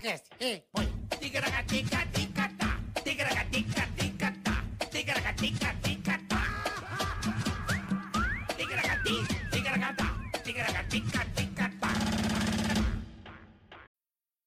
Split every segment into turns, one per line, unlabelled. Cast. Ei, põe.
Ticaracatica-ticatá, ticaracatica-ticatá, ticaracatica-ticatá. Ticaracati, ticaracatá, ticaracatica-ticatá.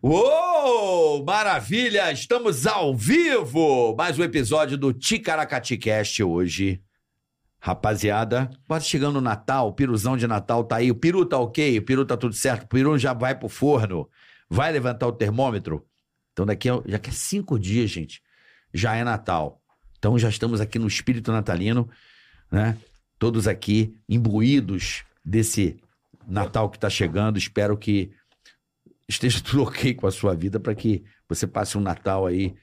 Uou! Maravilha! Estamos ao vivo! Mais um episódio do Ticaracaticast hoje. Rapaziada, bora chegando o Natal, o piruzão de Natal tá aí. O peru tá ok, o peru tá tudo certo, o peru já vai pro forno. Vai levantar o termômetro? Então daqui a, já que é cinco dias, gente, já é Natal. Então já estamos aqui no espírito natalino, né? Todos aqui imbuídos desse Natal que tá chegando. Espero que esteja tudo ok com a sua vida para que você passe um Natal aí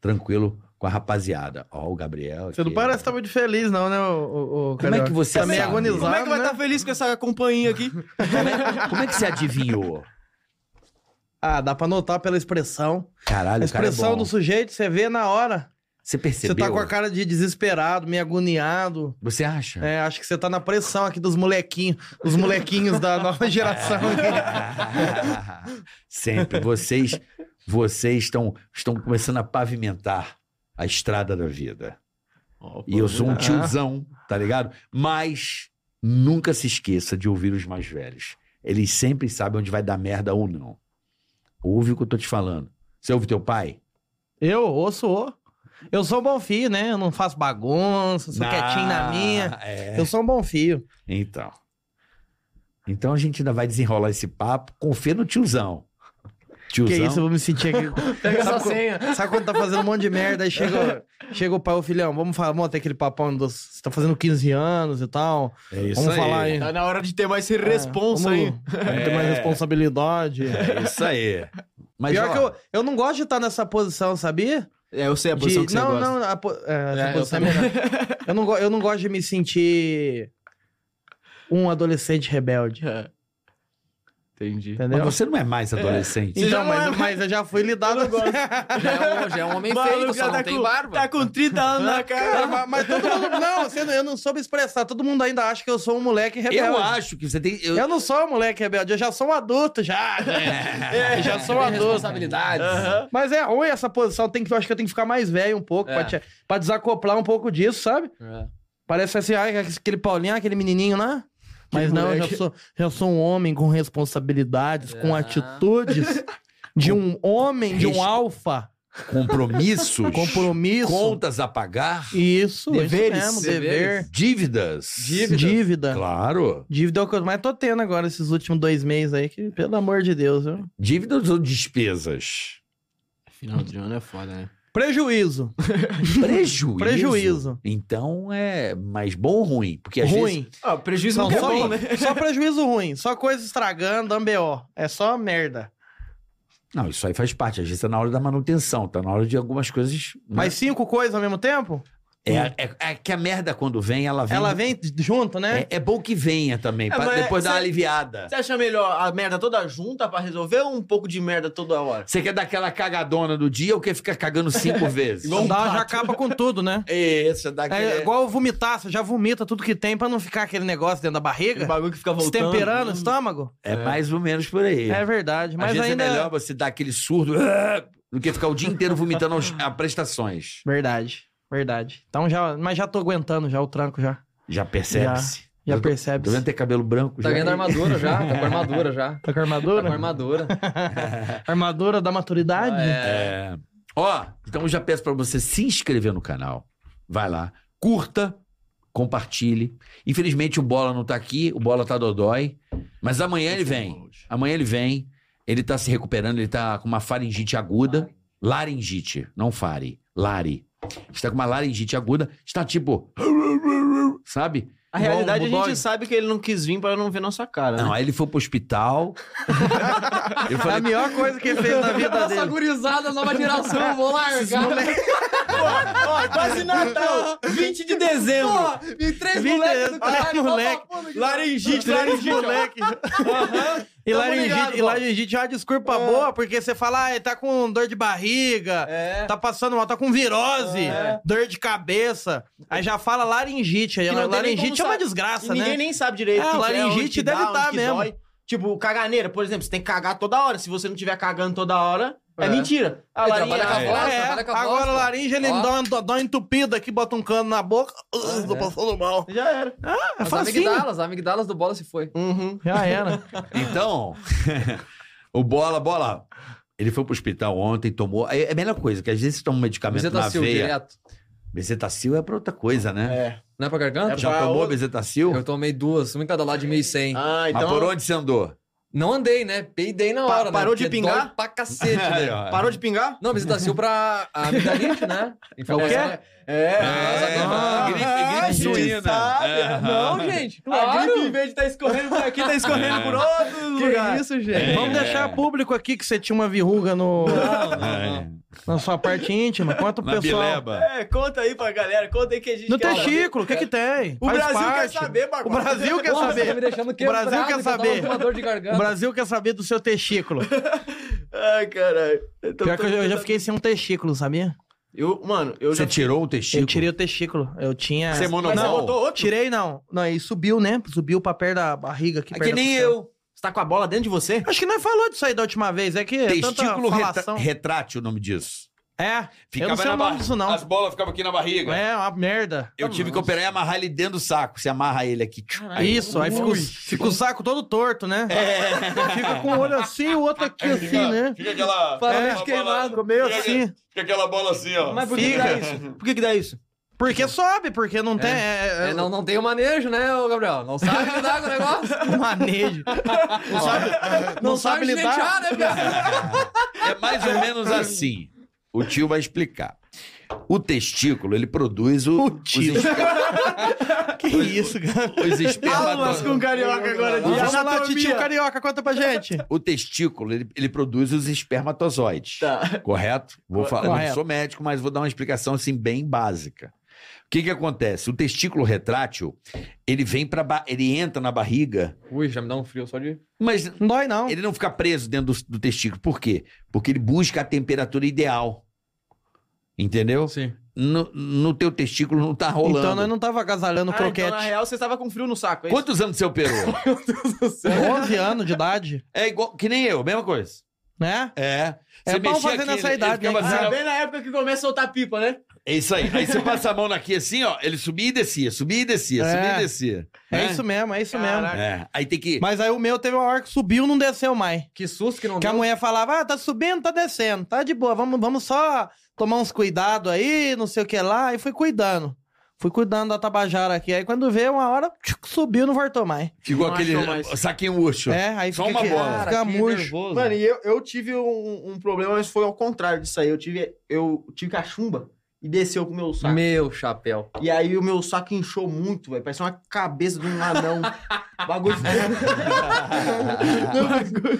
tranquilo com a rapaziada. Ó, o Gabriel.
Você não
aqui.
parece estar muito feliz, não, né, o, o, o
Como é que você
tá meio
sabe?
agonizado,
Como é que vai
né?
estar feliz com essa companhia aqui?
Como é, como é que você adivinhou?
Ah, dá pra notar pela expressão.
Caralho,
a
o cara é
expressão
bom.
do sujeito, você vê na hora.
Você percebeu?
Você tá com a cara de desesperado, meio agoniado.
Você acha?
É, acho que você tá na pressão aqui dos molequinhos, dos molequinhos da nova geração. aqui.
Sempre. Vocês, vocês estão, estão começando a pavimentar a estrada da vida. E eu
Ah.
sou um tiozão, tá ligado? Mas nunca se esqueça de ouvir os mais velhos. Eles sempre sabem onde vai dar merda ou não. Ouve o que eu tô te falando. Você ouve teu pai?
Eu, osso, ô. Eu sou um bom fio, né? Eu não faço bagunça, sou
Ah,
quietinho na minha.
é.
Eu sou um bom fio.
Então. Então a gente ainda vai desenrolar esse papo. Confia no tiozão. Tiozão.
Que isso, eu vou me sentir aqui. Pega essa senha. Sabe quando tá fazendo um monte de merda, aí chega, o- chega o pai, ô filhão, vamos falar, vamos ter aquele papão dos. Você tá fazendo 15 anos e tal.
É isso
vamos
aí.
falar aí. É,
Tá na hora de ter mais esse responsa
vamos,
aí.
Vamos ter mais
É.
responsabilidade.
É isso aí. Mas,
Pior
ó,
que eu, eu não gosto de estar nessa posição, sabia?
É, eu sei a
De-
posição que você
não,
gosta.
não, a po- é, essa
É, eu
posição é
também.
melhor. Eu não, go- eu não gosto de me sentir um adolescente rebelde,
É. Entendi.
mas
entendeu?
você não é mais adolescente.
Você
Então,
já não é
mas,
mais-
mas eu já fui lidado agora.
Já é um, já é um homem
Maluco,
feio, só
já
não
tá
tem
com-
barba.
Tá com 30 anos na cara.
Cara, mas, mas todo mundo. Não, você não- eu não soube expressar. Todo mundo ainda acha que eu sou um moleque rebelde.
Eu acho que você tem. eu-
Eu não sou um moleque rebelde, eu já sou um adulto, já. É, já sou um
Tem
adulto.
responsabilidades.
Mas é ruim essa posição, tem que, eu acho que eu tenho que ficar mais velho um pouco,
É.
pra, te- pra desacoplar um pouco disso, sabe?
É.
Parece assim, ai, aquele Paulinho, aquele menininho lá. Mas não, eu já sou, já sou um homem com responsabilidades, com
É.
atitudes de um homem, de um
Respe-
alfa,
Compromissos.
compromisso.
Contas a pagar.
Isso,
Deveres.
isso mesmo,
Deveres.
dever,
Dívidas.
dívida. Dívida.
Claro.
é o que eu mais tô tendo agora esses últimos dois meses aí, que pelo amor de Deus, viu?
Dívidas ou despesas?
Final de ano é foda, né?
Prejuízo.
Prejuízo.
Prejuízo.
Então é mais bom ou ruim? Porque às
ruim.
vezes.
Ah, prejuízo
Não,
nunca é
só, um,
bom, né?
só prejuízo ruim, só coisa estragando, dando BO. É só merda.
Não, isso aí faz parte. Às vezes tá na hora da manutenção, tá na hora de algumas coisas. né?
Mas cinco coisas ao mesmo tempo,
É, é- é que a merda quando vem, ela vem.
ela vem junto, né?
É, é bom que venha também, pra
mas é-
depois dar uma
cê-
aliviada.
Você acha melhor a merda toda junta pra resolver ou um pouco de merda toda hora?
Você quer dar aquela cagadona do dia ou quer ficar cagando cinco vezes?
Não dá, já acaba com tudo, né?
Essa daqui.
É igual vomitar, você já vomita tudo que tem pra não ficar aquele negócio dentro da
O
barriga,
Um bagulho que fica voltando.
temperando o estômago.
É mais ou menos por aí.
É verdade,
Às
mas
vezes
ainda
é melhor você dar aquele surdo "Ah!" do que ficar o dia inteiro vomitando aos- a prestações.
Verdade, verdade. Então já, mas já tô aguentando já o tranco já.
Já percebe-se.
Já
Eu tô-
percebe.
Tô vendo ter cabelo branco
Tá
já.
ganhando armadura já, tá com armadura já.
Tá com
Tá
armadura?
com armadura.
Armadura da maturidade?
É. Ó, então eu já peço pra você se inscrever no canal. Vai lá, curta, compartilhe. Infelizmente o Bola não tá aqui, o Bola tá dodói, mas amanhã ele vem. Amanhã ele vem. Ele tá se recuperando, ele tá com uma faringite aguda, laringite, não fare, lari. Está com uma laringite aguda, está tipo, sabe?
A
Igual
realidade
o
a
Bulldog.
gente sabe que ele não quis vir pra não ver nossa cara. né?
Não, aí ele foi pro hospital. eu
É a
falei,
melhor coisa que ele fez na vida
Nossa,
dele.
gurizada, nova geração, vou largar.
Ó, quase Natal, 20 de dezembro.
Porra, e três
Vida,
moleques do
olha,
caralho.
moleque. Laringite, laringite, moleque. E laringite, e laringite é uma desculpa boa, porque você fala, ah, ele tá com dor de barriga,
É.
tá passando mal, tá com virose, dor de cabeça. Aí já fala laringite. Aí,
Que não tem nem
laringite é
como
uma
sabe.
desgraça,
E ninguém
né?
nem sabe direito.
É,
o que que
laringite
onde que
deve
dá, onde
tá
que
mesmo.
dói. Tipo, caganeira, por exemplo, você tem que cagar toda hora. Se você não tiver cagando toda hora, é,
É.
mentira. A
Ele
laringe...
trabalha com a
é.
voz.
É,
trabalha com a
agora
voz,
a laringe, ele
Ó.
dá uma, dá uma entupida aqui, bota um cano na boca, uh,
É.
tô passando mal.
Já era.
É
As
facinho.
amigdalas, as amigdalas do bola se foi.
Uhum.
Já era.
então, o bola, bola. Ele foi pro hospital ontem, tomou. É é a melhor coisa, que às vezes você toma um medicamento na
Bezetacil,
veia.
direto.
Bezetacil é pra outra coisa, né?
É.
Não é pra garganta?
É
Já
pra
tomou
outra-
Bezetacil?
Ah,
Eu tomei duas, uma em cada lado de 1.100.
Ah,
então-
Mas por onde você andou?
Não andei, né? Peidei na
Pa-
hora, né?
parou de
Porque
pingar?
Dói pra cacete, né?
Parou de pingar?
Não, bezetacil pra a amigdalite, né?
É o É.
Ah, gripe- gripe
a gente
suína.
sabe.
É.
Ah.
Não, gente. A gripe, em vez de estar escorrendo por aqui, tá escorrendo por
É.
outro lugar.
isso, gente?
Vamos deixar público aqui que você tinha uma verruga no,
É,
na sua parte íntima. Conta o
na
pessoal.
bileba.
É, conta aí pra galera. Conta aí que a gente
No
quer saber.
testículo, o que que tem?
O
Faz
Brasil quer
parte.
saber, Barbosa.
O Brasil quer
Tá me
saber.
deixando
O Brasil quer
quebrado, que eu tava
saber.
com uma dor de
O
garganta.
Brasil quer saber do seu testículo.
Ai, caralho. Eu tô-
Pior que eu, eu já fiquei sem um testículo, sabia?
Eu, mano, eu
Você
já...
tirou o testículo?
Eu tirei o testículo. Eu tinha.
Você é
Mas você
Não.
botou outro?
Tirei, não. Não, e subiu, né? Subiu pra perto da barriga aqui.
É
perto
que
da
nem
costela.
eu.
Você tá com a bola dentro de você?
Acho que nós falou disso aí da última vez. É que. é tanta
Testículo retra...
falação.
retrátil, o nome disso.
É. eu não sei o
na
nome
barriga.
disso, não.
As bolas ficavam aqui na barriga.
É uma merda.
Eu tive que operar e amarrar ele dentro do saco. Você amarra ele aqui.
Isso, aí fica, o- fica o saco todo torto, né?
É.
Fica com o olho assim e o outro aqui assim, né?
Fica aquela.
Parabéns
É,
queimado.
Ficou meio assim.
Fica aquela bola assim, ó.
Mas por que, que
Fica.
dá isso? Por que, que dá isso?
Porque sobe, porque não tem. é-
É, não, não tem o manejo, né, ô Gabriel? Não sabe lidar com o negócio.
um manejo. Não sabe, não sabe lidar.
ginetear, né, cara?
É mais ou menos assim. O tio vai explicar. O testículo, ele produz o, os, esper...
Que isso, cara.
os
Aulas
espermatozoides.
com carioca agora de
Vamos lá, titio
anatomia.
carioca, conta pra gente.
O testículo, ele, ele produz os espermatozoides.
Tá.
Correto? Vou falar, eu não
Correto.
sou médico, mas vou dar uma explicação assim bem básica. O que que acontece? O testículo retrátil, ele vem para ele entra na barriga,
Ui, já me dá um frio só de...
mas
Não dói, não.
ele tá não fica preso dentro do, do testículo. Por quê? Porque ele busca a temperatura ideal. Entendeu?
Sim.
No, no teu testículo não tá rolando.
Então nós não tava agasalhando
Ah,
croquete.
então, na real, você estava com frio no saco, é isso?
Quantos anos você operou?
Ah,
11 anos de idade,
é igual, que nem eu, mesma coisa.
né?
É.
É
Você
bom
mexia
fazer
aqui,
nessa
ele- ele
idade,
ficava
né?
assim,
Ah,
ó.
Bem na época que começa a soltar pipa, né?
É isso aí. Aí você passa a mão naqui assim, ó. Ele subia e descia, subia e descia,
É.
subia e descia.
É
né?
isso mesmo, é isso mesmo.
Caraca.
É. Aí tem que.
Mas aí o meu teve uma hora que subiu não desceu mais.
Que susto que não
Que a
deu.
mulher falava, ah, tá subindo, tá descendo, tá de boa, vamos, vamos só tomar uns cuidados aí, não sei o que lá. E fui cuidando. Fui cuidando da Tabajara aqui. Aí quando veio uma hora, tchuc, subiu, não voltou mais.
Ficou
Não
aquele
achou mais.
saquinho urso.
É, aí
Só
fica,
uma
que-
bola.
fica
Cara, que
murcho.
nervoso.
Mano, e eu, eu tive um, um problema, mas foi ao contrário disso aí. Eu tive, eu tive cachumba e desceu com o meu saco.
Meu chapéu.
E aí o meu saco inchou muito, velho. Parecia uma cabeça de um anão. Bagulho.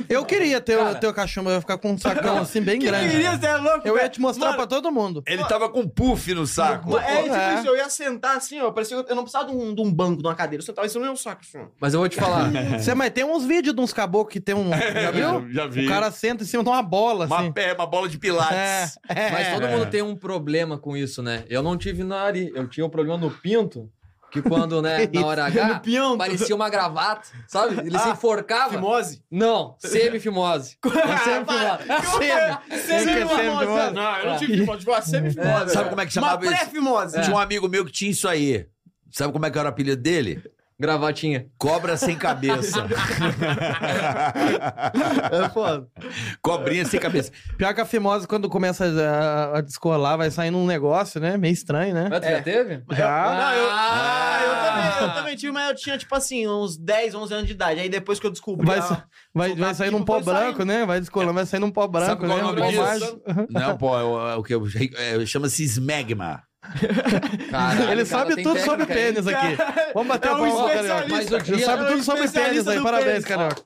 Eu queria ter o
Cara.
teu cachumbo, eu ia ficar com um sacão assim bem grande.
você é louco?
Eu ia
velho?
te mostrar
Mano,
pra todo mundo.
Ele tava com puff no saco.
É, tipo
É.
isso, eu ia sentar assim, ó. Parecia que eu- eu não precisava de um, de um banco, de uma cadeira. Eu sentava em cima do meu saco, assim, ó.
Mas eu vou te falar.
Você, mas tem uns vídeos de uns caboclos que tem um. Já viu?
Já vi.
O cara senta em cima de uma bola,
Uma,
assim.
pé, uma bola de pilates.
É, é.
Mas todo mundo tem um problema com isso, né? Eu não tive no nariz. Eu tinha um problema no pinto, que quando, né, na hora H,
Pião,
parecia uma gravata, sabe? Ele se
Ah,
enforcava.
fimose. Ah,
Não, semifimose. Não, semifimose.
Semifimose.
Não, eu não tive fimose, tive uma semifimose.
Sabe como é que chamava
Uma
isso?
pré-fimose.
É.
tipo,
Tinha um amigo meu que tinha isso aí. Sabe como é que era o apelido dele?
Gravatinha.
Cobra sem cabeça.
É foda.
Cobrinha sem cabeça.
Pior que a fimose, quando começa a, a descolar, vai saindo um negócio, né? Meio estranho, né?
Mas tu já teve?
Já.
Não, eu...
Ah,
Ah, eu também, eu também tive, mas eu tinha, tipo assim, uns 10, 11 anos de idade. Aí depois que eu descobri... ah,
Vai,
a-
sa- vai, vai
soltar
sair num
pipa,
pó
foi saindo.
branco, né? Vai descolando, vai sair num pó branco,
qual é
né?
o
Um
nome
pó
disso?
mágico.
Não, pô, é o, é o que eu. é, Chama-se esmegma.
Caralho,
Ele
cara,
sabe
tem
tudo sobre
técnica aí.
pênis aqui. Vamos bater
É
a
um
palma,
especialista.
Carioca.
Mas o
Ele
dia-
sabe
é
tudo
um
sobre pênis
especialista
aí.
do
Parabéns,
pênis.
Carioca.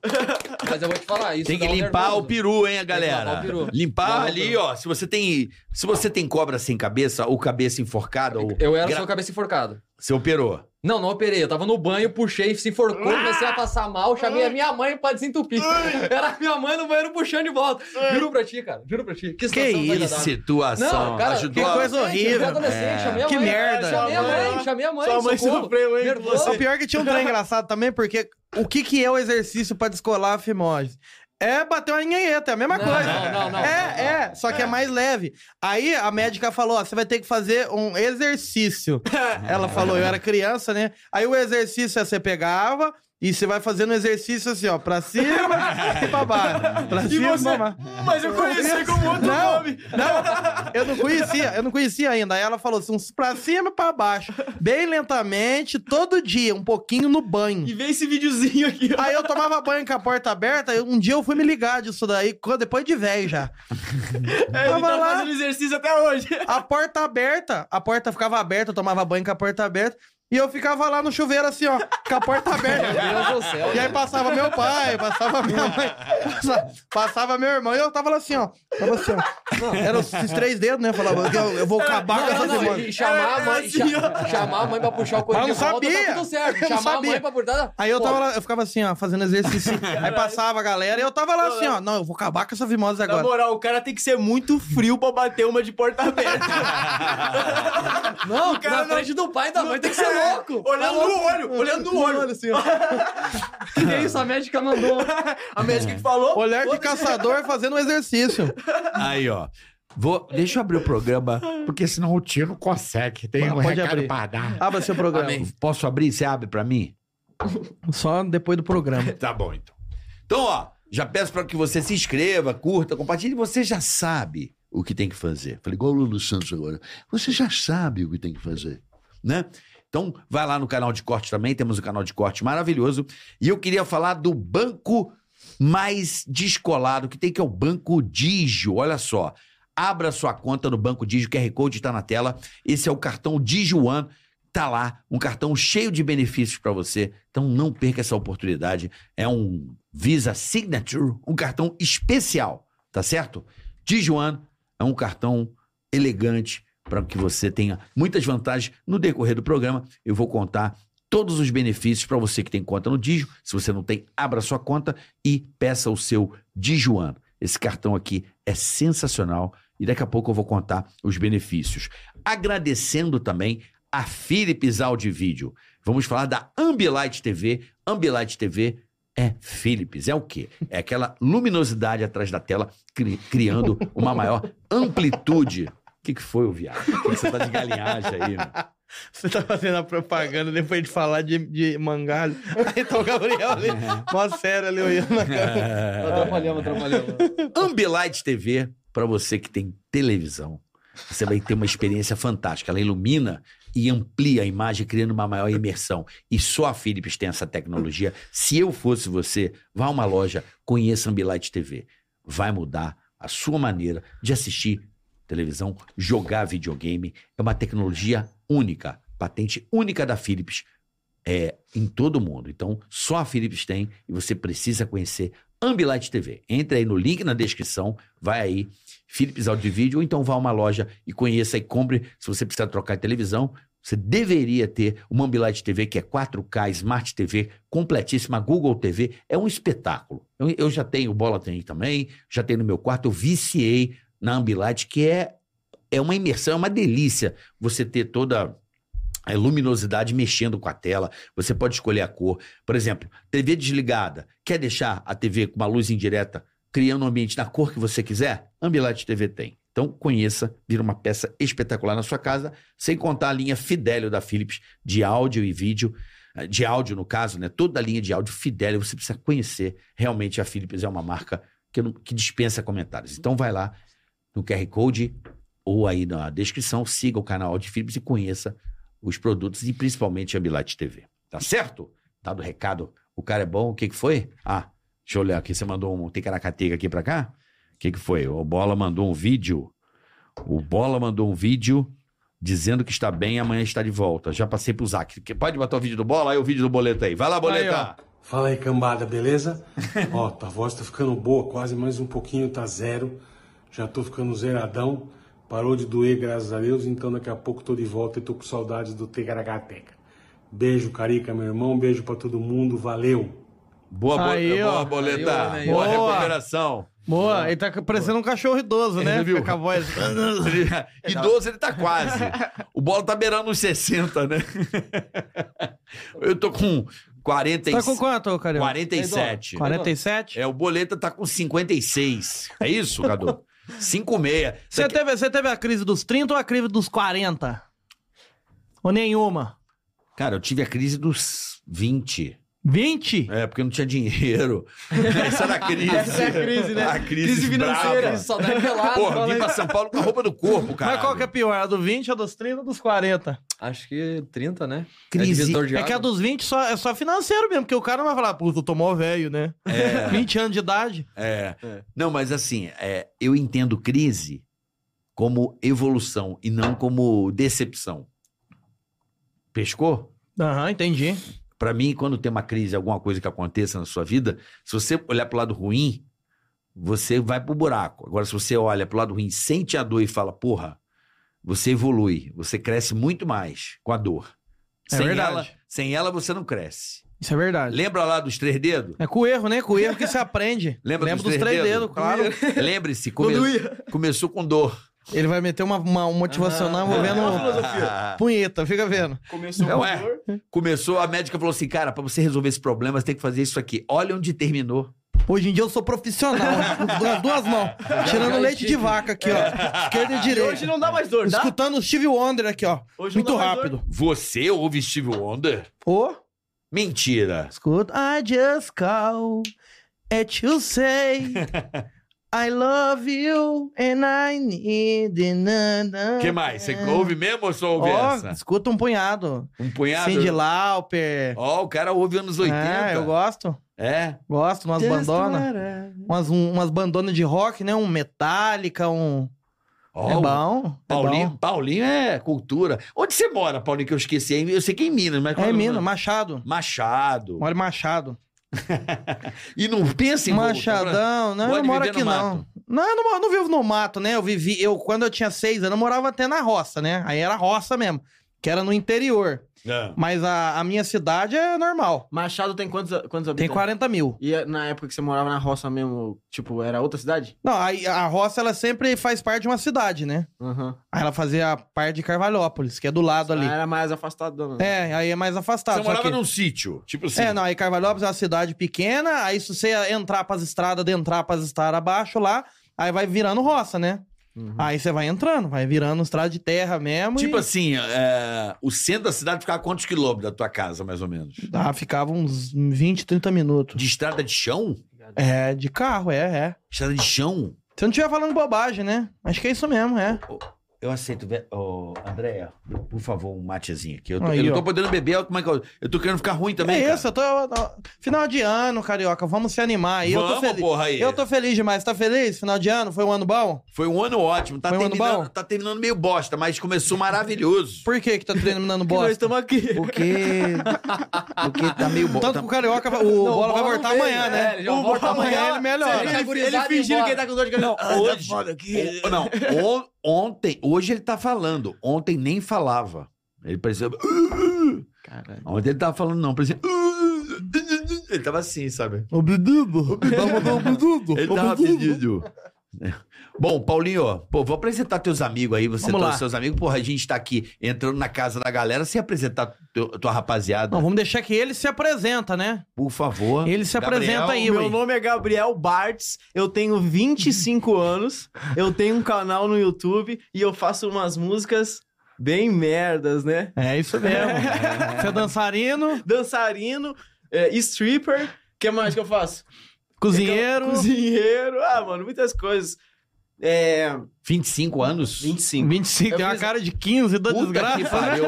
Mas eu vou te falar, isso
Tem que
dá um
limpar
nervoso.
o peru, hein,
limpar
galera?
o peru.
Limpar
Dá um
ali,
peru.
ó. Se você tem, se você tem cobra sem cabeça ou cabeça enforcada ou
Eu era
gra-
só cabeça enforcada.
você operou.
Não, não operei. Eu tava no banho, puxei, se enforcou,
Ah!
comecei a passar mal, chamei a minha mãe pra desentupir. Era a minha mãe no banheiro puxando de volta. Juro pra ti, cara. Juro pra ti. Que
Que
situação
isso,
desagradável.
situação.
Não, cara,
Ajudou É.
que
a-
coisa horrível.
Eu era adolescente, chamei a
né? É, Que
mãe,
merda.
Chamei a mãe, chamei a mãe.
Sua mãe
socorro.
sofreu, hein, com
Nervoso.
você.
O pior é que tinha um trem engraçado também, porque o que, que é o exercício pra descolar a fimose? É bater uma nhanheta, é a mesma
Não,
coisa.
não, não, não,
é,
não, não.
é, só que é. mais leve. Aí a médica falou: ó, você vai ter que fazer um exercício. Ela falou, eu era criança, né? Aí o exercício é você pegava. E você vai fazendo exercício assim, ó, pra cima e pra baixo. Pra
E
cima e
você?
pra baixo.
Mas eu conheci como outro
Não,
nome.
não, eu não conhecia, eu não conhecia ainda. Aí ela falou assim, uns pra cima e pra baixo, bem lentamente, todo dia, um pouquinho no banho.
E vem esse videozinho aqui. ó.
Aí eu tomava banho com a porta aberta, e um dia eu fui me ligar disso daí, quando- depois de velho já.
É, ele
tava
tá
lá.
fazendo exercício até hoje.
A porta aberta, a porta ficava aberta, eu tomava banho com a porta aberta, e eu ficava lá no chuveiro assim, ó, com a porta aberta.
Meu Deus do céu.
E aí passava meu pai, passava minha mãe, passa- passava meu irmão, e eu tava lá assim, ó. Tava assim, ó. Era os esses três dedos, né? Falava, eu, eu vou acabar com
Não,
essa
não, não,
semana.
e chamar, a mãe,
É, é
cha-
assim, ó.
chamar a mãe pra puxar o
Mas
correio
eu
de
não
volta,
sabia.
tá tudo certo.
Eu não
Chamar a mãe
sabia.
pra puxar...
Aí eu
Pô,
tava lá, eu ficava assim, ó, fazendo exercício. Aí passava a galera e eu tava lá assim, ó. Não, eu vou acabar com essa fimose
Na
agora.
moral, o cara tem que ser muito frio pra bater uma de porta aberta.
Não,
O cara
na
não-
frente do pai e da mãe tem que ser
É,
louco. Tá
É. olhando
louco.
no olho, olhando no olho.
assim, ó.
Que é isso, a médica mandou.
A médica que falou.
Olhar de caçador fazendo um exercício.
Aí, ó. Vou... Deixa eu abrir o programa, porque senão o tio não consegue. Tem
Ah,
um
pode
recado
abrir.
pra dar.
Abra seu programa.
Amém.
Posso abrir? Você abre pra mim?
Só depois do programa.
Tá bom, então. Então, ó, já peço pra que você se inscreva, curta, compartilhe. Você já sabe o que tem que fazer. Falei igual o Lulu Santos agora. Você já sabe o que tem que fazer, né? Então, vai lá no canal de corte também. Temos um canal de corte maravilhoso. E eu queria falar do banco mais descolado que tem, que é o Banco Digio. Olha só. Abra sua conta no Banco Digio. QR Code está na tela. Esse é o cartão Digio One. Tá lá, um cartão cheio de benefícios para você. Então não perca essa oportunidade. É um Visa Signature, um cartão especial, tá certo? Dijuan é um cartão elegante para que você tenha muitas vantagens no decorrer do programa. Eu vou contar todos os benefícios para você que tem conta no Digio. Se você não tem, abra sua conta e peça o seu Dijuan. Esse cartão aqui é sensacional e daqui a pouco eu vou contar os benefícios. Agradecendo também a Philips Audio e Vídeo. Vamos falar da Ambilight TV. Ambilight TV é Philips. É o quê? É aquela luminosidade atrás da tela cri- criando uma maior amplitude. O que, que foi, ô viado? Por que que você tá de galinhagem aí, né? mano?
Você tá fazendo a propaganda depois de falar de, de mangalho. Aí tá o Gabriel ali, mó sério ali olhando na cara.
Atrapalhamos, atrapalhamos.
Ambilight TV, para você que tem televisão. Você vai ter uma experiência fantástica. Ela ilumina e amplia a imagem, criando uma maior imersão. E só a Philips tem essa tecnologia. Se eu fosse você, vá a uma loja, conheça a Ambilight TV. Vai mudar a sua maneira de assistir televisão, jogar videogame. É uma tecnologia única, patente única da Philips é, em todo o mundo. Então, só a Philips tem e você precisa conhecer Ambilight TV. Entre aí no link na descrição, vai aí, Philips Audio e Vídeo, ou então vá a uma loja e conheça e compre. Se você precisar trocar de televisão, você deveria ter uma Ambilight TV que é 4K, Smart TV, completíssima, Google TV. É um espetáculo. Eu, eu já tenho, o Bola tem também, já tenho no meu quarto, eu viciei na Ambilight, que é, é uma imersão, é uma delícia você ter toda a luminosidade mexendo com a tela, você pode escolher a cor. Por exemplo, TV desligada, quer deixar a TV com uma luz indireta criando um ambiente na cor que você quiser? Ambilight TV tem. Então conheça, vira uma peça espetacular na sua casa, sem contar a linha Fidelio da Philips de áudio e vídeo, eh, de áudio no caso, né? Toda a linha de áudio Fidelio você precisa conhecer. Realmente a Philips é uma marca que, não- que dispensa comentários. Então vai lá no QR Code ou aí na descrição, siga o canal de Philips e conheça os produtos e principalmente a Ambilight TV. Tá certo? Tá do recado. O cara é bom. O que que foi? Ah, deixa eu olhar aqui. Você mandou um ticaracateca aqui pra cá? O que que foi? O Bola mandou um vídeo. O Bola mandou um vídeo dizendo que está bem e amanhã está de volta. Já passei pro Zac. Que- Pode botar o vídeo do Bola? Aí o vídeo do Boleto aí. Vai lá, Boleta.
Fala aí, cambada, beleza? Ó, tua voz tá ficando boa, quase mais um pouquinho tá zero. Já tô ficando zeradão. Parou de doer, graças a Deus, então daqui a pouco tô de volta e tô com saudades do Tegaracateca. Beijo, Carica, meu irmão. Beijo pra todo mundo. Valeu!
boa, bo-
Aí, ó.
boa, Boleta.
Aí, ó, né?
boa,
Boa.
recuperação.
Boa, ele tá parecendo um cachorro idoso, né?
Ele viu?
Fica Com a voz.
Ele- Idoso ele tá quase. O Bola tá beirando os 60, né? Eu tô com 40 e...
Tá com quanto, Carioca?
47.
47?
É, o Boleta tá com 56. É isso, Cadu? 56.
Você,
Você
teve, você teve a crise dos 30 ou a crise dos 40? Ou nenhuma?
Cara, eu tive a crise dos 20.
20?
É, porque eu não tinha dinheiro. Essa era a crise.
Essa é a crise, né?
A crise, financeira.
crise só dá pelado.
Porra, vim pra São Paulo com a roupa do corpo, cara.
Mas qual que é pior? A do 20, a dos 30 ou dos 40?
Acho que 30, né?
Crise.
divisor de
É que a
água.
dos 20 só, é só financeiro mesmo, porque o cara não vai falar, puta, eu tô mó velho, né? 20 anos de idade.
É. Não, mas assim, é, eu entendo crise como evolução e não como decepção. Pescou?
Aham, entendi.
Pra mim, quando tem uma crise, alguma coisa que aconteça na sua vida, se você olhar pro lado ruim, você vai pro buraco. Agora, se você olha pro lado ruim, sente a dor e fala, porra, você evolui, você cresce muito mais com a dor.
É
sem,
verdade.
ela, sem ela, você não cresce.
Isso é verdade.
Lembra lá dos três dedos?
É com o erro, né? Com o erro que se aprende.
Lembra
Lembro dos, três dedos, claro.
Lembre-se, come- começou com dor.
Ele vai meter uma, uma um motivacional envolvendo punheta, fica vendo.
Tá Começou
Ah. Não
com
é.
dor.
Começou, a médica falou assim, cara, pra você resolver esse problema, você tem que fazer isso aqui. Olha onde terminou.
Hoje em dia eu sou profissional, né? com as duas mãos, tirando leite de vaca aqui, ó. Esquerda e
E
direita.
hoje não dá mais dor, dá?
Escutando o Steve Wonder aqui, ó.
Hoje não
Muito
dá mais dor.
né?
rápido.
Você ouve Steve Wonder?
Ô,
Mentira.
escuta. I just call at you say I love you and I need another.
O que mais? Você ouve mesmo ou só ouve
Ó,
essa?
escuta um punhado.
Um punhado?
Cindy Lauper.
Ó, o cara ouve anos 80.
Ah, eu gosto.
É?
Gosto, umas bandonas. Umas, um- umas bandonas de rock, né? Um Metallica, um.
Ó,
é
o
bom.
Paulinho,
É bom.
Paulinho é cultura. Onde você mora, Paulinho, que eu esqueci? Eu sei que é em Minas, mas... qual
É
o nome?
Minas, Machado.
Machado.
Moro em Machado.
E não pensa em voltar pra-
Machadão, não, eu
né? Pode
não moro
viver
aqui
no
não.
mato.
Não, eu não, moro- não vivo no mato, né? Eu vivi, eu quando eu tinha seis anos, eu morava até na roça, né? Aí era roça mesmo, que era no interior.
Não.
Mas a, a minha cidade é normal,
Machado tem quantos, quantos
tem
Então.
habitantes?
40 mil.
E na época que você morava na roça mesmo, tipo, era outra cidade?
Não, aí a roça, ela sempre faz parte de uma cidade, né?
Aham.
Aí ela fazia a parte de Carvalhópolis, que é do lado ali.
Ah, era mais afastado, dona.
É, aí é mais afastado.
Você
só
morava
que-
num sítio, tipo assim.
É, não, aí Carvalhópolis é uma cidade pequena, aí se você entrar pras estradas, adentrar pras estradas abaixo lá, aí vai virando roça, né? Aí você vai entrando, vai virando estrada de terra mesmo.
Uhum. Tipo
e...
assim, é, o centro da cidade ficava a quantos quilômetros da tua casa, mais ou menos?
Ah, ficava uns 20, 30 minutos.
De estrada de chão?
É, de carro, é, é.
Estrada de chão?
Se eu não estiver falando bobagem, né? Acho que é isso mesmo, é.
Eu aceito. Ve... Ô, Andréia, por favor, um matezinho aqui. Eu, tô,
Aí,
eu não
ó.
tô podendo beber, olha como é que eu, eu tô querendo ficar ruim também.
é
cara.
isso, eu tô, eu tô- Final de ano, carioca, vamos se animar aí. eu tô
Vamos,
feliz.
porra, aí.
Eu tô feliz demais, tá feliz? Final de ano? Foi um ano bom?
Foi um ano ótimo. Tá,
Foi um ano
terminando,
bom?
tá terminando meio bosta, mas começou maravilhoso.
Por que que tá terminando
Que Nós
bosta?
estamos aqui.
Porque. Porque tá meio bosta.
Tanto que o carioca, vai- o
Não,
bola vai
bola
voltar
veio,
amanhã,
né?
né?
Ele já
O
volta amanhã,
ele melhora.
ele já
Ele,
Gurizada,
ele fingindo que
embora.
ele tá com dor de cabeça. Ah,
hoje-
tá foda aqui.
O- não, on- ontem, hoje ele tá falando. Ontem nem falava. Ele parecia.
Caralho.
Ontem ele tava falando, não, parecia. Ele tava assim, sabe?
O Bidudo. O Bidudo.
Ele tava pedindo. Bom, Paulinho, pô, vou apresentar teus amigos aí. Você
Vamos
trouxe
lá.
seus amigos. Porra, a gente tá aqui entrando na casa da galera sem apresentar teu- tua rapaziada.
Não, vamos deixar que ele se apresenta, né?
Por favor.
Ele se
Gabriel,
apresenta aí,
Meu
ué.
nome é Gabriel Bartz, eu tenho 25 anos, eu tenho um canal no YouTube e eu faço umas músicas bem merdas, né?
É isso mesmo. Você é dançarino,
Dançarino, é, stripper, o que mais que eu faço?
cozinheiro.
Cozinheiro, ah, mano, muitas coisas. É,
25 anos?
25.
25,
Eu
tem uma
fiz-
cara de 15 da
Puta que
desgraça, né?
pariu.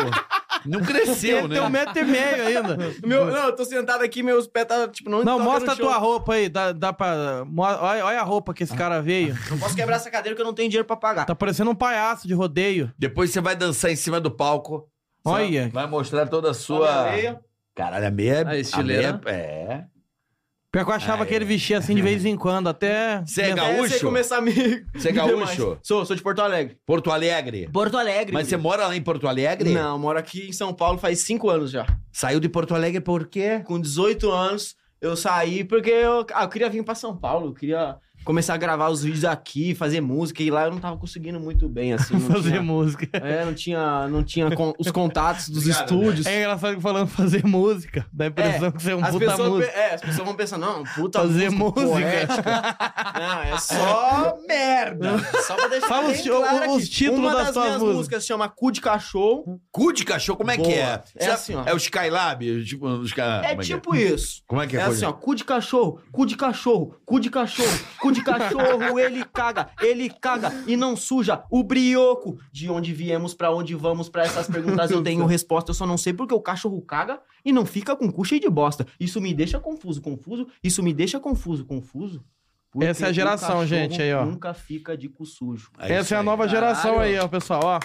Não cresceu,
Ele
né?
tem um metro e meio ainda.
Meu, não, eu tô sentado aqui, meus pés tá, tipo, não
Não,
toca
mostra
no
a
chão.
tua roupa aí. Dá, dá pra. mo- Olha, olha a roupa que esse cara veio.
Não posso quebrar essa cadeira que eu não tenho dinheiro pra pagar.
Tá parecendo um palhaço de rodeio.
Depois você vai dançar em cima do palco.
Olha.
Vai mostrar toda a
Olha
sua.
a meia.
Caralho, a meia
Ah,
é.
estileira.
a meia é-
Pior que eu achava
Ah,
que ele
é.
vestia assim de vez em quando, até.
Você é
Até
gaúcho?
Você começar a me...
Você
me ver
é gaúcho?
mais. Sou, sou de Porto Alegre.
Porto Alegre.
Porto Alegre.
Mas você mora lá em Porto Alegre?
Não, eu moro aqui em São Paulo faz cinco anos já.
Saiu de Porto Alegre por quê?
Com 18 anos, eu saí porque eu, ah, eu queria vir pra São Paulo, eu queria começar a gravar os vídeos aqui, fazer música, e lá eu não tava conseguindo muito bem, assim. Não
Fazer
tinha,
música.
é, não tinha, não tinha con- os contatos dos estúdios.
É engraçado que falando fazer música. Dá a impressão que você é um
As
puta
pessoas,
música.
pe- é, as pessoas vão pensar, não, puta
Fazer
música.
música.
poética. Não, é só merda. Só pra deixar
Fala os
bem
ti-
claro
os
aqui.
títulos
Uma
das
das
tuas
minhas
músicas.
músicas chama Cu de Cachorro.
Cu de cachorro, como é
Boa.
que é?
É
Você-
assim, ó.
É o Skylab? Tipo, o Sky...
É
como que
tipo isso.
Como é que é?
É
coisa?
assim, ó, cu de cachorro, cu de cachorro, cu de cachorro, cu de cachorro, ele caga, ele caga e não suja o brioco. De onde viemos, pra onde vamos, pra essas perguntas eu tenho resposta, eu só não sei porque o cachorro caga e não fica com o cu cheio de bosta. Isso me deixa confuso, confuso, isso me deixa confuso, confuso. porque
Essa é a
o
geração,
cachorro
gente, aí, ó.
Nunca fica de cu sujo.
isso
Essa é a
aí.
nova geração
Caralho.
aí, ó, pessoal. Ó.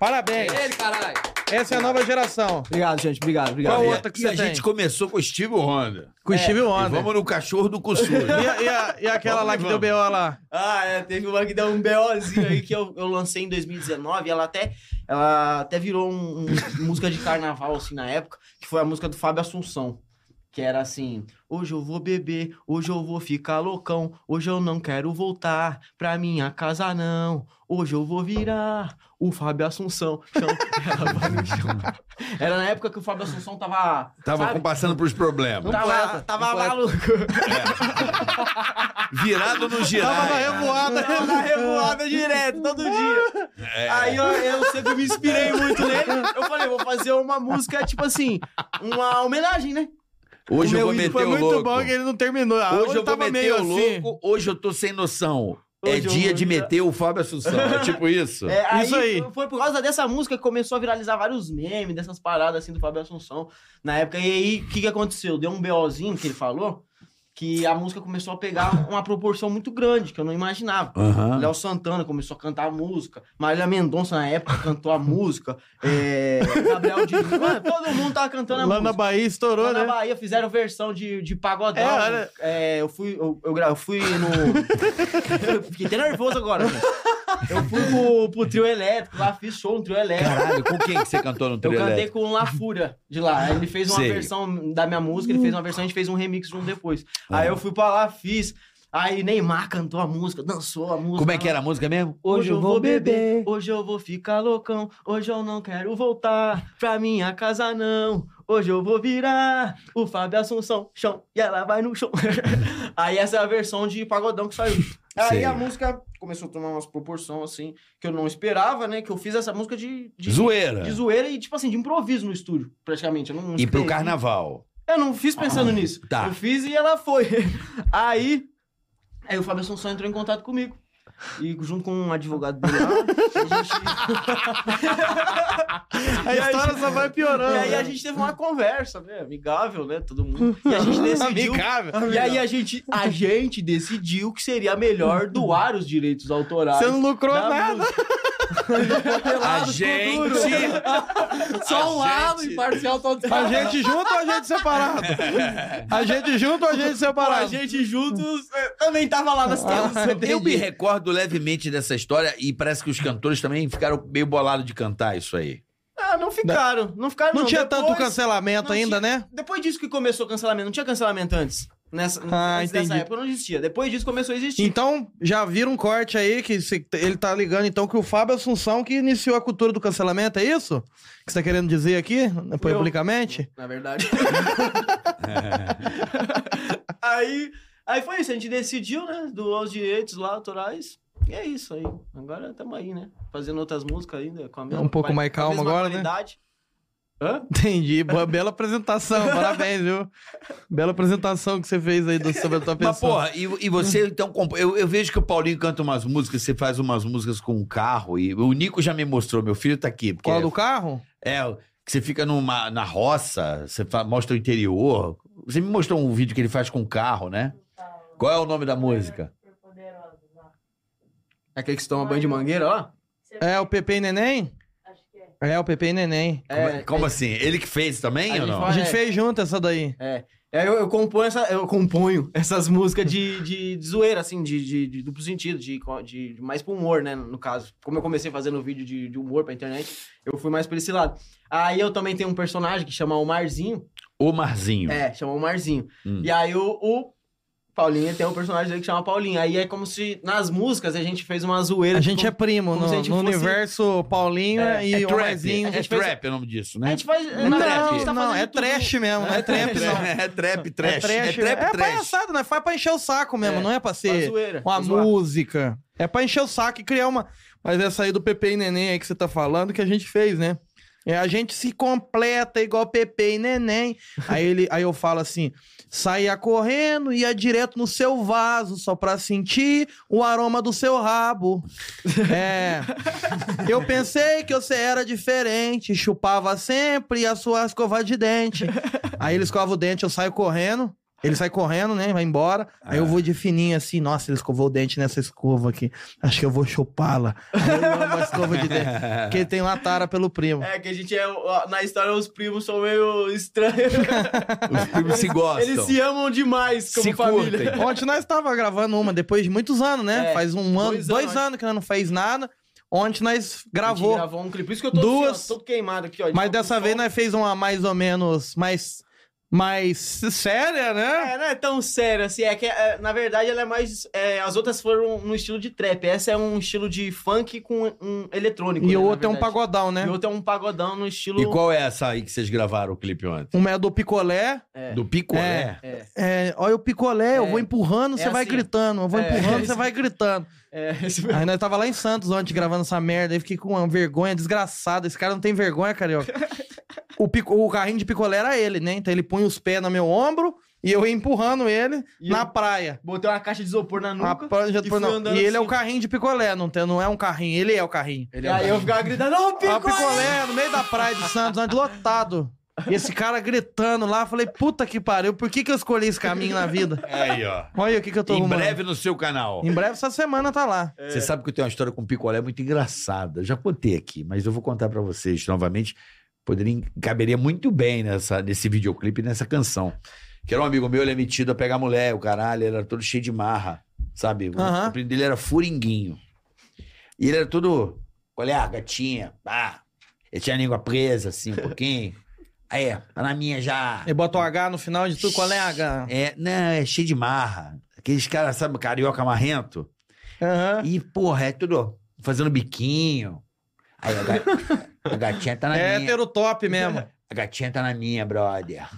Parabéns.
Ele, caralho.
Essa é a nova geração.
Obrigado, gente, obrigado, obrigado.
Qual
E-
outra que
e
você
a
tem?
gente começou com o Steve Honda.
É.
Com o Steve
E
Wonder.
vamos no cachorro do cu sujo.
E, a- e a- e aquela
Vamos
lá
e
que deu
vamos.
B.O. lá?
Ah, é, teve uma que deu um BOzinho aí que eu, eu lancei em 2019. Ela até, ela até virou um, um- música de carnaval, assim, na época, que foi a música do Fábio Assunção. Que era assim: hoje eu vou beber, hoje eu vou ficar loucão, hoje eu não quero voltar pra minha casa, não. Hoje eu vou virar o Fábio Assunção. Chão, ela vai no chão. Era na época que o Fábio Assunção tava.
Tava
sabe?
com- passando pros problemas.
Tava, tava maluco.
Virado no
Tava na
girar.
revoada.
Tava na revoada direto, todo dia.
É.
Aí eu, eu sempre me inspirei muito nele. Eu falei, vou fazer uma música, tipo assim, uma homenagem, né?
Hoje
O
eu
meu
vou
ídolo
meter
Foi
o
muito
louco.
bom que ele não terminou. Ah,
Hoje eu vou
tava
meter
meio
o
assim.
louco, hoje eu tô sem noção. é
Hoje eu
dia
vou
de
virar-
meter o Fábio Assunção. É tipo isso.
É, aí,
Isso aí.
Foi por causa dessa música que começou a viralizar vários memes, dessas paradas assim do Fábio Assunção na época. E aí, o que, que aconteceu? Deu um BOzinho que ele falou que a música começou a pegar uma proporção muito grande, que eu não imaginava.
Aham.
Léo Santana começou a cantar a música. Marília Mendonça, na época, cantou a música. É... Gabriel de Mano, todo mundo tava cantando a
Lá na
música.
Bahia estourou,
Lá na
né?
Bahia fizeram versão de, de pagodão.
É, olha-
É, eu fui. Eu, eu, gra- eu fui no. eu fiquei até nervoso agora, gente. Eu fui pro, pro trio elétrico, lá fiz show no trio elétrico.
Caralho, Ah, com quem que você cantou no
Eu
trio
cantei
elétrico?
com o La Fúria de lá. Ele fez uma
Sei.
versão da minha música, ele fez uma versão, a gente fez um remix junto depois. Aí
Ah.
eu fui pra lá, fiz. Aí Neymar cantou a música, dançou a música.
Como é que era a música mesmo?
Hoje eu vou beber, hoje eu vou ficar loucão, hoje eu não quero voltar pra minha casa não. Hoje eu vou virar o Fábio Assunção, chão, e ela vai no chão. Aí essa é a versão de pagodão que saiu. Aí
Sei.
a música começou a tomar umas proporções assim, que eu não esperava, né? Que eu fiz essa música de, de,
Zoeira.
de zoeira e, tipo assim, de improviso no estúdio, praticamente. Eu não, não
E pro
escrevi.
carnaval.
Eu não fiz pensando nisso.
tá.
Eu fiz e ela foi. Aí, aí o Fábio Assunção entrou em contato comigo. E junto com um advogado dele lá, a gente-
A história só vai piorando.
E aí a
né?
gente teve uma conversa, né? Amigável, né? Todo mundo. E a gente decidiu.
Amigável.
E aí a gente, a gente decidiu que seria melhor doar os direitos autorais.
Você não lucrou
da
nada.
música.
A gente...
Só um
A
lado
gente-
e parcial todo.
A gente junto ou a gente separado? A gente junto ou a gente
A
separado?
gente juntos eh, também tava lá
Ah,
nas telas.
Ah, Eu me recordo levemente dessa história e parece que os cantores também ficaram meio bolados de cantar isso aí.
Ah, não ficaram. Não ficaram,
Não tinha tanto
Depois-
cancelamento
não
ainda, né?
Depois disso que começou o cancelamento, não tinha cancelamento antes. Nessa,
Ah,
antes dessa
entendi.
época não existia. Depois disso começou a existir.
Então, já viram um corte aí que se- ele tá ligando então que o Fábio Assunção que iniciou a cultura do cancelamento, é isso? Que você tá querendo dizer aqui, publicamente?
Na verdade. aí, aí foi isso, a gente decidiu, né? Doar os direitos lá, autorais. E é isso aí. Agora estamos aí, né? Fazendo outras músicas ainda com a mesma
Um pouco
quali-
mais
com a
calmo
mesma
agora, né?
qualidade. Hã?
Entendi, boa, bela apresentação, parabéns, viu? Bela apresentação que você fez aí do, sobre a tua
Mas,
pessoa.
porra, e, e você então. comp- Eu, eu vejo que o Paulinho canta umas músicas, você faz umas músicas com um carro. E o Nico já me mostrou, meu filho tá aqui. Porque
Qual do carro?
É, Que você fica numa, na roça, você fa- mostra o interior. Você me mostrou um vídeo que ele faz com um carro, né? Qual é o nome da música?
É aquele que se toma banho de mangueira, ó.
É o Pepe e Neném? É o Pepe e Neném.
Como,
É,
como
é,
assim? Ele que fez também
Aí
ou
ele
não?
A
fala-
gente
é.
fez junto essa daí.
É, eu, eu componho essa, eu componho essas músicas de, de, de zoeira, assim, de, de- de duplo sentido, de, co- de- de mais pro humor, né? No caso. Como eu comecei fazendo vídeo de, de humor pra internet, eu fui mais pra esse lado. Aí eu também tenho um personagem que chama o Marzinho.
O
Hum.
Marzinho.
É, chama o Marzinho.
Hum.
E aí o, o Paulinho tem um personagem dele que chama Paulinho. Aí é como se nas músicas a gente fez uma zoeira. tipo,
A
de
gente
como-
é primo.
como
No,
se a gente
no
fosse-
universo Paulinho
É,
e
É
o
trap,
Marzinho.
é trap é o nome disso,
A
né?
gente faz.
Não,
na verdade, a gente tá
não,
fazendo
é
tudo-
trash mesmo. Não é trap, não.
É trap, trash. É
trash.
trap,
É
trash.
palhaçada, né? Faz pra encher o saco mesmo,
É,
não é pra
Uma
ser
zoeira.
uma
pra zoar.
música. É pra encher o saco e criar uma. Mas essa aí do Pepe e Neném aí que você tá falando que a gente fez, né? É, a gente se completa igual Pepe e Neném. Aí, ele, aí eu falo assim: saía correndo, ia direto no seu vaso, só pra sentir o aroma do seu rabo. É. Eu pensei que você era diferente, chupava sempre a sua escova de dente. Aí ele escova o dente, eu saio correndo. Ele sai correndo, né? Vai embora. Aí eu vou de fininho assim, nossa, ele escovou o dente nessa escova aqui. Acho que eu vou chupá-la. Aí eu amo a escova de dente.
É.
Porque ele tem uma tara pelo primo.
É, que a gente é. ó, Na história, os primos são meio estranhos.
Os primos se gostam.
Eles se amam demais como
Se
família.
curtem.
Ontem nós estava gravando uma, depois de muitos anos,
É,
né? Faz um ano,
dois
dois,
anos.
anos, que nós não fez nada. Ontem nós
A
gravou.
gente gravou um clipe. Por isso que eu tô
Duas.
assim, ó, todo queimado aqui, ó.
Mas dessa vez é nós fez uma mais ou menos mais, mais séria, né?
É, não é tão sério assim. É que, é, na verdade, ela é mais. é, as outras foram no estilo de trap. Essa é um estilo de funk com um eletrônico.
e
né,
o
na
outro é um
verdade.
pagodão, né?
E o outro é um pagodão no estilo.
E qual é essa aí que vocês gravaram o clipe ontem?
Uma é do picolé.
É,
Do né? picolé.
é,
É, olha o picolé, eu
É.
vou empurrando,
É
você vai
assim.
gritando. Eu vou
É, é
empurrando,
isso.
você vai gritando.
é, esse
Aí nós tava lá em Santos ontem gravando essa merda, aí fiquei com uma vergonha desgraçada. Esse cara não tem vergonha, carioca. O, pico- o carrinho de picolé era ele, né? Então ele punha os pés no meu ombro e eu ia empurrando ele
E
na
eu-
praia.
Botei uma caixa de isopor na
A
nuca.
prancha
e
do pornô.
fui andando
E ele é o
assim.
carrinho de picolé, não, tem, não é um carrinho, ele é o carrinho.
E aí eu ficava gritando, não,
Ah,
picolé!
picolé no meio da praia de Santos, onde lotado. E esse cara gritando lá, eu falei, puta que pariu, por que, que eu escolhi esse caminho na vida?
Aí, ó.
Olha aí o que, que eu tô
Em
arrumando.
breve no seu canal.
Em breve, essa semana tá lá.
Você sabe que eu tenho uma história com picolé muito engraçada. Eu já contei aqui, mas eu vou contar pra vocês novamente. Poderia, caberia muito bem nessa, nesse videoclipe, e nessa canção. Que era um amigo meu, ele é metido a pegar mulher, o caralho, ele era todo cheio de marra, sabe? O
Aham.
apelido dele era Furinguinho. E ele era todo, olha, a gatinha, pá. Ele tinha a língua presa, assim, um pouquinho. Aí, tá na minha já.
E bota o um H no final de tudo. Qual é a H?
É, não, é cheio de marra. Aqueles caras, sabe, carioca marrento.
Aham.
E, porra, é tudo fazendo biquinho. Aí a, ga- a gatinha tá na
É
minha.
hétero top mesmo.
A gatinha tá na minha, brother.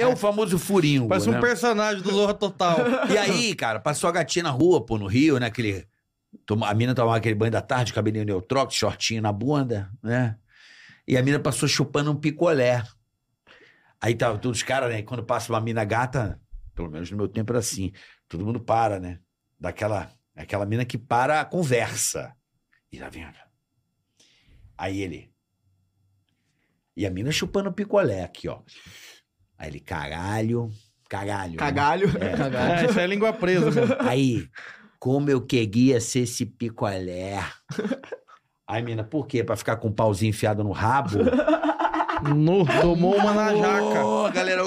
É o famoso furinho.
Parece um
né?
personagem do Zorra Total.
E aí, cara, passou a gatinha na rua, pô, no Rio, né? Aquele... toma- A mina tomava aquele banho da tarde, cabelinho neutrox, shortinho na bunda, né? E a mina passou chupando um picolé. Aí tava todos os caras, né? Quando passa uma mina gata, pelo menos no meu tempo era assim, todo mundo para, né? Daquela aquela mina que para a conversa. E lá vem. olha. Aí ele. E a mina chupando o picolé aqui, ó. Aí ele, caralho, caralho. né?
Cagalho.
É.
É, isso é língua presa mesmo.
Aí, como eu queria ser esse picolé. Aí, mina, por quê? Pra ficar com o pauzinho enfiado no rabo?
Nu, tomou uma na jaca.
Ô, galera,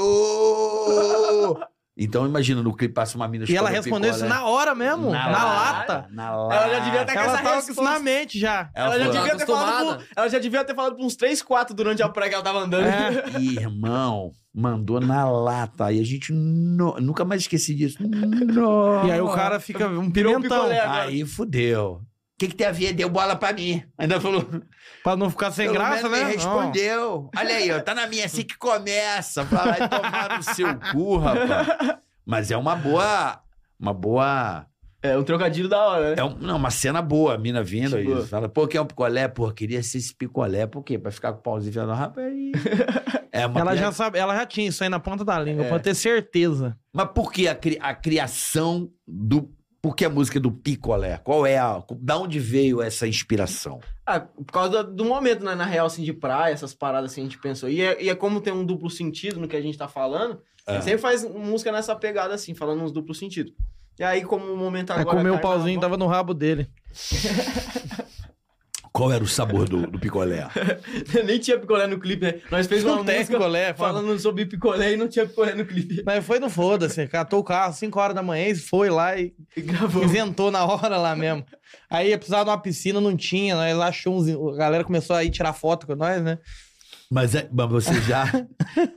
ô! Então, imagina, no clipe passa uma mina
E ela
chupando
respondeu isso
picolé.
na hora mesmo, na,
lata,
lata.
Na lata.
Ela já devia estar Tá com
Ela
essa
tava com isso
resposta.
na mente já.
Ela
Ela já,
falou,
devia ter falado,
acostumada.
pro- ela já devia ter falado pra uns 3, 4 durante a praia que ela tava andando.
É.
Irmão, mandou na lata. E a gente no- nunca mais esqueci disso. Não.
E aí o cara fica um
Virou um
pimentão.
picolé agora.
Aí fudeu. O que, que tem a ver? Deu bola pra mim. Ainda falou.
Pra não ficar sem
Pelo
graça,
menos
né?
ele
Não.
respondeu. Olha aí, ó, tá na minha assim que começa. Pra lá e tomar no seu cu, rapaz. Mas é uma boa. Uma boa.
É um trocadilho da hora, né?
É um- não, uma cena boa, a mina vindo aí.
Boa.
Fala, pô, quer um picolé? Pô, queria ser esse picolé. Por quê? Pra ficar com o pauzinho enfiado no rabo aí. É uma
Ela
piada.
já, sabe, ela já tinha isso aí na ponta da língua,
É.
pode ter certeza.
Mas por que a, cri- a criação do. Por que a música do picolé? Qual é a. Da onde veio essa inspiração?
Ah, por causa do, do momento, né? Na real, assim, de praia, essas paradas assim, a gente pensou. E é, e é como tem um duplo sentido no que a gente tá falando,
É.
a gente sempre faz música nessa pegada, assim, falando uns duplos sentidos. E aí, como o momento agora. tá
Aí É, comeu o
carnaval-
pauzinho, tava no rabo dele.
Qual era o sabor do, do picolé?
Nem tinha picolé no clipe, né? Nós fez uma
Não tem
música
picolé, é fala.
falando sobre picolé e não tinha picolé no clipe.
Mas foi no foda-se, catou o carro 5 horas da manhã e foi lá e
E gravou.
inventou na hora lá mesmo. Aí ia precisar de uma piscina, não tinha, nós lá achou uns. A galera começou a ir tirar foto com nós, né?
Mas, é- mas você já,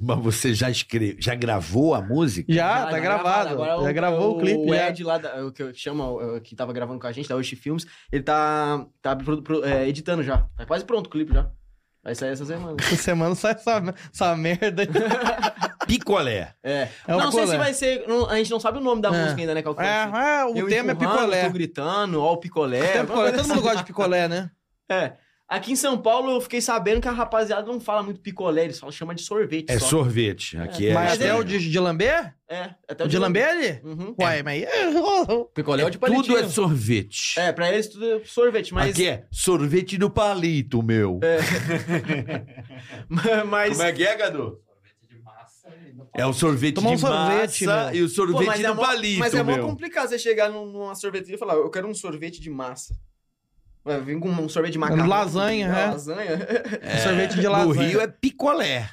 mas você já escreveu, já gravou a música?
Já, tá gravado.
Agora é
já gravou o, clipe.
O
já.
Ed lá, da- o que chama, o- o que tava gravando com a gente, da Oshi Filmes, ele tá, tá pro- pro- é, editando já. Tá quase pronto o clipe já. Vai sair essa semana.
Essa semana sai essa, essa merda.
Picolé.
É.
É o
não sei
picolé.
se vai ser. não- a gente não sabe o nome da
É.
música ainda, né? Qual que
É,
vai ser.
ah, o
Eu
tema é
empurrando,
picolé.
Tô gritando, ó, o picolé.
O tema é
uma
picolé.
coisa
Todo mundo gosta de picolé, né?
É. Aqui em São Paulo eu fiquei sabendo que a rapaziada não fala muito picolé, eles falam, chama de sorvete.
É
só.
sorvete. Aqui é.
mas
Mas
até
estranho.
o de, de lamber?
É, até
O
o
de lamber ali?
Uhum.
Uai, mas.
Picolé é o de
Tudo
palitinho.
é sorvete.
É, pra eles tudo é sorvete, mas.
Aqui é sorvete do palito, meu.
mas
é que é, Gadu? É o sorvete
Tomar um
de
sorvete,
massa
meu.
e o
Pô,
sorvete
mas é
do
mó-
palito,
Mas é mó
meu.
complicado você chegar num- numa sorveteria e falar, eu quero um sorvete de massa. Vai vir com um sorvete de macarrão.
Lasanha,
é.
né?
Lasanha.
Sorvete de
É. No
lasanha.
Rio é picolé.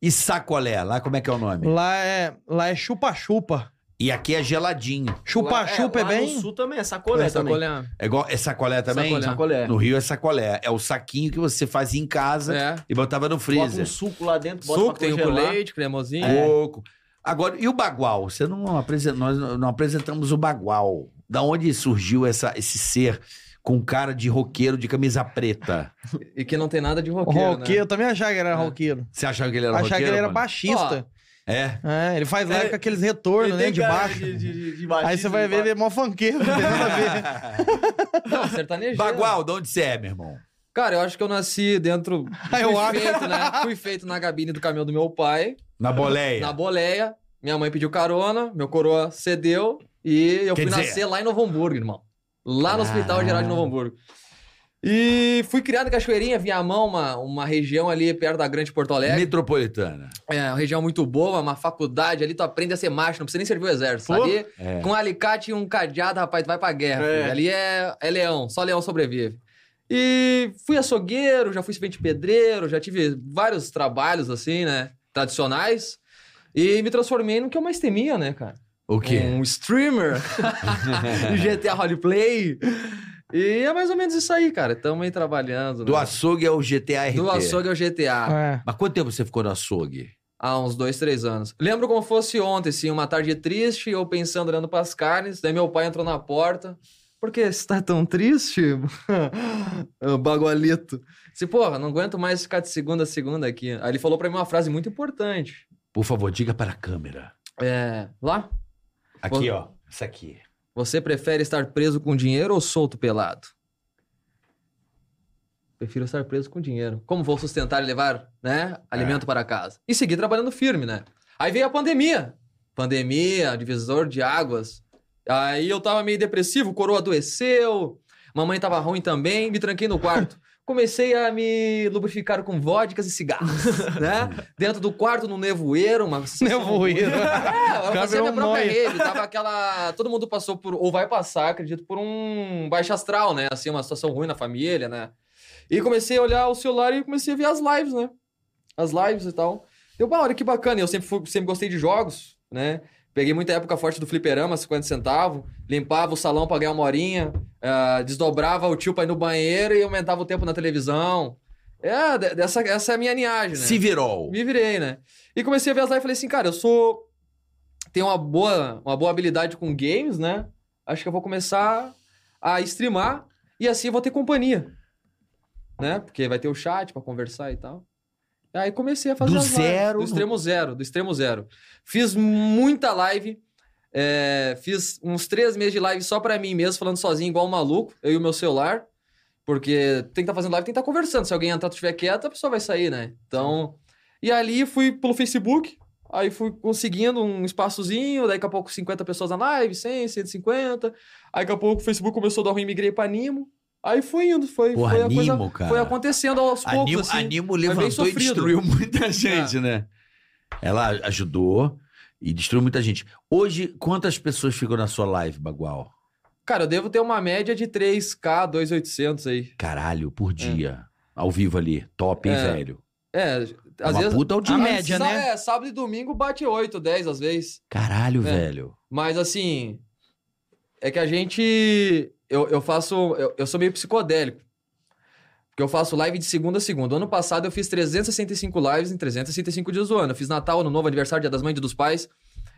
E sacolé, lá como é que é o nome?
Lá é, lá é chupa-chupa.
E aqui é geladinho.
Chupa-chupa
lá
é,
no
bem.
sul também, é sacolé, também.
Sacolé.
É, igual, é sacolé também?
Sacolé.
Sacolé.
No Rio é sacolé. É o saquinho que você fazia em casa
É.
e botava
Bota
no
um
freezer.
suco lá dentro, bota
Suco,
pra
tem o com
congelar.
leite, cremosinho.
Coco. Agora, e o bagual? Você não apresen- Nós não apresentamos o bagual. Da onde surgiu essa, esse ser com cara de roqueiro de camisa preta?
E que não tem nada de roqueiro, né?
Roqueiro, eu também achava que ele era
É.
roqueiro.
Você achava que ele era
Achava
roqueiro?
que ele é, né? era
mano?
baixista.
É.
É, ele faz live
É,
com aqueles
Ele
retornos, né?
tem
De
cara
baixo.
de- de- de
Aí
baixista,
você vai
de
ver, ele é mó funkeiro. não tem nada a ver.
né? Não, sertanejeiro.
Bagual, de onde você é, meu irmão?
Cara, eu acho que eu nasci dentro...
Ah, eu
fui
acho.
Feito, né? Fui feito na gabine do caminhão do meu pai,
Na boleia.
na boleia. Minha mãe pediu carona, meu coroa cedeu. E eu
Quer
fui
dizer-
nascer lá em Novo Hamburgo, irmão. Lá no Hospital
Ah.
Geral de Novo Hamburgo. E fui criado em Cachoeirinha, Viamão, uma, uma região ali perto da Grande Porto Alegre.
Metropolitana.
É, uma região muito boa, uma faculdade ali, tu aprende a ser macho, não precisa nem servir o exército.
Pô.
Ali,
É.
com um alicate e um cadeado, rapaz, tu vai pra guerra.
É.
filho. Ali é, é leão, só leão sobrevive. E fui açougueiro, já fui servente pedreiro, já tive vários trabalhos, assim, né, tradicionais. E me transformei no que eu mais temia, né, cara?
O quê?
Um streamer de GTA Roleplay. E é mais ou menos isso aí, cara. Tamo aí trabalhando.
Do
né?
açougue ao GTA RT.
Do açougue ao GTA.
É.
Mas quanto tempo você ficou no açougue?
Há uns dois, três anos. Lembro como fosse ontem, assim, uma tarde triste, eu pensando, olhando pras carnes. Daí meu pai entrou na porta. Por que você tá tão triste? Ah, Bagualito. Disse, porra, não aguento mais ficar de segunda a segunda aqui. Aí ele falou pra mim uma frase muito importante.
Por favor, diga para a câmera.
É, lá,
Aqui, ó. Isso aqui.
você prefere estar preso com dinheiro ou solto pelado? Prefiro estar preso com dinheiro. Como vou sustentar e levar, né, alimento para casa? E seguir trabalhando firme, né? Aí veio a pandemia. Pandemia, divisor de águas. Aí eu tava meio depressivo, o coroa adoeceu, mamãe tava ruim também, me tranquei no quarto. Comecei a me lubrificar com vodkas e cigarros, né? Dentro do quarto, no nevoeiro, uma sensação
Nevoeiro.
é, eu
Cara,
fazia
virou um
minha própria
nóia.
rede, tava aquela... Todo mundo passou por, ou vai passar, acredito, por um baixo astral, né? Assim, uma situação ruim na família, né? E comecei a olhar o celular e comecei a ver as lives, né? As lives e tal. Deu, bah, olha que bacana, eu sempre, fui- sempre gostei de jogos, né? Peguei muita época forte do fliperama, 50 centavos, limpava o salão pra ganhar uma horinha, ah, desdobrava o tio pra ir no banheiro e aumentava o tempo na televisão. É, de- dessa, essa é a minha linhagem, né?
Se virou.
Me virei, né? E comecei a ver as lives e falei assim, cara, eu sou. Tenho uma boa, uma boa habilidade com games, né? Acho que eu vou começar a streamar e assim eu vou ter companhia. Né? Porque vai ter o chat pra conversar e tal. Aí comecei a fazer
Do
as lives,
zero?
Do extremo zero, do extremo zero. Fiz muita live. é, fiz uns três meses de live só pra mim mesmo, falando sozinho, igual um maluco, eu e o meu celular. Porque tem que estar fazendo live, tem que estar conversando. Se alguém entrar e estiver quieto, a pessoa vai sair, né? Então. E ali fui pelo Facebook, aí fui conseguindo um espaçozinho, daí daqui a pouco 50 pessoas na live, 100, 150. Aí daqui a pouco o Facebook começou a dar ruim, migrei pra Nimo. Aí foi indo, foi,
Pô,
foi, a
animo,
coisa-
cara.
foi acontecendo aos poucos,
Animo,
assim.
Animo
bem
levantou e
sofrido. É.
destruiu muita gente, né? Ela ajudou e destruiu muita gente. Hoje, quantas pessoas ficam na sua live, Bagual?
Cara, eu devo ter uma média de 3K, 2,800 aí.
Caralho, por dia. Ao vivo ali. Top, hein,
É.
velho?
É,
É
às
uma
vezes...
puta
A
audiência.
média.
Sá-
né?
É, sábado e domingo bate 8, 10 às vezes.
Caralho,
É.
velho.
Mas assim, é que a gente. Eu, eu faço. Eu, eu sou meio psicodélico. Porque eu faço live de segunda a segunda. Ano passado eu fiz 365 lives em 365 dias do ano. Eu fiz Natal, Ano Novo, Aniversário, Dia das Mães, Dia dos Pais.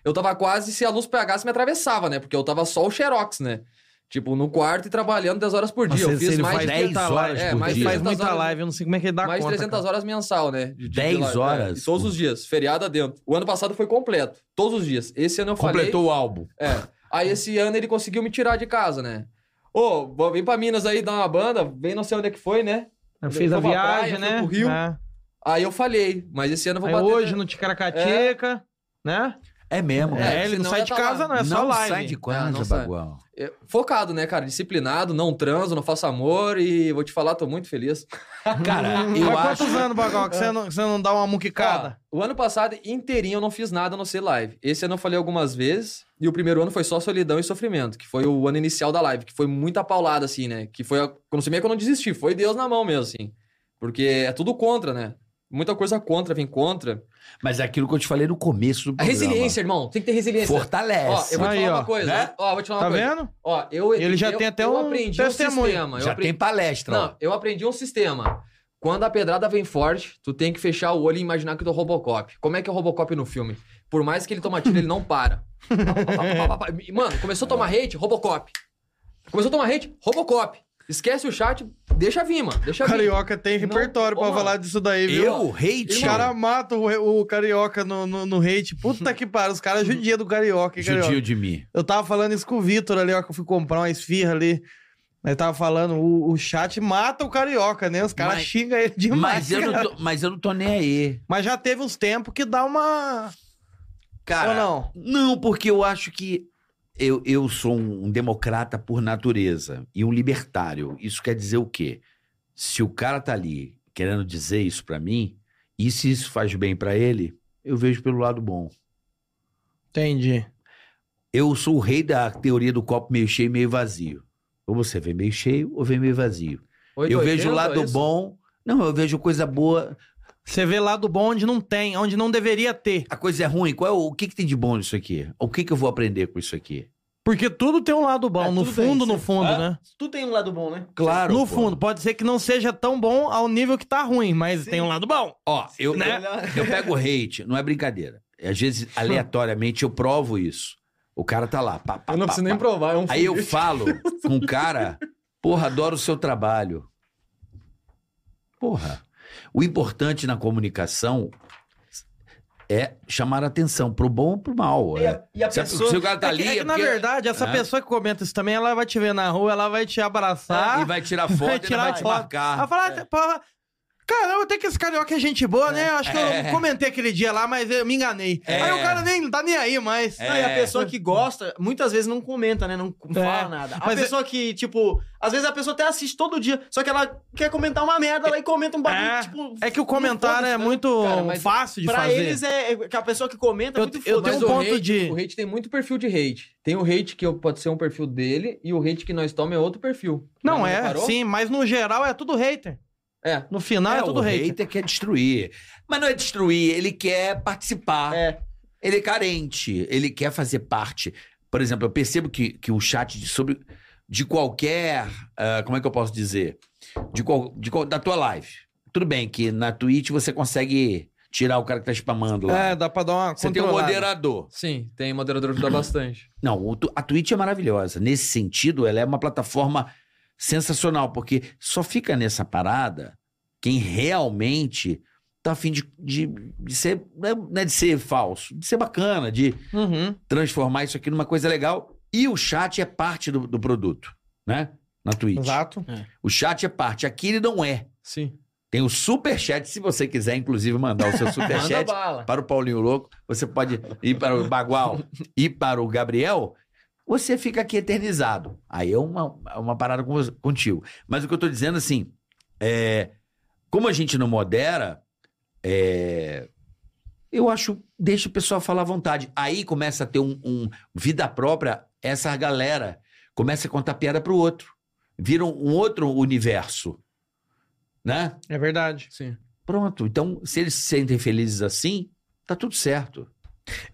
Eu tava quase se a luz pegasse me atravessava, né? Porque eu tava só o Xerox, né? Tipo, no quarto e trabalhando 10 horas por dia. eu fiz mais
faz
de
10
muita
horas
live,
por
é, mas
dia.
faz muita
300
live, eu não sei como é que ele dá
mais
conta.
300 horas mensal, né? De,
10
live.
horas?
É, todos os dias, feriado dentro. O ano passado foi completo, todos os dias. Esse ano eu falei.
Completou o álbum.
É. Aí esse ano ele conseguiu me tirar de casa, né? Ô, vou- vem pra Minas aí dar uma banda, vem não sei onde é que foi, né?
Eu fiz a
Foi pra praia,
viagem,
foi
né?
pro Rio.
É.
Aí eu falhei, mas esse ano eu vou
Aí
bater.
hoje né? no Ticaracateca, né?
É mesmo,
É,
cara.
ele não
senão
sai
ia
de
tá
casa,
lá.
não, é só
não
live.
sai de
Ah,
casa,
não sai.
Bagual.
É, Focado, né, cara? Disciplinado, não transo, não faço amor e vou te falar, tô muito feliz. Hum,
Cara,
Há
eu acho...
quantos anos, Bagal, que você não, que você não dá uma muquicada?
Ó, o ano passado inteirinho eu não fiz nada a não ser live. Esse ano eu falei algumas vezes e o primeiro ano foi só solidão e sofrimento, que foi o ano inicial da live, que foi muita paulada, assim, né? Que foi, a... quando se meio que eu não desisti, foi Deus na mão mesmo, assim. Porque é tudo contra, né? Muita coisa contra, vem contra.
Mas é aquilo que eu te falei no começo do
A
programa.
resiliência, irmão. Tem que ter resiliência. Ó,
Fortalece.
eu vou te
Aí,
falar
ó,
uma coisa.
né?
Ó, vou te falar
Tá
uma coisa.
vendo?
Ó, eu,
Ele já
eu-
tem até
eu
um
aprendi um
testemunho.
sistema.
Já
eu aprendi...
tem palestra. ó.
Não, eu aprendi um sistema. Quando a pedrada vem forte, tu tem que fechar o olho e imaginar que tu é o Robocop. Como é que é o Robocop no filme? Por mais que ele toma tiro, ele não para. Pá, pá, pá, pá, pá, pá. E, Mano, começou a tomar hate, Robocop. Começou a tomar hate, Robocop. Esquece o chat, deixa vir, mano. Deixa vir.
Carioca tem
Não.
repertório pra
Ô,
falar disso daí, viu?
Eu, hate.
Os caras matam o, o carioca no, no, no hate. Puta que pariu, os
Uhum.
caras judia do carioca, hein, carioca.
Judio de mim.
Eu tava falando isso com o Vitor ali, ó, que eu fui comprar uma esfirra ali. Aí tava falando, o, o chat mata o carioca, né? Os caras
Mas-
xingam ele
Mas
demais.
eu, não
cara.
tô, mas eu não tô nem aí.
Mas já teve uns tempos que dá uma.
Cara,
Ou não?
Não, porque eu acho que eu, eu sou um democrata por natureza e um libertário. Isso quer dizer o quê? Se o cara tá ali querendo dizer isso pra mim, e se isso faz bem pra ele, eu vejo pelo lado bom.
Entendi.
Eu sou o rei da teoria do copo meio cheio e meio vazio. Ou você vê meio cheio ou vê meio vazio. eu
880,
vejo o lado
é isso?
bom. Não, eu vejo coisa boa.
Você vê lado bom onde não tem, onde não deveria ter.
A coisa é ruim. Qual é o, o que, que tem de bom nisso aqui? O que, que eu vou aprender com isso aqui?
Porque tudo tem um lado bom,
É,
no
tudo tem,
fundo, no
sim.
fundo,
Ah,
né?
Tu tem um lado bom, né?
Claro.
no
pô.
fundo, pode ser que não seja tão bom ao nível que tá ruim, mas tem um lado bom.
Ó, eu,
Né?
eu, eu pego hate, não é brincadeira. Às vezes, aleatoriamente, eu provo isso. O cara tá lá. Pá, pá,
Eu não
pá,
preciso
pá.
nem provar, é um
Aí eu
foguete.
falo com o cara, porra, adoro o seu trabalho. Porra. O importante na comunicação é chamar a atenção, pro bom ou pro mal.
E
É.
a, e a
Se, a-
pessoa.
se o cara tá
é que,
ali.
é que,
é
na
porque-
verdade, essa
É.
pessoa que comenta isso também, ela vai te ver na rua, ela vai te abraçar.
É, E vai tirar foto, vai
tá? tirar
vai te
foto.
marcar.
Ela fala, "Pô, caramba, até que esse carioca é gente boa, né? Acho que eu
É.
comentei aquele dia lá, mas eu me enganei.
É.
Aí o cara nem não tá nem aí mais.
É.
Não, e a pessoa que gosta, muitas vezes não comenta, né? Não fala
É.
nada. A
Mas
pessoa que, tipo, às vezes a pessoa até assiste todo dia, só que ela quer comentar uma merda, ela e comenta um bagulho,
É.
tipo.
É que o comentário
foda-se,
é
né?
muito
Cara, mas
fácil de
pra
fazer.
eles é, é que a pessoa que comenta é
Eu-
muito
eu
foda.
tenho
Mas
um
o
ponto
hate,
de-
O hate tem muito perfil de hate. Tem o hate que eu- pode ser um perfil dele e o hate que nós tomamos é outro perfil.
Não
Já
é,
reparou?
sim, mas no geral é tudo hater.
É.
No final é,
É,
tudo
o
hater.
hater quer destruir. Mas não é destruir, ele quer participar.
É.
Ele é carente, ele quer fazer parte. Por exemplo, eu percebo que, que o chat de, sobre, de qualquer. ah, como é que eu posso dizer? De qual, de qual- da tua live. Tudo bem que na Twitch você consegue tirar o cara que tá spamando lá.
É, dá pra dar uma
você tem um
controlada.
moderador.
Sim, tem moderador que dá bastante.
Não, o tu- a Twitch é maravilhosa. Nesse sentido, ela é uma plataforma sensacional, porque só fica nessa parada quem realmente tá afim de, de, de ser. Não é, não é de ser falso, de ser bacana, de
Uhum.
transformar isso aqui numa coisa legal. E o chat é parte do, do produto, né? Na Twitch.
Exato.
O chat é parte. Aqui ele não é.
Sim.
Tem o superchat, se você quiser, inclusive, mandar o seu
Manda
superchat
bala.
para o Paulinho Louco, você pode ir para o Bagual e para o Gabriel. ou você fica aqui eternizado. Aí é uma, é uma parada com você- contigo. Mas o que eu tô dizendo, assim, é, como a gente não modera, é, eu acho, deixa o pessoal falar à vontade. Aí começa a ter um, um vida própria, essa galera começa a contar piada pro outro. Vira um outro universo, né?
É verdade.
Sim.
Pronto. Então, se eles se sentem felizes assim, tá tudo certo.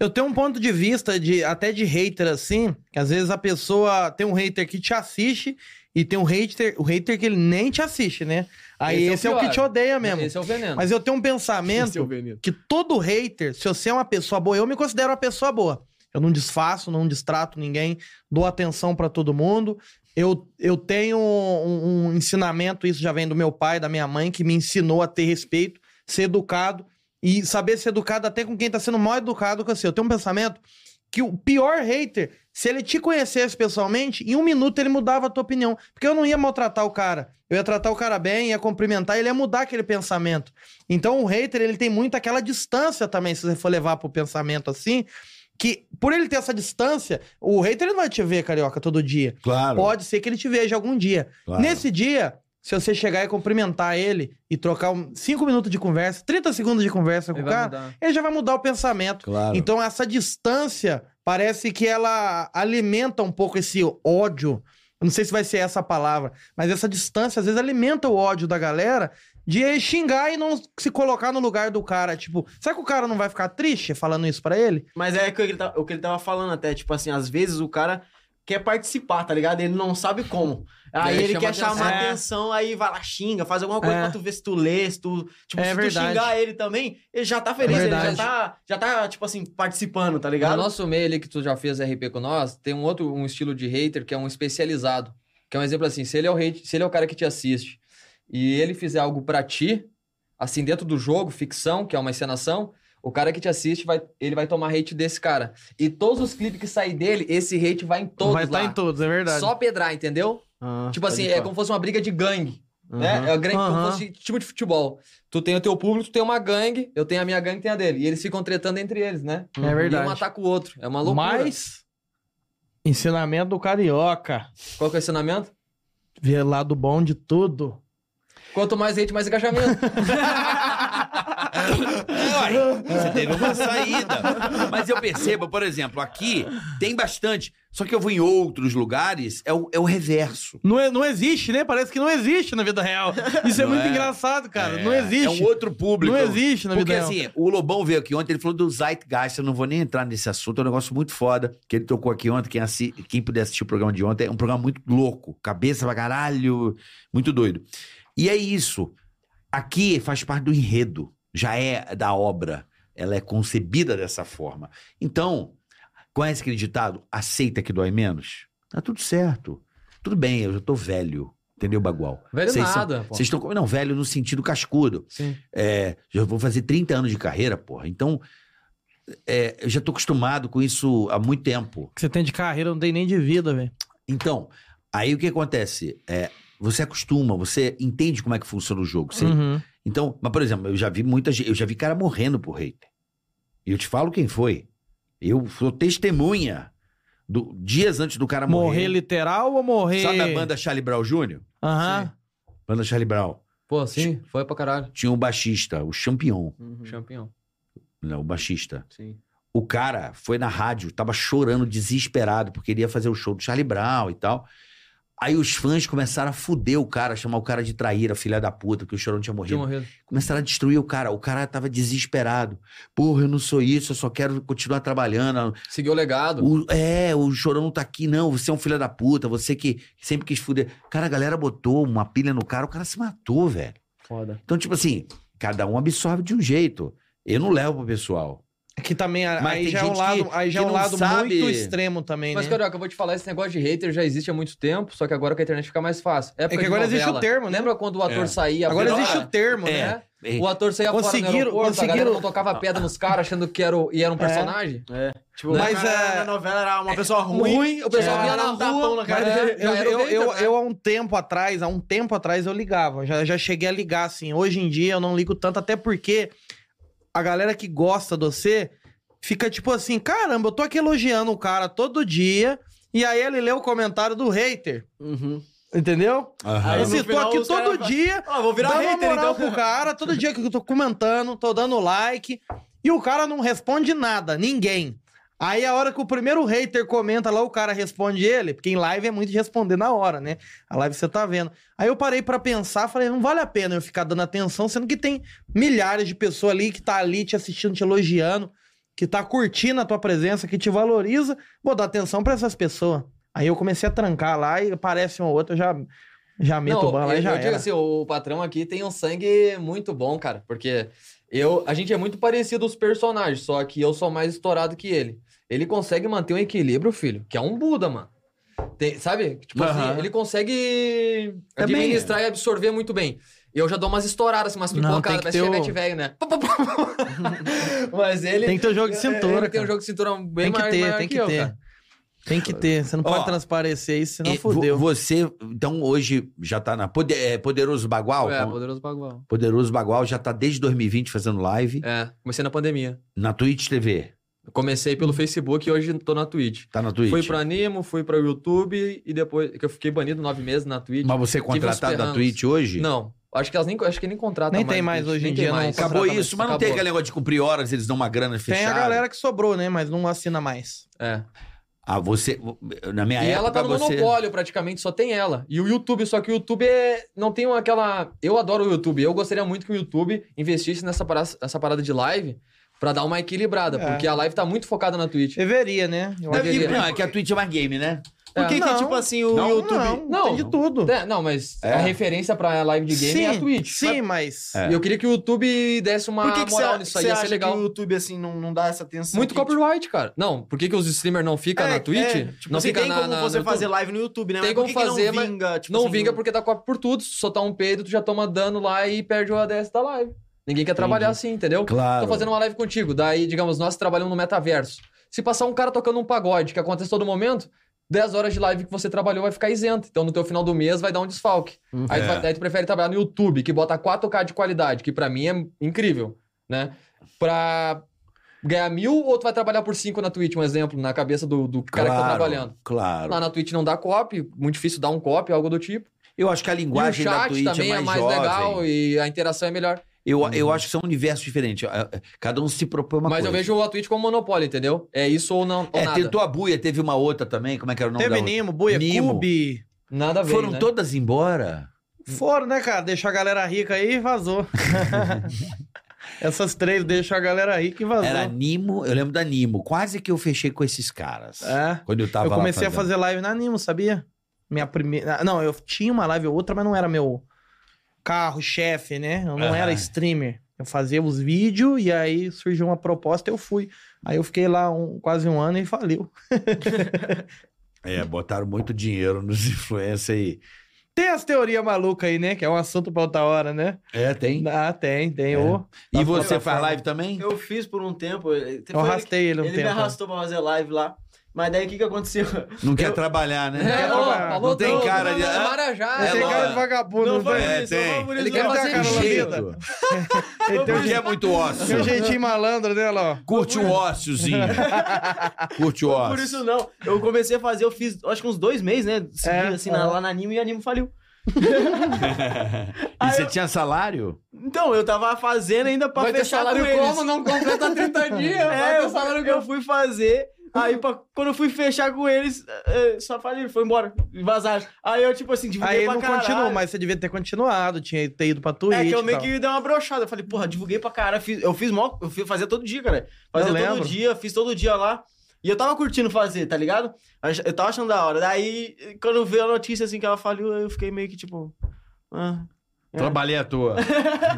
Eu tenho um ponto de vista de até de hater assim, que às vezes a pessoa tem um hater que te assiste e tem um hater, o hater que ele nem te assiste, né? Aí esse,
Esse é
é,
o
o que
pior.
te odeia mesmo.
Esse é o veneno.
Mas eu tenho um
Esse é o
pensamento
veneno.
que todo hater, se você é uma pessoa boa, eu me considero uma pessoa boa. Eu não desfaço, não distrato ninguém, dou atenção pra todo mundo. Eu, eu tenho um, um ensinamento, isso já vem do meu pai, da minha mãe, que me ensinou a ter respeito, ser educado e saber ser educado até com quem tá sendo mal educado com você. Eu tenho um pensamento que o pior hater, se ele te conhecesse pessoalmente, em um minuto ele mudava a tua opinião. Porque eu não ia maltratar o cara. Eu ia tratar o cara bem, ia cumprimentar, ele ia mudar aquele pensamento. Então o hater, ele tem muito aquela distância também, se você for levar pro pensamento assim, que por ele ter essa distância, o hater ele não vai te ver, carioca, todo dia.
Claro.
Pode ser que ele te veja algum dia. Nesse dia, se você chegar e cumprimentar ele e trocar 5 minutos de conversa, 30 segundos de conversa com
Ele
o
vai
cara,
mudar.
ele já vai mudar o pensamento.
Claro.
Então, essa distância parece que ela alimenta um pouco esse ódio. Eu não sei se vai ser essa a palavra, mas essa distância às vezes alimenta o ódio da galera de xingar e não se colocar no lugar do cara. Tipo, será que o cara não vai ficar triste falando isso pra ele?
Mas é o que ele tá- o que ele tava falando até, tipo assim, às vezes o cara quer participar, tá ligado? Ele não sabe como. Aí
E aí
ele
chama
quer
atenção.
chamar
É.
atenção, aí vai lá, xinga, faz alguma coisa
É.
pra tu ver se tu lê, se tu. Tipo,
É
se
verdade.
tu xingar ele também, ele já tá feliz,
É
ele já
verdade.
tá, já tá, tipo assim, participando, tá
No
ligado?
nosso meio ali que tu já fez RP com nós, tem um outro um estilo de hater que é um especializado. Que é um exemplo assim, se ele é o hate, se ele é o cara que te assiste e ele fizer algo pra ti, assim dentro do jogo, ficção, que é uma encenação, o cara que te assiste vai ele vai tomar hate desse cara. E todos os clipes que saem dele, esse hate vai em todos
vai estar
lá.
em todos, é verdade. Ah,
Só pedrar, entendeu? tipo assim, é como se fosse uma briga de gangue. né? É a grande, como
Aham.
fosse time de futebol. Tu tem o teu público, tu tem uma gangue, eu tenho a minha gangue, tem a dele. E eles ficam tretando entre eles, né?
É
E um
verdade.
ataca o outro. É uma loucura.
Mas, ensinamento do carioca.
Qual que é o ensinamento?
Ver lado bom de tudo.
Quanto mais hate, mais engajamento.
você teve uma saída. Mas eu percebo, por exemplo, aqui tem bastante. Só que eu vou em outros lugares, é o, é o reverso.
Não, é- não existe, né? Parece que não existe na vida real. Isso é
Não
muito
é?
engraçado, cara.
É,
não existe.
É um outro público.
Não existe na
Porque
vida real.
assim, o Lobão veio aqui ontem, ele falou do Zeitgeist, eu não vou nem entrar nesse assunto, é um negócio muito foda, que ele tocou aqui ontem, quem, assi... quem puder assistir o programa de ontem, é um programa muito louco, cabeça pra caralho, muito doido. E é isso, aqui faz parte do enredo, já é da obra, ela é concebida dessa forma. Então, conhece aquele ditado, aceita que dói menos? Tá tudo certo, tudo bem, eu já tô velho, entendeu, Bagual?
Velho
Vocês são-
nada, pô.
Vocês estão. Não, velho no sentido cascudo.
Sim.
É, já vou fazer 30 anos de carreira, porra. Então, é, eu já tô acostumado com isso há muito tempo.
que você tem de carreira, não tem nem de vida, velho.
Então, aí o que acontece? É, você acostuma, você entende como é que funciona o jogo. Você-
Uhum.
Então, mas, por exemplo, eu já vi muita gente, eu já vi cara morrendo por hater. E eu te falo quem foi. Eu sou testemunha do, dias antes do cara
Morrer.
morrer.
literal ou morrer.
Sabe a banda Charlie Brown Jr.?
Aham.
Banda Charlie Brown.
Pô, sim, Hum. foi pra caralho.
Tinha um baixista, o Champion,
Uhum. Champion.
né, o baixista.
Sim.
O cara foi na rádio, tava chorando, desesperado, porque ele ia fazer o show do Charlie Brown e tal. Aí os fãs começaram a fuder o cara, chamar o cara de traíra, filha da puta, que o chorão tinha
Tinha
morrido.
morrido.
Começaram a destruir o cara. O cara tava desesperado. Porra, eu não sou isso, eu só quero continuar trabalhando.
Seguiu o legado.
O- é, o chorão não tá aqui, não. Você é um filho da puta, você que sempre quis fuder. Cara, a galera botou uma pilha no cara, o cara se matou, velho.
Foda.
Então, tipo assim, cada um absorve de um jeito. Eu não levo pro pessoal.
Que também a-
Mas
aí
tem
já é um
gente
lado,
que-
aí já
que
é um
não
lado
sabe-
muito extremo também,
Mas,
né?
Carioca, eu vou te falar, esse negócio de hater já existe há muito tempo, só que agora com a internet fica mais fácil. Época
É que
de
agora existe
novela.
o termo, né?
Lembra quando o ator
É.
saía...
Agora
fora?
existe o termo,
É.
né?
É.
É.
O ator saía fora
Conseguiram-
no aeroporto, a galera
conseguiram- É.
não tocava pedra nos caras, achando que era, o- e era um personagem. Né?
Tipo,
Mas,
mas cara,
é,
na novela era uma pessoa ruim.
Ruim, o pessoal
É.
vinha na
Dá um tapão
rua...
na
já
cara
era-
É,
dele.
já
Eu,
era o
eu, eu,
hater, né?
eu, há um tempo atrás, há um tempo atrás eu ligava. Já, já cheguei a ligar, assim. Hoje em dia eu não ligo tanto, até porque a galera que gosta de você fica tipo assim: caramba, eu tô aqui elogiando o cara todo dia. E aí ele leu o comentário do hater.
Uhum.
Entendeu?
Aham.
Aí
Eu
no
citou
final,
aqui
os caras
todo
falam,
dia.
Ah,
Ó, vou virar
dando
hater
moral
então.
pro cara, todo dia que eu tô comentando, tô dando like. E o cara não responde nada, ninguém. Aí a hora que o primeiro hater comenta lá, o cara responde ele, porque em live é muito de responder na hora, né? A live você tá vendo. Aí eu parei pra pensar, falei, não vale a pena eu ficar dando atenção, sendo que tem milhares de pessoas ali que tá ali te assistindo, te elogiando, que tá curtindo a tua presença, que te valoriza. Vou dar atenção pra essas pessoas. Aí eu comecei a trancar lá e aparece um ou outro, eu já, já meto o ban lá
eu,
e já
eu digo
era.
assim, o patrão aqui tem um sangue muito bom, cara, porque eu, a gente é muito parecido os personagens, só que eu sou mais estourado que ele. Ele consegue manter um equilíbrio, filho, que é um Buda, mano. Tem- sabe? Tipo
Aham.
assim, ele consegue
Também
administrar e absorver muito bem. E eu já dou umas estouradas, assim, umas
Não, tem
pipocadas,
que ter
parece
o-
chevette velho, né? Mas ele...
É, Tem que ter o jogo de cintura,
Ele tem um
cara.
jogo de cintura bem
Tem
maior,
que ter,
maior
tem
que
que
eu, cara.
ter. Tem que ter. Você não
Ó,
pode transparecer isso, senão
E vo-
fudeu.
Você, então, hoje já tá na. Poder- é, Poderoso Bagual?
É,
Com-
poderoso bagual.
Poderoso Bagual já tá desde 2020 fazendo live
É, comecei na pandemia.
na Twitch TV.
Eu Comecei pelo Facebook e hoje tô na Twitch.
Tá na Twitch.
Fui pra Nimo, fui pra YouTube e depois. que eu fiquei banido nove meses na Twitch.
Mas você é
Tive uns
contratado na
perrancos.
Twitch hoje?
Não. Acho que elas nem, acho que nem contratam
Nem tem mais
Twitch,
hoje em
nem
dia,
tem
não
mais.
Acabou
Exatamente,
isso, mas não tem
é acabou.
aquele negócio de cumprir horas, eles dão uma grana
Tem
fechada.
a galera que sobrou, né? Mas não assina mais.
É.
Ah, você. Na minha
E
época.
ela tá no
É, você...
monopólio praticamente, só tem ela. E o YouTube, só que o YouTube é... não tem aquela. Eu adoro o YouTube. Eu gostaria muito que o YouTube investisse nessa parada, nessa parada de live pra dar uma equilibrada,
É.
porque a live tá muito focada na Twitch.
Deveria, né? Eu acho.
Deve-
Não, é que a Twitch é mais game, né?
Por
É.
que, que
Não.
tipo assim, o
Não,
YouTube.
Não,
Não.
tem de tudo.
É, não, mas
É.
a referência pra live de game
sim,
é a Twitch.
Sim, mas.
É.
E eu queria que o YouTube desse uma
Por que, que
moral
você,
nisso aí,
você
ia
acha
ser legal.
que o YouTube, assim, não, não dá essa atenção?
Muito
que,
tipo,
copyright, cara. Não, por que, que os streamers não ficam
tipo É,
na Twitch?
é, tipo,
não
assim,
fica
tem
na,
como
na-
você
no
fazer
YouTube?
live no YouTube, né?
Tem
Mas
como
por que que
fazer,
não
mas
vinga, tipo
não
assim,
vinga porque dá copy por tudo. Se soltar um peido, tu já toma dano lá e perde o ADS da live. Ninguém quer trabalhar assim, entendeu?
Claro.
Tô fazendo uma live contigo. Daí, digamos, nós trabalhamos no metaverso. Se passar um cara tocando um pagode, que acontece todo momento, 10 horas de live que você trabalhou vai ficar isento. Então, no teu final do mês vai dar um desfalque.
Uhum.
Aí, tu vai- daí tu prefere trabalhar no YouTube, que bota 4K de qualidade, que pra mim é incrível, né? Pra ganhar mil ou tu vai trabalhar por 5 na Twitch, um exemplo, na cabeça do, do cara que tá trabalhando.
Claro.
Lá na Twitch não dá copy, muito difícil dar um copy, algo do tipo.
Eu acho que a
E o
linguagem da
chat
Twitch é
também é
mais,
mais
jovem.
legal e a interação é melhor.
Eu, eu acho que são universos diferentes. Ah, ah, Cada um se propõe uma
Mas
coisa.
eu vejo a Twitch como monopólio, entendeu? É isso ou não. Ou
É,
nada.
tentou a buia, teve uma outra também. Como é que era o nome
Teve
da outra?
Nimo, Buia,
Nimo.
Cube.
Nada a ver.
Foram
né?
todas embora?
Foram, né, cara? Deixou a galera rica aí e vazou. Essas três deixou a galera rica e vazou.
Era Nimo, eu lembro da Nimo. Quase que eu fechei com esses caras.
É.
Quando eu tava
Eu
lá
comecei a
fazendo.
fazer live na Nimo, sabia? Minha primeira. ah, Não, eu tinha uma live ou outra, mas não era meu carro, chefe, né? Eu não
Aham.
era streamer. Eu fazia os vídeos e aí surgiu uma proposta eu fui. Aí eu fiquei lá um- quase um ano e faliu.
É, botaram muito dinheiro nos influencers aí.
Tem as teorias malucas aí, né? Que é um assunto pra outra hora, né?
É, tem.
Ah, tem, tem.
É.
ô.
E
Da
você
plataforma.
faz live também?
Eu fiz por um tempo. eh, foi
Eu arrastei ele um
ele, que- ele
tempo.
me arrastou pra fazer live lá. Mas daí o que, que aconteceu?
Não quer
Eu-
trabalhar, né?
É,
Não
ó,
tem
falou
cara
tudo,
de-
mano,
Ah,
Marajá,
é
Tem
é,
cara
lógico.
de vagabundo, não
foi
tem?
É,
isso, não
tem.
foi
Ele
isso,
quer
não.
Ele tem
fazer
a cara
de jeito.
lambida. Ele tem um
Porque
je-
é muito
tem um
ócio.
jeitinho malandro dela, ó.
Curte o óciozinho. Curte o ócio.
Por isso não. Eu comecei a fazer, eu fiz acho que uns dois meses, né? Seguido,
É,
assim,
é.
na- lá na Animo e a Animo faliu.
E você tinha salário?
Então, eu tava fazendo ainda pra
Vai ter
fechar com
salário
eles.
como? Não completa 30 dias. vai
É,
ter salário
eu,
como?
eu fui fazer. Aí, pra- quando eu fui fechar com eles, eh, eh, só falei, foi embora, vazaram. Aí eu, tipo assim, divulguei
Aí ele
pra
não
caralho.
continuou, mas você devia ter continuado, tinha ter ido pra Twitch.
É que eu
e
meio
tal.
que dei uma brochada. Eu falei, porra, divulguei pra caralho. Fiz- eu fiz mó, eu fiz, fazia todo dia, cara. Fazia
Eu
todo
lembro.
dia, fiz todo dia lá. E eu tava curtindo fazer, tá ligado? Ach- Eu tava achando da hora. Daí, quando veio a notícia assim que ela faliu, eu fiquei meio que tipo. Ah,
Trabalhei à toa.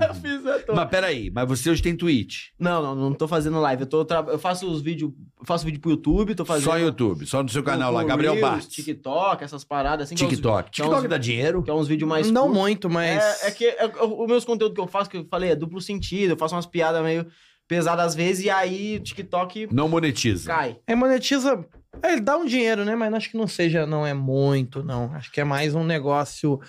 eu fiz a toa.
mas peraí, mas você hoje tem Twitch.
Não, não, não tô fazendo live. Eu, tô tra- eu faço os vídeos. Faço vídeo pro YouTube, tô fazendo.
Só YouTube, só no seu canal lá,
com
Gabriel
um- Reels,
Bartz.
TikTok, essas paradas assim. que é uns-
TikTok.
que é uns-
TikTok dá dinheiro?
Que é uns vídeos mais.
Não
curtos.
muito, mas.
É, é que é- eu- os meus conteúdos que eu faço, que eu falei, é duplo sentido, eu faço umas piadas meio pesadas às vezes, e aí o TikTok
Não monetiza.
cai.
É, monetiza. é, ele dá um dinheiro, né? Mas acho que não seja, não é muito, não. Acho que é mais um negócio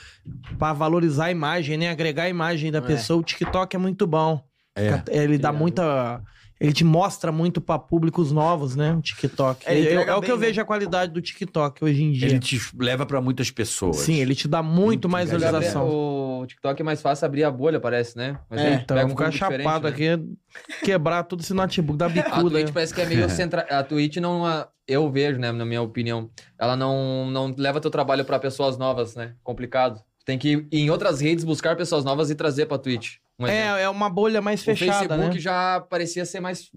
pra valorizar a imagem, né? Agregar a imagem da
É.
pessoa. O TikTok é muito bom.
É.
Ele dá
Obrigado.
muita Ele te mostra muito pra públicos novos, né? O TikTok.
É, ele
É, é-
entrega
é o que
bem,
eu
né?
vejo a qualidade do TikTok hoje em dia.
Ele te leva pra muitas pessoas.
Sim, ele te dá muito
Muito
mais
engajamento.
visualização.
O TikTok é mais fácil abrir a bolha, parece, né? Mas
É,
ele
Então,
pega
eu
um
ficar
público diferente,
chapado
né?
aqui, quebrar tudo esse notebook, dar
A
bicuda.
Twitch
né?
parece que é meio central. A Twitch não. a- Eu vejo, né, na minha opinião. Ela não, não leva teu trabalho pra pessoas novas, né? Complicado. Tem que ir em outras redes buscar pessoas novas e trazer pra Twitch. Um exemplo.
É, é uma bolha mais
o
fechada,
Facebook
né?
já parecia ser mais.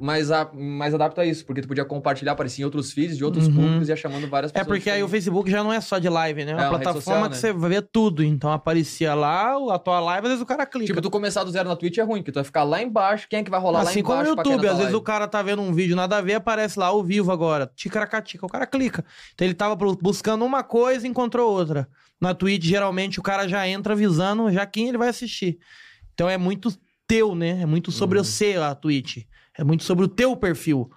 Mais, a- mais adapto a isso, porque tu podia compartilhar, parecia em outros feeds de outros
Uhum.
públicos e ia chamando várias
É
pessoas.
porque aí o
diferentes.
Facebook já não é só de live, né? É uma,
É uma rede
plataforma
social,
que
né?
você vê tudo. Então aparecia lá a tua live, às vezes o cara clica.
Tipo, tu começar do zero na Twitch é ruim, porque tu vai ficar lá embaixo, quem é que vai rolar
assim
lá
como no
embaixo? pra
YouTube,
quem
às
não tá
vezes o
live?
cara tá vendo um vídeo nada a ver, aparece lá ao vivo agora, ticaracatica, o cara clica. Então ele tava pro- buscando uma coisa e encontrou outra. Na Twitch, geralmente, o cara já entra avisando já quem ele vai assistir. Então é muito teu, né? É muito
Uhum.
sobre o você, a Twitch. É muito sobre o teu perfil.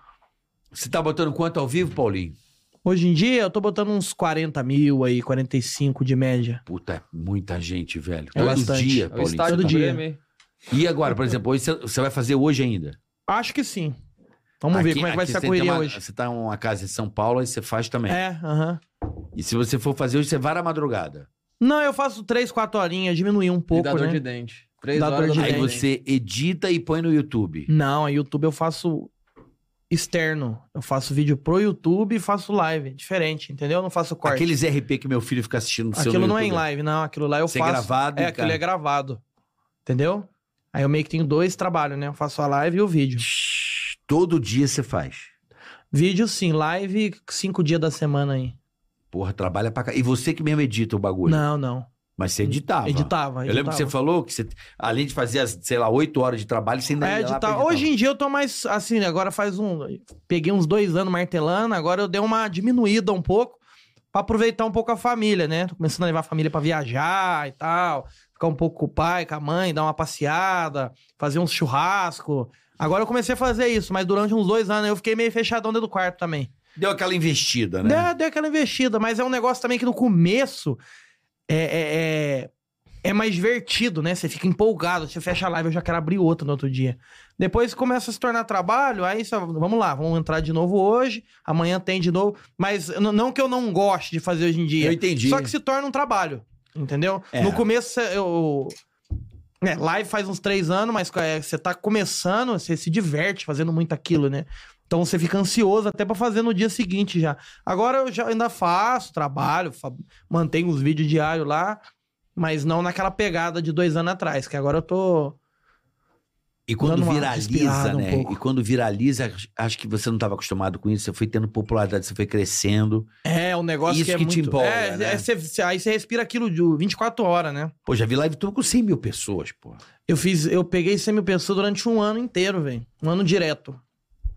Você tá botando quanto ao vivo, Paulinho?
Hoje em dia, eu tô botando uns 40 mil aí, 45 de média.
Puta, é muita gente, velho.
É
Todo
bastante.
dia,
É o
Paulinho.
estádio
todo
do
dia.
Grêmio, hein?
E agora, por exemplo, hoje você- você vai fazer hoje ainda?
Acho que sim. Vamos ver
Aqui-
como é que vai
aqui
ser a
você tem
correria
uma-
hoje.
Você tá em uma casa em São Paulo e você faz também.
É, aham.
E se você for fazer hoje, você vai na madrugada.
Não, eu faço 3, 4 horinhas, diminuir um
E
pouco,
dá dor
né?
de dente. Três
Dá dor
horas
de
dá
Aí
dente.
você edita e põe no YouTube.
Não, a YouTube eu faço externo. Eu faço vídeo pro YouTube e faço live. É Diferente, entendeu? Eu não faço corte.
Aqueles RP que meu filho fica assistindo no seu
Aquilo não é em
YouTube.
live, não. Aquilo lá eu
Você é
faço.
gravado,
é,
cara.
aquilo é gravado. Entendeu? Aí eu meio que tenho dois trabalhos, né? Eu faço a live e o vídeo.
Shhh, Todo dia você faz.
Vídeo sim, live cinco dias da semana aí.
Porra, trabalha pra cá. E você que mesmo edita o bagulho.
Não, não.
Mas você editava.
Editava, editava.
Eu lembro que você falou que você, além de fazer, as, sei lá, oito horas de trabalho, você ainda
É,
ia assim, lá pra
editar.
editar.
Hoje em dia eu tô mais assim, agora faz um. Peguei uns dois anos martelando, agora eu dei uma diminuída um pouco pra aproveitar um pouco a família, né? Tô começando a levar a família pra viajar e tal, ficar um pouco com o pai, com a mãe, dar uma passeada, fazer uns churrasco. Agora eu comecei a fazer isso, mas durante uns dois anos eu fiquei meio fechadão dentro do quarto também.
Deu aquela investida, né?
Deu, deu aquela investida, mas é um negócio também que no começo é, é, é, é mais divertido, né? Você fica empolgado, você fecha a live, eu já quero abrir outra no outro dia. Depois começa a se tornar trabalho, aí você, vamos lá, vamos entrar de novo hoje, amanhã tem de novo. Mas n- não que eu não goste de fazer hoje em dia.
Eu entendi.
Só que se torna um trabalho, entendeu?
É.
No começo cê- eu. É, live faz uns três anos, mas é, você tá começando, você se diverte fazendo muito aquilo, né? Então você fica ansioso até pra fazer no dia seguinte já. Agora eu já ainda faço, trabalho, fa- mantenho os vídeos diários lá, mas não naquela pegada de dois anos atrás, que agora eu tô.
E quando
Dando uma
viraliza,
respirada um
né?
pouco.
e quando viraliza, acho- acho que você não estava acostumado com isso, você foi tendo popularidade, você foi crescendo.
É, um negócio
Isso
que é
que te
muito...
empolga,
é,
né?
é, cê- cê- aí você respira aquilo de 24 horas, né?
Pô, já vi live tua com 100 mil pessoas, pô.
Eu fiz, eu peguei 100 mil pessoas durante um ano inteiro, velho. Um ano direto.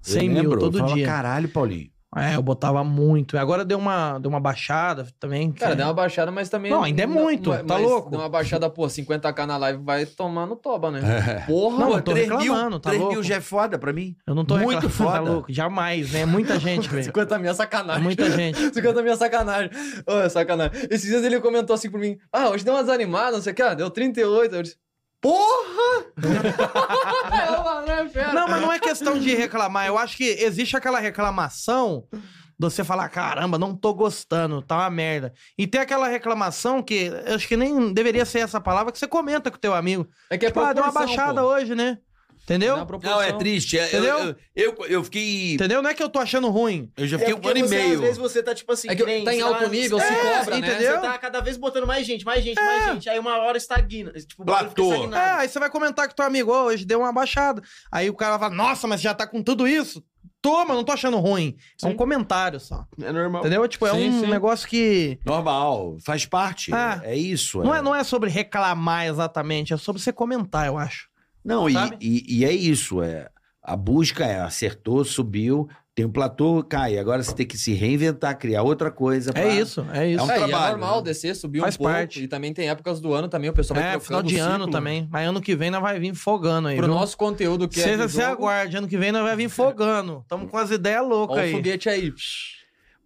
100 mil todo
eu falava,
dia.
caralho, Paulinho.
É, eu botava muito. Agora deu uma, deu uma baixada também. que-
Cara, deu uma baixada, mas também.
Não, ainda é muito,
mas-
tá
mas
louco?
Deu uma baixada, pô, 50k na live vai tomar no toba, né? Porra,
Não,
mano.
eu tô reclamando, tá
3
louco?
mil já é foda pra mim.
Eu não tô
Muito
reclamando,
foda.
tá louco? Jamais, né? Muita gente, velho.
50 mil é sacanagem.
Muita gente.
50 mil é sacanagem. Ô, é sacanagem. Esses dias ele comentou assim pra mim: Ah, hoje deu uma desanimada, não sei o que, ah, deu 38. Eu disse: Porra! é uma, né, fera?
Não, mas não é questão de reclamar. Eu acho que existe aquela reclamação de você falar, caramba, não tô gostando, tá uma merda. E tem aquela reclamação que eu acho que nem deveria ser essa palavra que você comenta com o teu amigo.
É que é
tipo, ah, deu uma
proporção,
baixada
pô.
hoje, né? Entendeu?
Na
Não,
proporção.
é triste. é- Eu,
Entendeu?
eu, eu, eu fiquei.
Entendeu? Não é que eu tô achando ruim.
Eu já
É
fiquei um
porque
ano e
você,
meio.
Às vezes você tá tipo assim,
É que
nem,
tá em
sei
alto
lá,
nível, se
é,
cobra, né?
entendeu?
Você tá cada vez botando mais gente, mais gente, mais gente. Aí uma hora estagna. Tipo, o bagulho fica
Platô.
É,
estagnado.
aí você vai comentar com teu amigo, ó, hoje deu uma baixada. Aí o cara fala, nossa, mas já tá com tudo isso? Toma, não tô achando ruim. É um comentário só.
É normal.
Entendeu? Tipo, é
Sim,
um
sim.
negócio que.
Normal, faz parte.
Ah.
É isso.
Não é, não é sobre reclamar exatamente, é sobre você comentar, eu acho.
Não, e,
Sabe?
e- e é isso. É, a busca é acertou, subiu, tem um platô, cai. Agora você tem que se reinventar, criar outra coisa. pá.
É isso, é isso.
um
É, e é
trabalho,
normal
né?
descer, subir
Faz
um pouco.
parte.
E também tem épocas do ano também, o pessoal vai
É,
trocando
final de
o
ano
ciclo. né?
também. Mas ano que vem nós vai vir fogando aí.
Pro
viu?
nosso conteúdo que é.
Cê-
de
cê
jogo,
aguarde, ano que vem nós vai vir fogando. Tamo com as ideias loucas
Ó, o
aí.
foguete aí.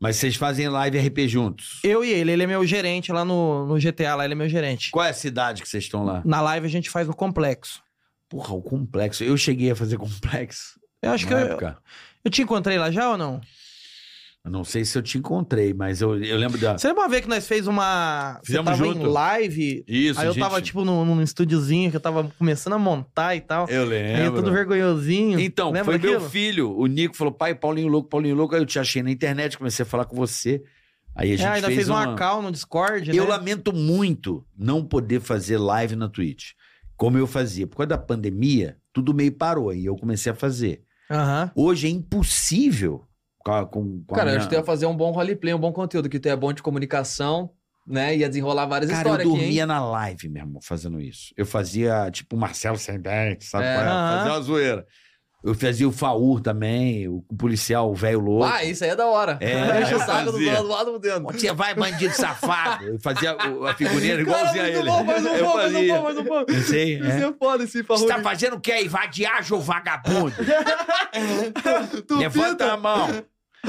Mas vocês fazem live RP juntos.
Eu e ele, ele é meu gerente lá no, no GTA, lá ele é meu gerente.
Qual é a cidade que vocês estão lá?
Na live a gente faz no complexo.
Porra, o complexo. Eu cheguei a fazer complexo.
Eu acho que
na
eu,
época.
eu te encontrei lá já ou não?
Eu não sei se eu te encontrei, mas eu, eu lembro da.
Você lembra uma vez que nós fez uma. Você
Fizemos
tava em
junto.
live.
Isso,
aí eu
gente.
tava, tipo, num, num estúdiozinho que eu tava começando a montar e tal.
Eu
tipo, aí eu
lembro.
todo vergonhosinho.
Então,
Lembra
foi
daquilo?
meu filho. O Nico falou, pai, Paulinho Louco, Paulinho Louco. Aí eu te achei na internet, comecei a falar com você. Aí a gente
É, ainda
fez,
fez uma
uma
call no Discord,
Eu
né?
lamento muito não poder fazer live na Twitch, como eu fazia. Por causa da pandemia, tudo meio parou e eu comecei a fazer.
Aham.
Hoje é impossível com a, com, com a
Cara, eu
minha-
acho que tu ia fazer um bom roleplay, um bom conteúdo, que tu é bom de comunicação, né? Ia desenrolar várias
Cara, eu
histórias aqui,
dormia
hein?
na live, meu irmão, fazendo isso. Eu fazia, tipo, o Marcelo Sembet, sabe?
É.
qual é?
Aham.
Fazia uma zoeira. Eu fazia o Faur também, o policial, o velho louco.
Ah, isso aí é da hora.
É,
Enche
eu
o saco do
fazia.
lado do lado do dedo.
Você vai, bandido safado. Eu fazia o- a figurinha igualzinha a
Cara,
ele.
muito bom, mais um
eu
bom, mais um
fazia.
bom, mais um bom.
Eu sei, é.
Isso é foda, esse
Você
farrulho.
tá fazendo o quê? Invadiagem ou vagabundo? Levanta a mão.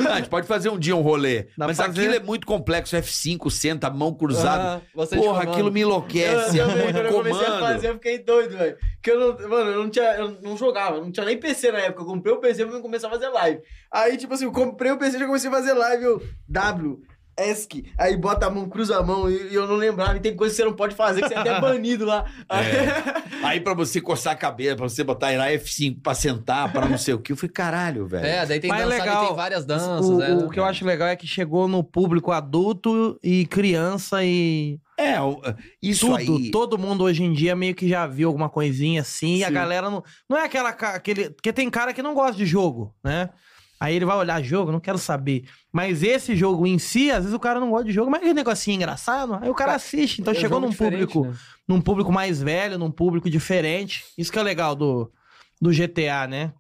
Ah, a gente pode fazer um dia um rolê.
Dá
mas
pra fazer.
aquilo é muito complexo. F5, senta, a mão cruzada.
Ah, bastante
Porra,
comando.
aquilo me enlouquece.
Eu
é
também, quando
muito
eu comecei a
comando.
fazer, eu fiquei doido, velho. Porque eu não, mano, eu não tinha, eu não jogava, eu não tinha nem PC na época. Eu comprei o PC pra começar a fazer live. Aí, tipo assim, eu comprei o PC e já comecei a fazer live. Eu, W, ESC, aí bota a mão, cruza a mão, e, e eu não lembrava. E tem coisa que você não pode fazer, que você é até banido lá.
É.
Aí pra você coçar a cabeça, pra você botar lá F5 pra sentar, pra não sei o que. Eu falei, caralho, velho.
É, daí tem
Mas é
dançar,
legal.
daí tem várias danças,
o,
é.
o que eu acho legal é que chegou no público adulto e criança e
É, o- isso
tudo.
aí.
Todo mundo hoje em dia meio que já viu alguma coisinha assim. E a
Sim.
galera não. Não é aquela. ca- Aquele, porque tem cara que não gosta de jogo, né? Aí ele vai olhar jogo, não quero saber. Mas esse jogo em si, às vezes o cara não gosta de jogo, mas que negocinho engraçado. Aí o cara assiste. Então
É um
chegou
jogo
num
diferente,
público,
né?
num público mais velho, num público diferente. Isso que é legal do, do GTA, né?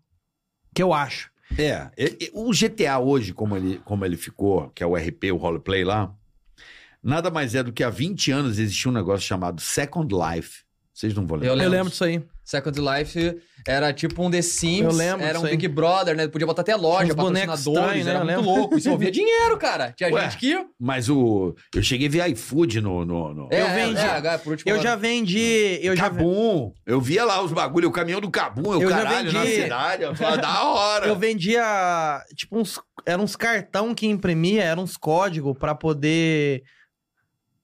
Que eu acho.
É, e- e- o GTA hoje, como ele, como ele ficou, que é o RP, o roleplay lá, nada mais é do que há 20 anos existia um negócio chamado Second Life. Vocês não vão lembrar.
Eu lembro.
disso aí.
Second Life era tipo um The Sims,
Eu lembro
era um
disso aí.
Big Brother, né? Podia botar até
Tinha
loja,
uns bonecos
patrocinadores,
estranhos, né?
era
Eu
muito
lembro.
louco. Isso envolvia dinheiro, cara. Tinha
Ué.
gente que...
Mas o. Eu cheguei a ver iFood no. no, no...
É,
Eu vendi.
É, é, agora, por último,
Eu
agora.
já vendi. Eu já,
Cabum! Eu via lá os bagulho, o caminhão do Cabum, eu,
Eu já
caralho, na
vendi.
cidade. Eu falava, da hora.
Eu vendia, tipo, uns. Eram uns cartão que imprimia, eram uns códigos pra poder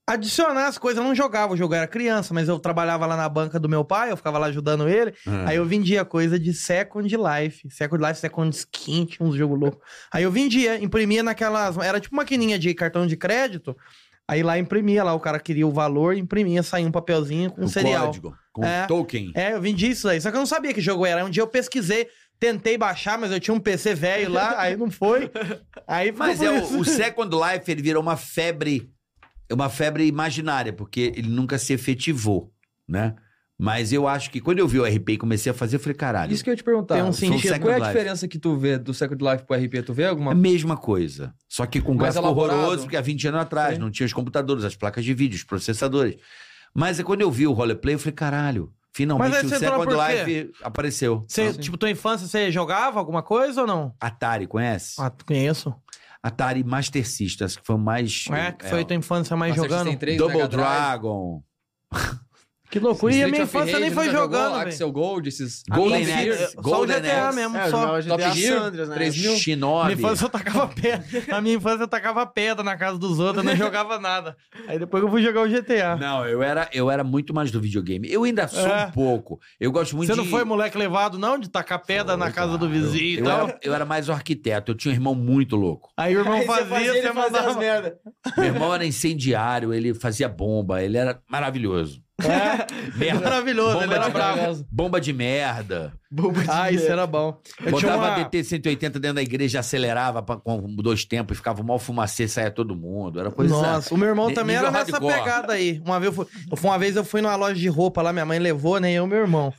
adicionar as coisas. Eu não jogava, o jogo eu era criança, mas eu trabalhava lá na banca do meu pai, eu ficava lá ajudando ele.
Ah.
Aí eu vendia coisa de Second Life. Second Life, Second Skin, tinha uns jogo louco. Aí eu vendia, imprimia naquelas. Era tipo maquininha de cartão de crédito. Aí lá imprimia, lá o cara queria o valor, imprimia, saía um papelzinho com
o
cereal.
código, com
É.
token.
É, eu vendi isso aí. Só que eu não sabia que jogo era. Um dia eu pesquisei, tentei baixar, mas eu tinha um PC velho lá, aí não foi. Aí ficou
Mas
por
é
isso.
o, o Second Life ele virou uma febre, uma febre imaginária, porque ele nunca se efetivou, né? Mas eu acho que quando eu vi o RP e comecei a fazer, eu falei, caralho, é
Isso que eu ia te perguntar.
Tem um
Foi
sentido.
um Qual é a
Second Life.
diferença que tu vê do Second Life pro RP? Tu vê
é
alguma
a mesma coisa. Só que com um
Mais
gráfico
elaborado.
horroroso, porque há 20 anos atrás
Sim.
não tinha os computadores, as placas de vídeo, os processadores. Mas é quando eu vi o roleplay, eu falei, caralho,
Mas
finalmente
aí
o
você entrou
Second
por quê?
Life apareceu. Então,
Você,
Sim.
tipo, tua infância, você jogava alguma coisa ou não?
Atari, conhece?
Ah, conheço.
Atari Master System, acho que foi o mais...
É, que foi
é,
tua infância mais
Master System
jogando.
3,
Double
Mega Drive,
Dragon,
Que loucura. E a
Street
minha
of
infância
Rage,
nem foi
nunca jogou,
jogando, velho.
Axel Gold, esses...
Golden
Minha
Axe,
infância- Só o
Golden
GTA
Axe.
mesmo,
É, eu
só.
jogava GTA
Top Gear,
Sandras, né?
3000.
Minha
Shinobi.
infância eu tacava pedra. Na minha infância eu tacava pedra na casa dos outros, eu não jogava nada. Aí depois eu fui jogar o GTA.
Não, eu era, eu era muito mais do videogame. Eu ainda sou
É.
um pouco. Eu gosto muito
Você
de...
não foi moleque levado, não? De tacar pedra na casa do vizinho e
Eu
tal.
era, eu era mais o arquiteto. Eu tinha um irmão muito louco.
Aí o irmão
Aí
fazia,
fazia,
você
ele fazia as
mandava.
merda.
Meu irmão era incendiário, ele fazia bomba, ele era maravilhoso. Merda.
É? Maravilhoso,
Bomba
ele era
de
bravo.
Bomba de merda.
Ah, isso era bom. Eu tinha
Botava
uma...
DT-180 dentro da igreja, acelerava pra- com dois tempos, ficava mó fumacê, saia todo mundo. Era coisa... assim.
Nossa, o meu irmão
Ni-
também era
nível
nessa
hardcore.
pegada aí. Uma vez, eu fui, eu fui- uma vez eu fui numa loja de roupa lá, minha mãe levou, né? Eu e meu irmão.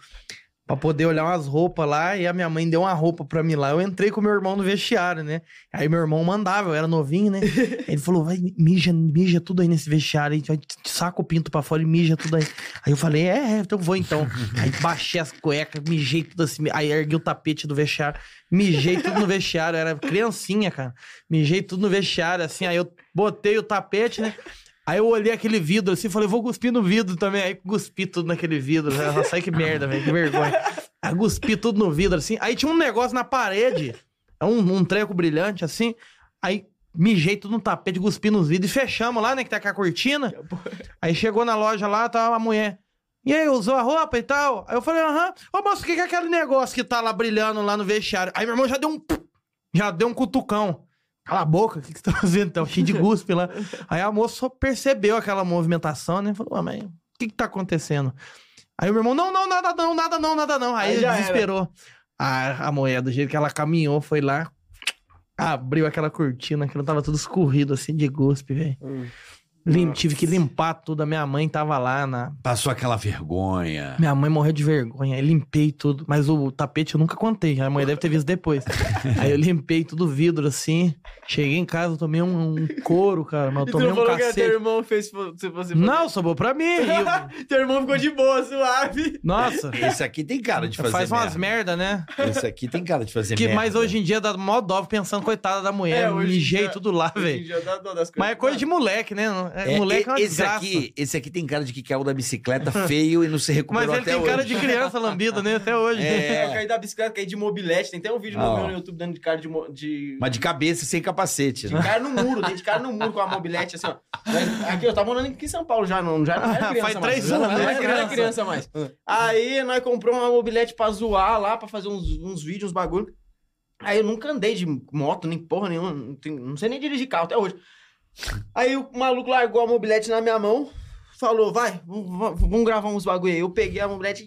Pra poder olhar umas roupas lá, e a minha mãe deu uma roupa pra mim lá. Eu entrei com meu irmão no vestiário, né? Aí meu irmão mandava, eu era novinho, né? Ele falou, vai, mija, mija tudo aí nesse vestiário, aí, vai, saca o pinto pra fora e mija tudo aí. Aí eu falei, é, é, então vou então. Aí baixei as cuecas, mijei tudo assim, aí ergui o tapete do vestiário, mijei tudo no vestiário, eu era criancinha, cara. Mijei tudo no vestiário, assim, aí eu botei o tapete, né? Aí eu olhei aquele vidro assim, falei, vou cuspir no vidro também. Aí cuspi tudo naquele vidro. Né? Nossa, ai, que merda, velho, que vergonha. Aí cuspi tudo no vidro assim. Aí tinha um negócio na parede, é um, um treco brilhante assim. Aí mijei tudo no tapete, cuspi nos vidros e fechamos lá, né, que tá com a cortina. Aí chegou na loja lá, tava uma mulher. E aí, usou a roupa e tal? Aí eu falei, aham. Ô, moço, o que que é aquele negócio que tá lá brilhando lá no vestiário? Aí meu irmão já deu um... Já deu um cutucão. Cala a boca, o que, que você tá fazendo? Tá cheio de guspe lá. Aí a moça só percebeu aquela movimentação, né? Falou, ah, mas o que que tá acontecendo? Aí o meu irmão, não, não, nada não, nada não, nada não. Aí,
Aí
ele
já
desesperou. Ah, a mulher, do jeito que ela caminhou, foi lá, abriu aquela cortina, que não tava tudo escorrido assim de guspe, velho. Lim- Tive que limpar tudo, a minha mãe tava lá na,
Passou aquela vergonha.
minha mãe morreu de vergonha, eu limpei tudo, mas o tapete eu nunca contei, a mãe deve ter visto depois. aí eu limpei tudo o vidro assim, cheguei em casa, tomei um, um couro, cara, mas eu
E tu
tomei
não
um
falou que era teu
cacete.
irmão que fez você você-
Não, sobrou pra mim. e eu-
Teu irmão ficou de boa, suave.
Nossa,
Esse aqui tem cara de fazer
faz
merda.
umas merda, né?
Esse aqui tem cara de fazer
Que,
merda.
mas hoje em dia dá mó dó pensando, coitada da mulher,
É, hoje em
mijei
dia-
tudo lá,
Hoje em
velho.
dia dá dó das coisas.
Mas é coisa de moleque, né? É, moleque é uma
esse
desgraça.
aqui, esse aqui tem cara de que caiu da bicicleta feio e não se recuperou
Mas ele
até
tem
hoje.
cara de criança lambida, né? Até hoje.
É.
É, eu caí da bicicleta, caí de mobilete. Tem até um vídeo
Ah,
no
ó.
meu no YouTube dando de cara de. mo- de...
Mas de cabeça e sem capacete,
de
né?
cara no muro, dei de cara no muro com a mobilete, assim, ó. Mas Aqui, eu tava morando aqui em São Paulo já, não, já não era criança
Faz
mais.
três
Já não é.
anos,
era
né?
criança. Não era criança mais. Aí, nós compramos uma mobilete pra zoar lá, pra fazer uns, uns vídeos, uns bagulho. Aí, eu nunca andei de moto, nem porra nenhuma, não, tenho- não sei nem dirigir carro até hoje. Aí, o maluco largou a mobilete na minha mão, falou, vai, vamos vamos gravar uns bagulho aí. Eu peguei a mobilete...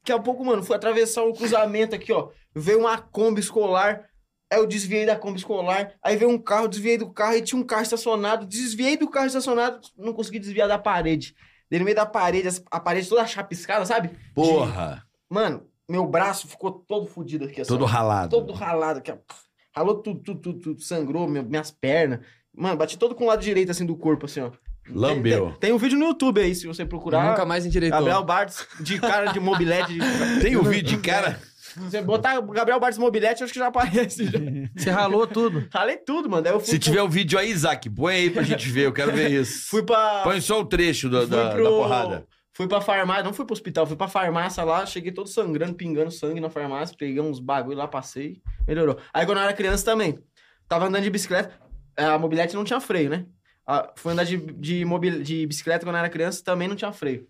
Daqui a pouco, mano, fui atravessar um cruzamento aqui, ó. Veio uma Kombi escolar. Aí eu desviei da Kombi escolar. Aí veio um carro, desviei do carro e tinha um carro estacionado. Desviei do carro estacionado, não consegui desviar da parede. Dei no meio da parede, as- a parede toda chapiscada, sabe?
Porra,
Mano, meu braço ficou todo fodido aqui, assim.
todo
ó.
ralado.
Todo ralado aqui, ó. Ralou tudo, tudo, tudo, tudo. Sangrou meu- minhas pernas. Mano, bati todo com o lado direito, assim, do corpo, assim, ó.
Lambeu.
Tem, tem um vídeo no YouTube aí, se você procurar.
Nunca mais endireitou.
Gabriel Bartz, de cara de mobilete. de-
Tem o vídeo de cara?
você botar Gabriel Bartz mobilete, acho que já aparece. Já.
Você ralou tudo.
Ralei tudo, mano. Daí eu fui
Se tiver o vídeo aí, Isaac, põe aí pra gente ver, eu quero ver isso.
Fui pra.
Põe só o trecho da,
fui
da, da porrada.
Fui pra farmácia, não fui pro hospital, fui pra farmácia lá, cheguei todo sangrando, pingando sangue na farmácia, peguei uns bagulho lá, passei, melhorou. Aí quando eu era criança também, tava andando de bicicleta, é, a mobilete não tinha freio, né? Ah, fui andar de, de, mobil, de bicicleta quando eu era criança, também não tinha freio.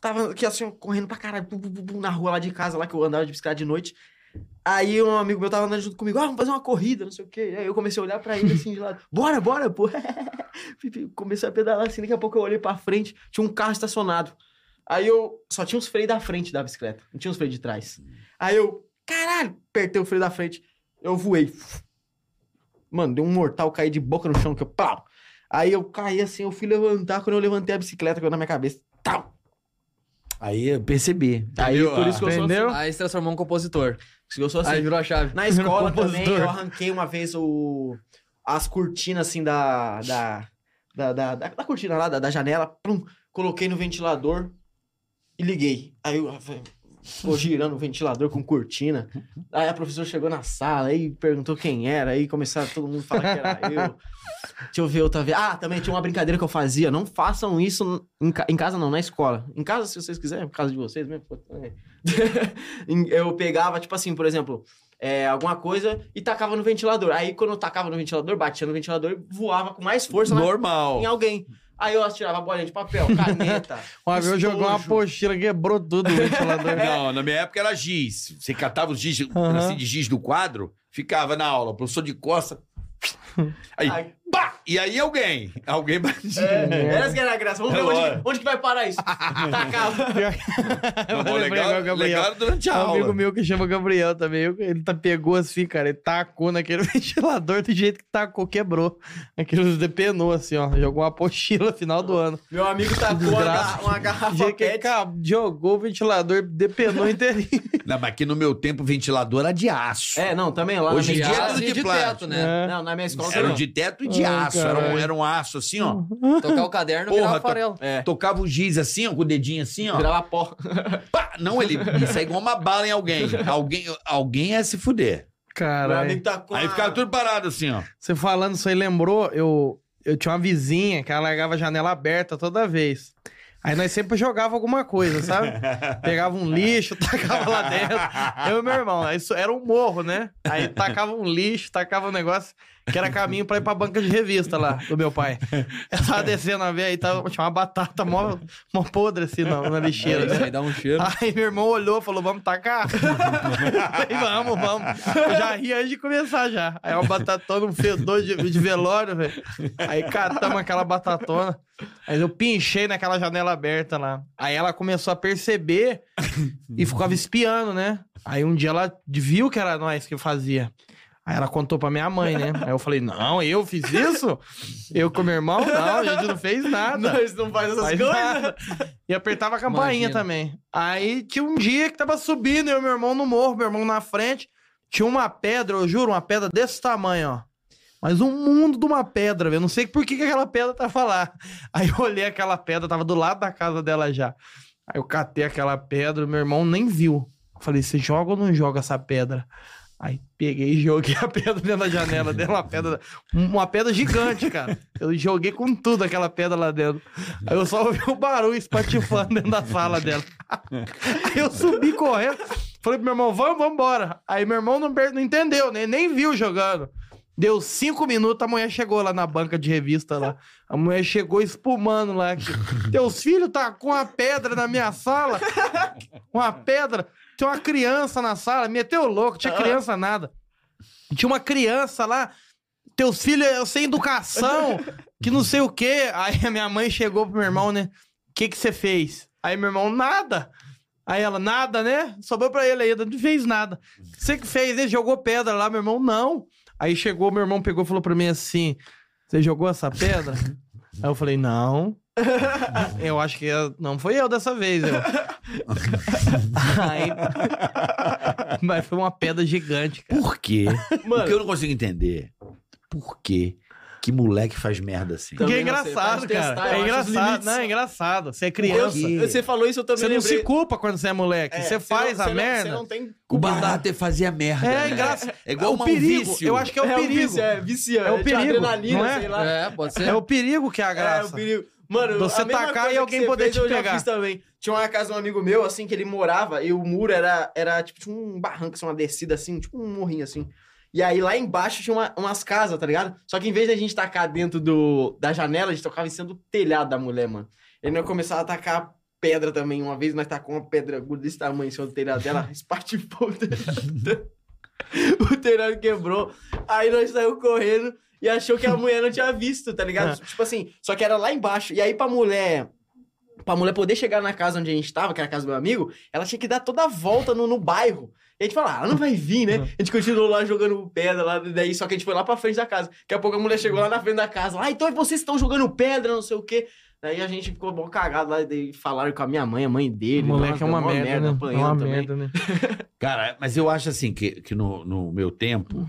Tava aqui assim, ó, correndo pra caralho, pum, pum, pum, pum, na rua lá de casa, lá que eu andava de bicicleta de noite. Aí um amigo meu tava andando junto comigo, ah, vamos fazer uma corrida, não sei o quê. Aí eu comecei a olhar pra ele assim de lado, bora, bora, pô. Comecei a pedalar assim, daqui a pouco eu olhei pra frente, tinha um carro estacionado. Aí eu só tinha os freios da frente da bicicleta, não tinha os freios de trás. Aí eu, caralho, apertei o freio da frente, eu voei. Mano, deu um mortal, caí de boca no chão, que eu, pau. Aí eu caí assim, eu fui levantar, quando eu levantei a bicicleta, caiu na minha cabeça, tal.
Aí eu percebi.
Aí
Entendeu?
por isso que eu sou assim.
Entendeu?
Aí se transformou em um compositor.
Por isso que eu sou assim.
Aí virou a chave.
Na escola também,
um compositor.
eu arranquei uma vez o... as cortinas, assim, da... Da, da, da, da- da cortina lá, da, da janela. plum, coloquei no ventilador e liguei. Aí eu... Ficou girando o ventilador com cortina. Aí a professora chegou na sala e perguntou quem era. Aí começaram todo mundo a falar que era eu. Deixa eu ver outra vez. Ah, também tinha uma brincadeira que eu fazia. Não façam isso em, ca- em casa, não, na escola. Em casa, se vocês quiserem, por causa de vocês mesmo. pô, é. Em- eu pegava, tipo assim, por exemplo, é, alguma coisa e tacava no ventilador. Aí quando eu tacava no ventilador, batia no ventilador e voava com mais força na-
Normal.
em alguém. Aí eu atirava bolinha de papel, caneta.
Uma vez eu joguei uma
estojo.
pochila, quebrou tudo o ventilador.
Não, na minha época era giz. Você catava os giz, um
Aham.
pedacinho de giz do quadro, ficava na aula, professor de costa. Aí,
Ai.
pá! E aí alguém, alguém batia.
É, era essa que era a graça. Vamos
É
ver onde,
lógico.
que- onde que vai parar isso. Tá Tacava.
Não, bom,
Eu lembrei
legal,
agora, Gabriel.
legal era durante a
Um
aula.
amigo meu que chama Gabriel também, eu- ele tá, pegou assim, cara, ele tacou naquele ventilador do jeito que tacou, quebrou. Aquilo depenou assim, ó, jogou uma pochila final do ano.
Meu amigo tacou uma,
Desgraça.
garra- uma
Do
garrafa
jeito que ele
pet.
ca- jogou o ventilador, depenou inteirinho.
Não, mas aqui no meu tempo o ventilador era de aço.
É, não, também lá
Hoje em
na minha
dia é
escola.
tudo
de,
de
Ah, de teto,
plástico.
né?
Não, na minha
é
escola
Era
também.
de teto e de
Ai,
aço. Era um,
caralho. Uhum.
era um aço assim, ó.
É.
Tocar o caderno
Porra,
virava
tá-
farelo.
É.
Tocava o giz assim, ó, com o dedinho assim, ó.
Virava pó.
Pá! Não, ele. Isso é igual uma bala em alguém. Alguém, alguém é se fuder.
Meu
Caralho.
amigo tá com
Aí
a-
ficava tudo parado assim, ó.
Você falando isso aí lembrou, eu, eu tinha uma vizinha que ela largava a janela aberta toda vez. Aí nós sempre jogava alguma coisa, sabe? Pegava um lixo, tacava lá dentro. Eu e meu irmão, né? isso era um morro, né? Aí tacava um lixo, tacava um negócio que era caminho pra ir pra banca de revista lá do meu pai. Eu tava descendo a ver aí, tava, tinha uma batata mó, mó podre assim na, na lixeira.
Isso
né?
aí dá um cheiro.
Aí meu irmão olhou e falou: vamos tacar? Falei, vamos, vamos. Eu já ri antes de começar já. Aí uma batatona, um fedor de, de velório, velho. Aí catamos aquela batatona. Aí eu pinchei naquela janela aberta lá. Aí ela começou a perceber e ficava espiando, né? Aí um dia ela viu que era nós que fazia. Aí ela contou pra minha mãe, né? Aí eu falei, não, eu fiz isso? Eu com meu irmão? Não, a gente não fez nada.
Nós não faz essas
Faz
coisas.
nada. E apertava a campainha
Imagina.
também. Aí tinha um dia que tava subindo, eu e meu irmão no morro, meu irmão na frente. Tinha uma pedra, eu juro, uma pedra desse tamanho, ó. Mas um mundo de uma pedra, velho. Eu Não sei por que, que aquela pedra tava lá. Aí eu olhei aquela pedra, tava do lado da casa dela já. Aí eu catei aquela pedra, meu irmão nem viu. Eu falei, você joga ou não joga essa pedra? Aí peguei e joguei a pedra dentro da janela dela, uma pedra, uma pedra gigante, cara. Eu joguei com tudo aquela pedra lá dentro. Aí eu só ouvi o barulho espatifando dentro da sala dela. Aí eu subi correndo, falei pro meu irmão, vamos, vamos embora. Aí meu irmão não, per- não entendeu, nem, nem viu jogando. Deu cinco minutos, a mulher chegou lá na banca de revista lá. A mulher chegou espumando lá. que Teus filhos tá com uma pedra na minha sala. Uma pedra. Tem uma criança na sala. Meteu o louco, tinha criança nada. Tinha uma criança lá. Teus filhos é sem educação, que não sei o quê. Aí a minha mãe chegou pro meu irmão, né? O que que você fez? Aí meu irmão, nada. Aí ela, nada, né? Sobrou pra ele ainda, não fez nada. Você que fez, ele jogou pedra lá, meu irmão, não. Aí chegou, meu irmão pegou e falou pra mim assim: Você jogou essa pedra? Aí eu falei, não. Eu acho que eu- não foi eu dessa vez. Eu. Aí, mas foi uma pedra gigante, cara.
Por quê? O que eu não consigo entender. Por quê que moleque faz merda assim?
Porque é
Também não sei,
engraçado,
pode testar,
cara.
eu
É
acho os
engraçado.
limites.
Não, é engraçado. Você é
Eu-
criança.
Você falou isso, eu também
Você não
lembrei.
se culpa quando você é moleque.
É,
você
não-
faz a
você não-
merda.
Você não tem
O barato é fazer a merda.
É,
né?
engraçado.
É igual
o
uma- um
perigo.
vício.
Eu acho que é o
um
perigo.
vício, é, vicia.
É o
te
perigo,
Adrenalina,
não é?
sei lá.
É, pode ser.
É o perigo que é a
É, o
graça.
perigo. Mano,
Você
a mesma
tacar
coisa
e
que
alguém
você
poder
fez,
te
eu
pegar.
Já fiz também. Tinha uma casa de um amigo meu, assim, que ele morava, e o muro era, era tipo tinha um barranco, assim, uma descida, assim, tipo um morrinho, assim. E aí lá embaixo tinha uma- umas casas, tá ligado? Só que em vez da gente tacar dentro do, da janela, a gente tocava em cima do telhado da mulher, mano. Ele nós começava a tacar pedra também. Uma vez nós tacamos uma pedra aguda desse tamanho em cima do telhado dela, espatifou o telhado. o telhado quebrou. Aí nós saímos correndo e achou que a mulher não tinha visto, tá ligado? Tipo assim, só que era lá embaixo. E aí pra mulher. Pra mulher poder chegar na casa onde a gente tava, que era a casa do meu amigo, ela tinha que dar toda a volta no, no bairro. E a gente falou, ah, ela não vai vir,
Uhum.
né? A gente continuou lá jogando pedra lá, daí, só que a gente foi lá pra frente da casa. Daqui a pouco a mulher chegou lá na frente da casa, ah, então é vocês que estão jogando pedra, não sei o quê. Daí a gente ficou bom cagado lá, daí falaram com a minha mãe, a mãe dele.
O moleque
Nossa,
é uma
mó
merda, né? É
apanhando
uma
também.
merda, né?
Cara, mas eu acho assim que, que no, no meu tempo,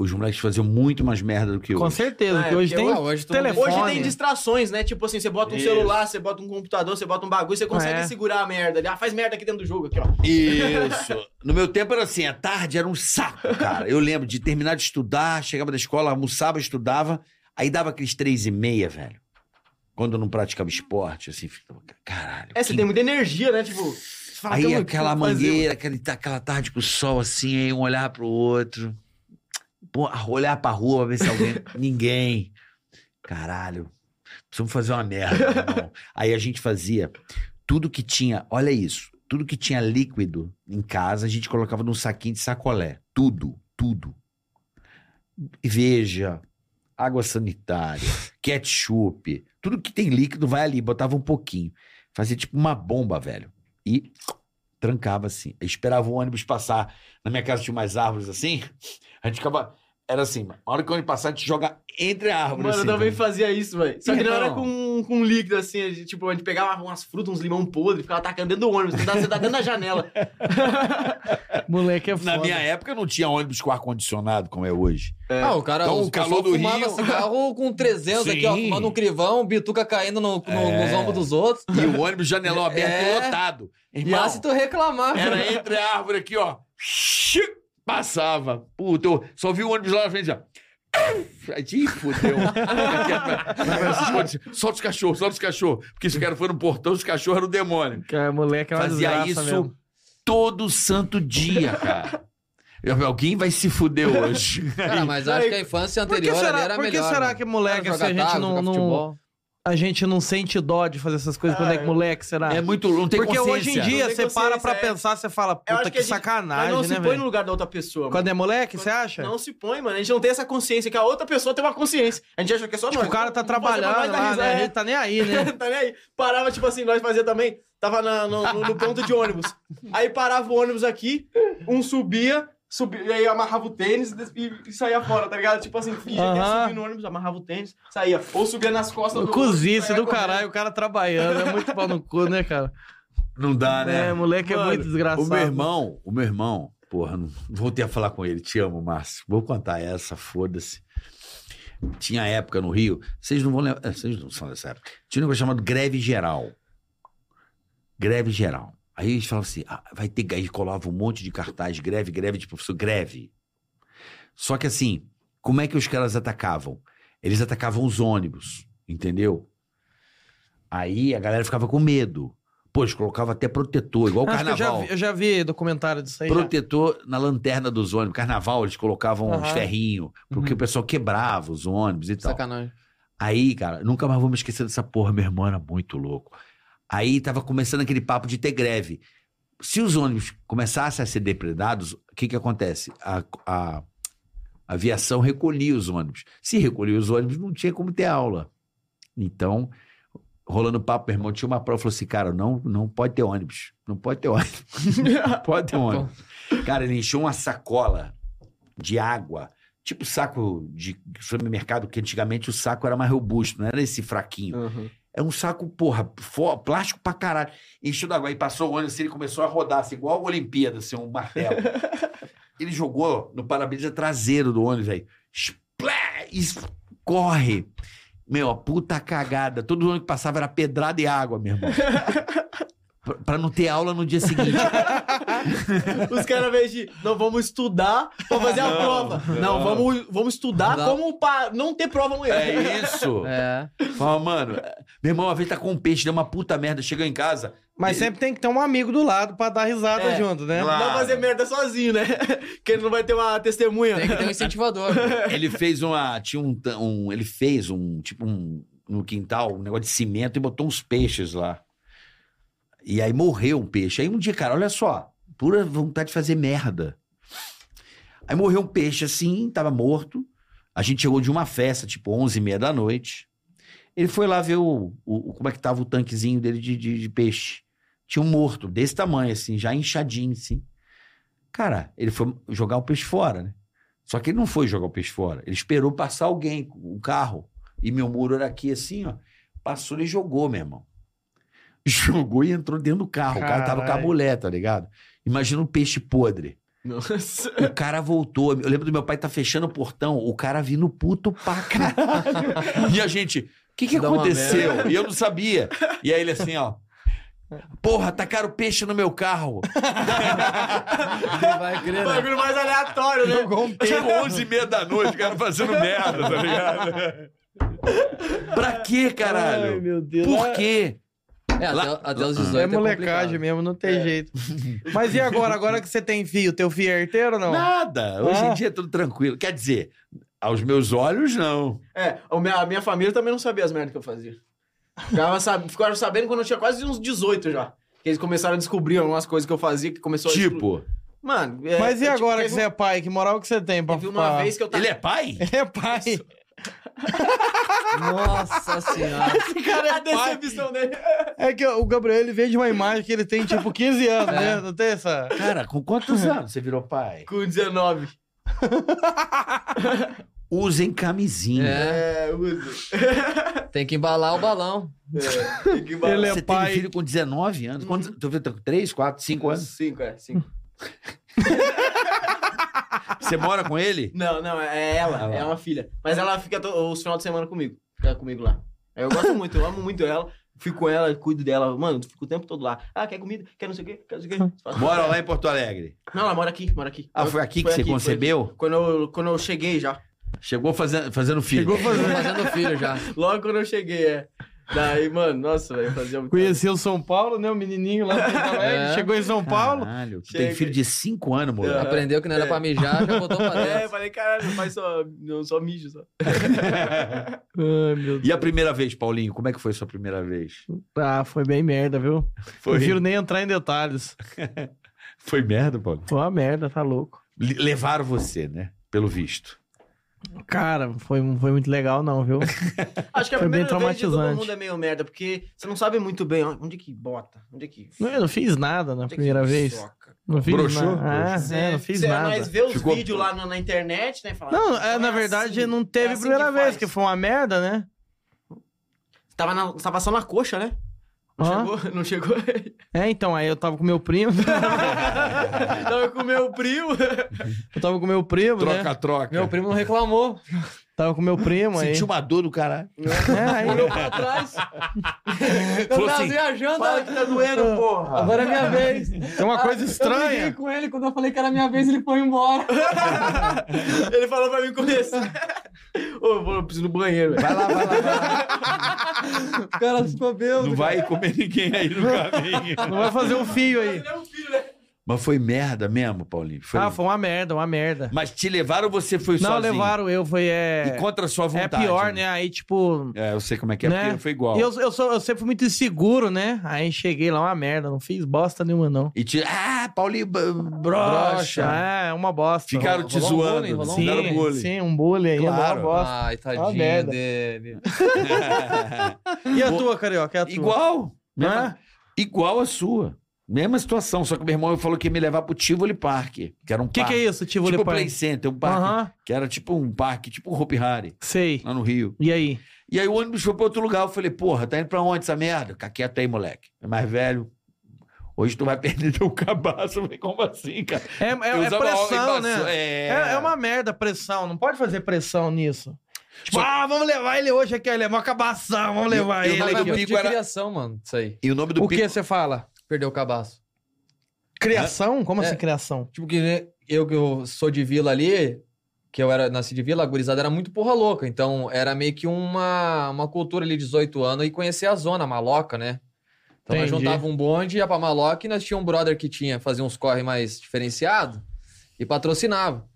os moleques faziam muito mais merda do que eu.
Com certeza,
Ah,
porque
é,
hoje
porque
tem
Ah, hoje tu
telefone.
Hoje tem distrações, né? Tipo assim, você bota um
Isso.
celular, você bota um computador, você bota um bagulho, você consegue
É.
segurar a merda. ali. Ah, faz merda aqui dentro do jogo, aqui, ó.
Isso. No meu tempo era assim, a tarde era um saco, cara. Eu lembro de terminar de estudar, chegava da escola, almoçava, estudava, aí dava aqueles três e meia, velho. Quando eu não praticava esporte, assim, ficava, caralho.
É, você
que
tem muita energia, né? Tipo, você fala,
Aí
"Caramba, o que
aquela
eu vou fazer, um mano?"
mangueira, aquele, aquela tarde com o sol assim, aí um olhar pro outro. Pô, olhar pra rua pra ver se alguém. Ninguém. Caralho. Precisamos fazer uma merda. meu irmão. aí a gente fazia tudo que tinha, olha isso, tudo que tinha líquido em casa, a gente colocava num saquinho de sacolé. Tudo, tudo. Veja, água sanitária, ketchup, tudo que tem líquido vai ali, botava um pouquinho. Fazia tipo uma bomba, velho. E trancava assim. Eu esperava o ônibus passar. Na minha casa tinha umas árvores assim. A gente ficava. Era assim, mano. a hora que o ônibus passar, a gente joga entre a árvore.
Mano,
assim,
eu também
tá
fazia isso, velho. Só que não
Irmão.
Então.
era com, com líquido, assim. a gente, tipo, a gente pegava umas frutas, uns limão podre, ficava atacando dentro do ônibus. Você tá, você tá dentro da janela.
Moleque é foda.
Na minha época não tinha ônibus com ar-condicionado como é hoje.
Ah, o cara,
Então,
os
o calor
pessoal
do
fumava
Rio-
cigarro com 300 aqui, ó,
Sim.
fumando um crivão, bituca caindo no, no-
É.
nos ombros dos outros.
E o ônibus janelão aberto
É.
e lotado.
E
Irmão,
lá se tu reclamar,
era entre a árvore aqui, ó. Xiu! Passava. Puta, eu só vi o ônibus lá na frente, já. Aí, Ih, fudeu. solta os cachorros, solta os cachorros. Porque esse cara foi no portão, os cachorros eram o demônio.
Cara, moleque, é uma
Fazia
desgraça
isso
mesmo.
todo santo dia, cara. Eu- Alguém vai se fuder hoje.
Cara, Ah, mas acho que a infância
Por que
anterior ali
será,
era
por que,
melhor.
será
né?
mano.
que moleque,
Cara,
assim, a
jogar
gente
dado,
não,
jogar
não-
futebol.
a gente não sente dó de fazer essas coisas
Ah,
quando é que moleque, será?
É muito louco, não tem
Porque hoje em
consciência.
dia
Não tem
você para
consciência,
pra
é.
pensar, você fala,
acho
puta
que
que,
a gente- Mas
sacanagem,
não se
né,
põe
velho?
no lugar da outra pessoa.
Quando é moleque, você acha?
Não se põe, mano. A gente não tem essa consciência que a outra pessoa tem uma consciência. A gente acha que é só
Tipo,
nós.
o cara tá
Não pode ser pra
trabalhando
nós dar
lá,
risada,
né?
é.
Ele tá nem aí, né?
tá nem aí. Parava, tipo assim, nós fazia também. Tava na- no, no- no ponto de ônibus. Aí parava o ônibus aqui, um subia, subia e aí amarrava o tênis e, des- e- e saía fora, tá ligado? Tipo assim, fingia que ia
Aham.
subir no ônibus, amarrava o tênis, saía. Ou subia nas costas do
Um Cozice
saía
do
correndo.
caralho, o cara trabalhando. É muito pau no cu, né, cara?
Não dá, né?
É, moleque é
Ah, Mano,
muito desgraçado.
O meu irmão, o meu irmão, porra, não- voltei a falar com ele. Te amo, Márcio. Vou contar essa, foda-se. Tinha época no Rio, vocês não vão lembrar, é, vocês não são dessa época. Tinha um negócio chamado greve geral. Greve geral. Aí eles falavam assim: ah, vai ter. Aí colava um monte de cartaz, greve, greve de professor, greve. Só que assim, como é que os caras atacavam? Eles atacavam os ônibus, entendeu? Aí a galera ficava com medo. Pô, eles colocavam até protetor, igual o
Acho que eu já,
carnaval.
vi, eu já vi documentário disso aí. né? já.
Protetor na lanterna dos ônibus. Carnaval, eles colocavam uns
Aham.
ferrinhos, porque
Uhum.
o pessoal quebrava os ônibus e tal.
Sacanagem.
Aí, cara, nunca mais vou me esquecer dessa porra, meu irmão era muito louco. Aí tava começando aquele papo de ter greve. Se os ônibus começassem a ser depredados, o que que acontece? A, a- a aviação recolhia os ônibus. Se recolhia os ônibus, não tinha como ter aula. Então, rolando papo, meu irmão, tinha uma prova, falou assim, cara, não, não pode ter ônibus. Não pode ter ônibus. Não pode ter ônibus. Cara, ele encheu uma sacola de água, tipo saco de supermercado, que antigamente o saco era mais robusto, não era esse fraquinho. É um saco, porra, fo- plástico pra caralho. Encheu d'água. Aí passou o ônibus assim, ele começou a rodar, assim, igual a Olimpíada, assim, um martelo. ele jogou no para-brisa traseiro do ônibus, aí. Splá! E s- corre. Meu, a puta cagada. Todo ônibus que passava era pedrada e água, meu irmão. Pra- pra não ter aula no dia seguinte.
Os caras, ao invés de, não, vamos estudar pra fazer a prova. Não, vamos, vamos estudar
Não.
como pra não ter prova amanhã.
É isso.
É.
Fala, mano, meu irmão, uma vez tá com um peixe, deu uma puta merda, chega em casa.
Mas sempre tem que ter um amigo do lado pra dar risada
É.
junto, né?
Claro.
Não fazer merda sozinho, né? Que ele não vai ter uma testemunha.
Tem que ter um incentivador.
Ele fez uma. Tinha um, ta- um- Ele fez um. Tipo um. No quintal, um negócio de cimento e botou uns peixes lá. E aí morreu um peixe. Aí um dia, cara, olha só. Pura vontade de fazer merda. Aí morreu um peixe assim, tava morto. A gente chegou de uma festa, tipo 11 e meia da noite. Ele foi lá ver o, o- o- como é que tava o tanquezinho dele de, de- de peixe. Tinha um morto desse tamanho, assim, já inchadinho, assim. Cara, ele foi jogar o peixe fora, né? Só que ele não foi jogar o peixe fora. Ele esperou passar alguém, com um carro. E meu muro era aqui assim, ó. Passou e jogou, meu irmão. Jogou e entrou dentro do carro. O cara tava com a
Caralho.
mulher, tá ligado? Imagina um peixe podre.
Nossa.
O cara voltou. Eu lembro do meu pai tá fechando o portão, o cara vindo puto pra caralho. E a gente, o que que
Dá uma
aconteceu? E eu não sabia. E aí ele assim, ó. Porra, tacaram peixe no meu carro.
Vai crer, né?
Bagulho mais aleatório, né?
um
Tipo 11 e meia da noite, o cara fazendo merda, tá ligado? Pra quê,
Ai,
caralho?
meu Deus.
Por quê?
É, até,
Lá-
até os
É
18
molecagem
complicado.
mesmo, não
É.
tem jeito. Mas e agora? Agora que você tem fio, teu fio é herteiro ou não?
Nada. Hoje em
Ah.
dia é tudo tranquilo. Quer dizer, aos meus olhos, não.
É, a minha, a minha família também não sabia as merdas que eu fazia. Ficava sab- Ficaram sabendo quando eu tinha quase uns 18 já. Que eles começaram a descobrir algumas coisas que eu fazia, que começou a... explodir.
Tipo,
Mano... é,
Mas e
eu, tipo,
agora que
teve
você é pai? Que moral que você tem
um-
pra
Teve uma
pra-
vez que eu tava...
ele é pai?
É pai.
Nossa senhora.
cara a decepção dele.
É que o Gabriel ele vende uma imagem que ele tem tipo 15 anos,
É.
né? Não tem essa.
Cara, com quantos anos você virou pai?
Com 19.
Usem camisinha.
É,
É, uso.
tem que embalar o balão.
É, que
Ele é
Você
pai.
teve filho com 19 anos? Quantos, tu viu, tá com 3, 4, 5 anos?
5, é, 5.
Você mora com ele?
Não, não, é
Ah
ela,
lá.
é uma filha. Mas ela fica to- os final de semana comigo. Fica comigo lá. Eu gosto muito, eu amo muito ela. Fico com ela, cuido dela. Mano, fico o tempo todo lá. Ah, quer comida? Quer não sei o quê? Quer não sei o quê? Faço-
Mora lá em Porto Alegre.
Não, ela mora aqui, mora aqui.
Ah,
Eu-
foi aqui que você
foi
concebeu?
Quando eu, quando eu cheguei já.
Chegou fazendo, fazendo filho.
Chegou fazendo.
Fazendo filho já.
Logo quando eu cheguei, é. Daí, mano, nossa, velho, fazia muito.
Conheceu São Paulo, né? O menininho lá do Porto Alegre.
É.
Chegou em São Paulo.
Caralho, tu tem
Chega.
filho de 5 anos, moleque.
Aprendeu que não era pra mijar, já botou pra
É,
dentro.
falei, caralho, meu pai só, não, só mijo, só.
Ai, meu Deus.
E a primeira vez, Paulinho? Como é que foi a sua primeira vez?
Ah, foi bem merda, viu? Não
Foi,
Prefiro nem entrar em detalhes.
foi merda, Paulinho?
Foi uma merda, tá louco.
Le- Levaram você, né? Pelo visto.
Cara, foi, não foi muito legal, não, viu?
Acho que a
Foi bem
primeira vez de todo
traumatizante.
mundo é meio merda, porque você não sabe muito bem ó, onde que bota, onde que...
Não, Eu não fiz nada na
onde que
primeira vez.
soca.
Não fiz
Broxou?
nada. Ah, é, não fiz
você
nada.
mais vê os
Ficou-
vídeos lá na, na internet, né? e Fala,
Não, é,
"Ah,
na
assim,
verdade, não
é
teve
assim
primeira
que
vez,
faz."
que foi uma merda, né?
Tava, na, tava só na coxa, né? Não
Ó.
chegou? Não chegou?
É, então, aí eu tava com meu primo. Então,
tava com o meu primo.
eu tava com meu primo, né?
Troca-troca.
Meu primo não reclamou.
Tava com meu primo aí.
Sentiu uma dor do caralho.
É, aí-
Olhou pra trás. Eu
Falou
tava
assim,
viajando.
Fala que tá doendo, porra.
Agora é minha vez.
É uma coisa
Eu briguei
estranha.
com ele, quando eu falei que era minha vez, ele foi embora.
Ele falou pra mim começar. Ô, eu vou- eu preciso ir no banheiro, velho.
Vai lá, vai lá, vai lá.
O cara ficou bêbado.
Não vai comer ninguém aí no caminho.
Não vai fazer um fio aí.
Ele é um filho, né?
Mas foi merda mesmo, Paulinho. Foi-
Ah, foi uma merda, uma merda.
Mas te levaram ou você foi
Não,
sozinho?
levaram eu, foi.
E
É,
contra a sua
é
vontade.
pior, né? Aí, tipo.
É, eu sei como é que é,
Né?
porque foi igual.
E eu, eu, sou, eu sempre fui muito inseguro, né? Aí cheguei lá, uma merda. Não fiz bosta nenhuma, não.
E te... Ah, Paulinho, b- brocha.
Ah, é uma bosta.
Ficaram te
Rolou um
zoando.
bullying, rolou um
sim,
fizeram
bullying.
bullying.
sim, um bullying aí,
Claro.
uma bosta.
Ai,
tá
Uma
tadinho
merda.
dele.
E a tua, Carioca? E a tua?
Igual.
Né?
Mesma, igual a sua. Mesma situação, só que meu irmão falou que ia me levar pro Tivoli Park, que era um
O que, que
parque.
é isso, Tivoli
Tipo
Park?
Play Center, um parque
Aham,
que era tipo um parque, tipo um Hopi Hari,
sei.
lá no Rio.
E aí?
E aí o ônibus foi pra outro lugar. Eu falei, porra, tá indo pra onde essa merda? Fica quieto aí, moleque. É mais velho. Hoje tu vai perder teu cabaço. Eu falei, como assim, cara?
É, é- é
Eu usava
pressão,
óculos
né?
embaço-
É...
É...
é uma merda a pressão, não pode fazer pressão nisso. Tipo,
Só-
ah, vamos levar ele hoje aqui, ele é mó cabação, vamos
Eu-
levar
eu
ele.
não- do
Tava é muito
pico
de
era-
criação, mano, isso aí.
E o nome do
O
pico...
que você fala?
Perdeu o cabaço.
Criação? Como
É.
assim criação?
Tipo, que né, eu que eu sou de vila ali, que eu era nasci de vila, a gurizada era muito porra louca. Então, era meio que uma, uma cultura ali, 18 anos, e conhecer a zona, a maloca, né? Então, nós
Entendi.
juntava um bonde, ia pra maloca, e nós tinha um brother que tinha, fazia uns corre mais diferenciado, e patrocinava.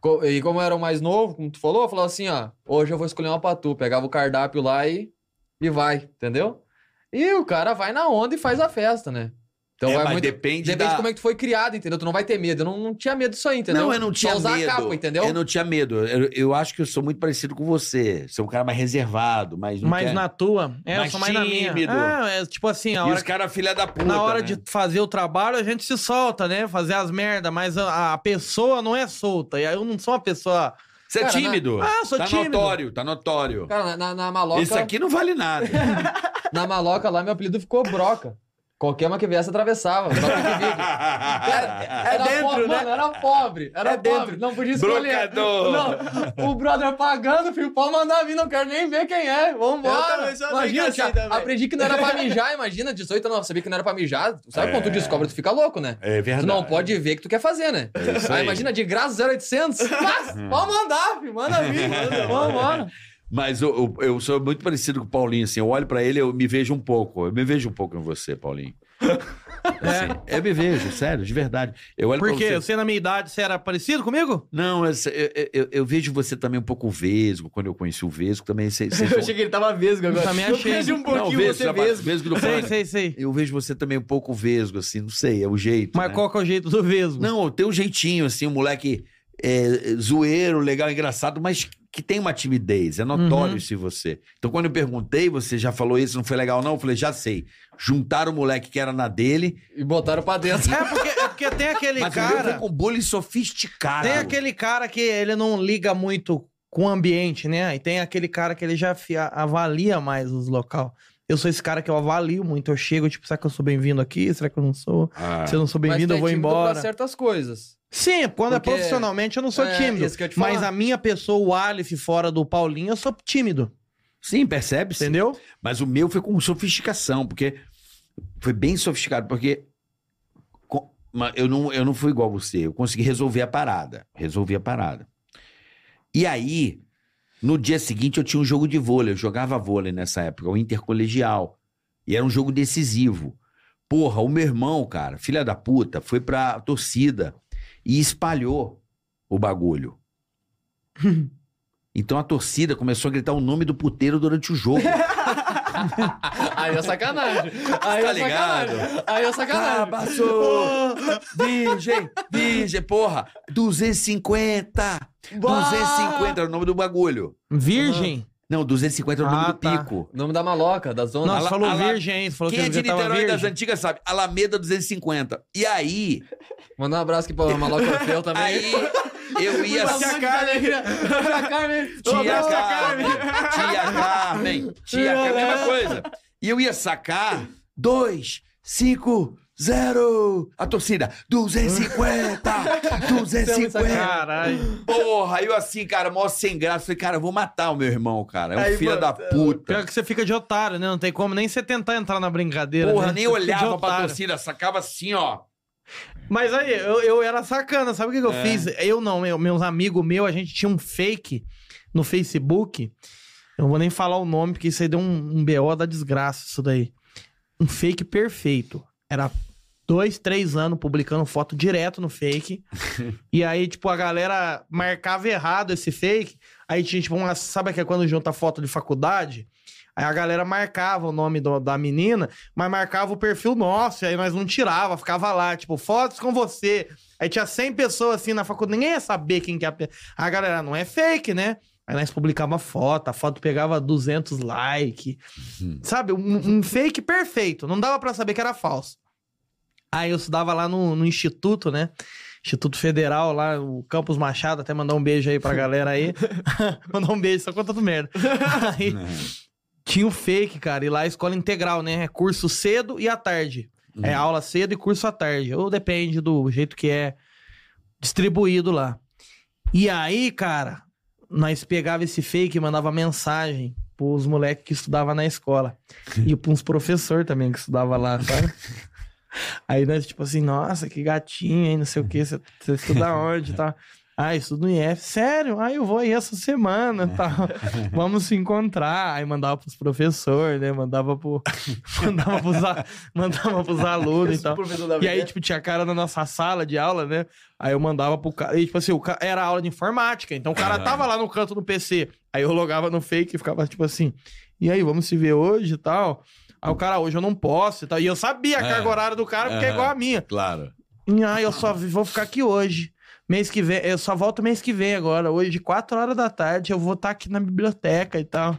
Co- E como eu era o mais novo, como tu falou, eu falava assim, ó, hoje eu vou escolher uma pra tu. Pegava o cardápio lá e, e vai, entendeu? E o cara vai na onda e faz a festa, né? Então
É,
vai
mas
muito...
depende,
Depende
da...
de como é que tu foi criado, entendeu? Tu não vai ter medo. Eu não, não tinha medo disso aí, entendeu?
Não, eu não tinha
Só usar
medo.
a capa, entendeu?
Eu não tinha medo. Eu, eu acho que eu sou muito parecido com você. Sou um cara mais reservado, mas não
mais
quer-
na tua? É,
Mais
eu sou mais na minha.
tímido.
Ah, é tipo assim, a
E
hora
os caras filha da puta,
Na hora
né?
de fazer o trabalho, a gente se solta, né? Fazer as merda, mas a, a pessoa não é solta. E aí eu não sou uma pessoa.
Você é
Cara,
tímido.
Ah, eu sou
tá
tímido.
notório, tá notório.
Cara, na, na, na maloca.
Isso aqui não vale nada.
Na maloca lá, meu apelido ficou broca. Qualquer uma que viesse atravessava. Broca que vive. Era, era pobre, mano, era pobre. Era
né? É
pobre.
dentro.
Não podia escolher.
Brocador.
Não, o brother pagando, filho, pode mandar vir, não quero nem ver quem é.
Eu
Vambora.
também sou
Imagina,
assim
tia,
também.
aprendi que não era pra mijar, imagina, 18 anos, eu sabia que não era pra mijar. Sabe quando tu descobre, tu fica louco, né?
É verdade. É
Tu não pode ver o que tu quer fazer, né?
isso
Aí,
aí.
imagina, de graça 0800. Mas, pode mandar, filho, manda vir. manda, Vambora.
Mas eu, eu- eu sou muito parecido com o Paulinho, assim. Eu olho pra ele, eu me vejo um pouco. Eu me vejo um pouco em você, Paulinho.
É.
Assim, Eu me vejo, sério, de verdade. Eu olho pra
Porque
você.
você, na minha idade, você era parecido comigo?
Não, eu, eu- eu- eu vejo você também um pouco vesgo. Quando eu conheci o vesgo, também sei. sei
Eu achei que ele tava vesgo agora.
Também
eu
achei.
vejo um
Não,
pouquinho você
já-
vesgo.
vesgo do
Sei,
pânico.
sei, sei.
Eu vejo você também um pouco vesgo, assim, não sei, é o jeito.
Mas
né?
qual que é o jeito do mesmo?
Não, tem um jeitinho, assim, um moleque é, zoeiro, legal, engraçado, mas que tem uma timidez. É notório
Uhum.
isso em você. Então, quando eu perguntei, você já falou isso, não foi legal, não? Eu falei, já sei. Juntaram o moleque que era na dele,
E botaram pra dentro.
É, porque, é porque tem aquele
mas cara,
cara.
foi com um bullying sofisticado.
Tem aquele cara que ele não liga muito com o ambiente, né? E tem aquele cara que ele já fi- avalia mais os local. Eu sou esse cara que eu avalio muito. Eu chego, tipo, será que eu sou bem-vindo aqui? Será que eu não sou?
Ah.
Se eu não sou
Mas tu
bem-vindo,
é
eu vou
tímido
embora.
Pra certas coisas.
Sim, quando
Porque-
é profissionalmente eu não sou
É,
tímido.
isso que eu ia te falar.
Mas a minha pessoa, o Aleph fora do Paulinho, eu sou tímido.
Sim, percebe? -se.
Entendeu?
Mas o meu foi com sofisticação, porque foi bem sofisticado, porque co- ma- eu não, eu não fui igual você, eu consegui resolver a parada, resolvi a parada. E aí, no dia seguinte eu tinha um jogo de vôlei, eu jogava vôlei nessa época, o intercolegial, e era um jogo decisivo. Porra, o meu irmão, cara, filha da puta, foi pra torcida e espalhou o bagulho. Então a torcida começou a gritar o nome do puteiro durante o jogo.
Aí é sacanagem. Aí
Tá
é sacanagem. Aí é sacanagem.
Cabaço! virgem, virgem, porra! 250! 250 era o nome do bagulho.
Virgem?
Não, 250 era o nome
Ah,
do
tá.
pico.
Nome da maloca, da zona.
Não, você
Ala-
falou
Ala-
virgem, hein? Você falou
Quem é
que
de
ele tava
Niterói das
virgem.
antigas sabe. Alameda 250. E aí,
Mandar um abraço aqui pra maloca Orfeu também.
aí eu ia...
Tia Carmen. Tia Carmen.
Tia Carmen, tia Carmen, tia Carmen,
É.
mesma coisa. E eu ia sacar dois, cinco, zero. A torcida, 250, 250.
Caralho.
Porra, eu assim, cara, mó sem graça. Falei, cara, eu vou matar o meu irmão, cara. É um
Aí,
filho
mano,
da puta.
Pior que você fica de otário, né? Não tem como nem você tentar entrar na brincadeira.
Porra,
né?
nem
Você fica de
olhava pra
otário.
torcida, sacava assim, ó.
Mas aí, eu, eu era sacana, sabe o que, que eu fiz? Eu não, meu- meus amigos meus, a gente tinha um fake no Facebook. Eu não vou nem falar o nome, porque isso aí deu um, um BO da desgraça, isso daí. Um fake perfeito. Era dois, três anos publicando foto direto no fake. e aí, tipo, a galera marcava errado esse fake. Aí tinha, tipo, uma. Sabe que é quando junta foto de faculdade? Aí a galera marcava o nome do- da menina, mas marcava o perfil nosso, e aí nós não tirava, ficava lá, tipo, fotos com você. Aí tinha 100 pessoas assim na faculdade, ninguém ia saber quem que é a pe- A galera, não é fake, né? Aí nós publicava foto, a foto pegava 200 likes. Sabe, um, um fake perfeito, não dava pra saber que era falso. Aí eu estudava lá no, no instituto, né? Instituto Federal, lá, o Campos Machado, até mandar um beijo aí pra galera aí. mandar um beijo, só conta do merda. Aí, tinha o fake, cara, e lá é escola integral, né? É curso cedo e à tarde. É aula cedo e curso à tarde. Ou depende do jeito que é distribuído lá. E aí, cara, nós pegava esse fake e mandava mensagem pros moleques que estudava na escola. E pra uns professor também que estudava lá, sabe? Aí nós, tipo assim, nossa, que gatinho, hein? Não sei o quê, você você estuda onde e tal. Ah, estudo no IF. Sério? Ah, eu vou aí essa semana
É.
e tal. Vamos se encontrar. Aí mandava pros professores, né? Mandava pro. mandava, pros a- mandava pros alunos e tal. E aí, tipo, tinha cara na nossa sala de aula, né? Aí eu mandava pro cara. E, tipo assim, o ca... era aula de informática. Então o cara tava lá no canto do PC. Aí eu logava no fake e ficava, tipo assim, e aí, vamos se ver hoje e tal. Aí o cara, hoje eu não posso e tal. E eu sabia a
É.
carga horária do cara, porque é
Aham.
igual a minha.
Claro.
E, Ah, eu só vi- vou ficar aqui hoje. Mês que vem, eu só volto mês que vem agora. Hoje, 4 horas da tarde, eu vou estar aqui na biblioteca e tal.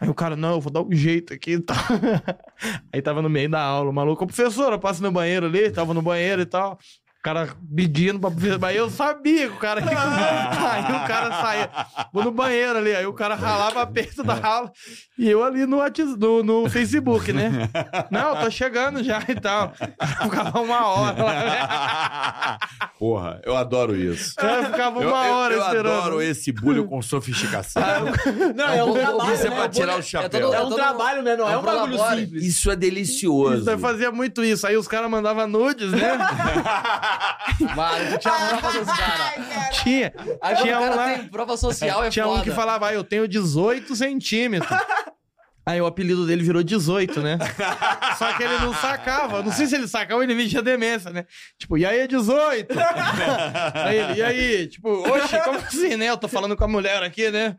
Aí o cara, não, eu vou dar um jeito aqui e tal. Aí tava no meio da aula, o maluco, "Ô, professora, passa no banheiro ali, tava no banheiro e tal. O cara pedindo pra professora, mas eu sabia que o cara ia comer. Aí o cara saía, vou no banheiro ali. Aí o cara ralava a perto da aula e eu ali no, Whats- no, no Facebook, né? Não, tô chegando já e tal. Ficava uma hora lá. né?
Porra, eu adoro isso.
Eu ficava uma hora
eu, eu
esperando.
adoro esse bullying com sofisticação.
Não, é um
Isso é
trabalho,
pra
né?
tirar o chapéu.
todo-
É um
todo-
trabalho, né? Não é um bagulho
prolabore.
simples.
Isso é
Isso,
delicioso.
nós fazia muito isso. Aí os caras mandavam nudes, né?
Mano, tu tinha prova dos caras.
tinha.
Aí quando o
Tinha um
cara
lá.
tem prova social, é
tinha
foda.
um que falava, ah, eu tenho 18 centímetros. Aí o apelido dele virou 18, né? Só que ele não sacava. Não sei se ele sacava, ele vinha demência, né? Tipo, e aí é 18? aí ele, e aí? Tipo, oxe, como assim, né? Eu tô falando com a mulher aqui, né?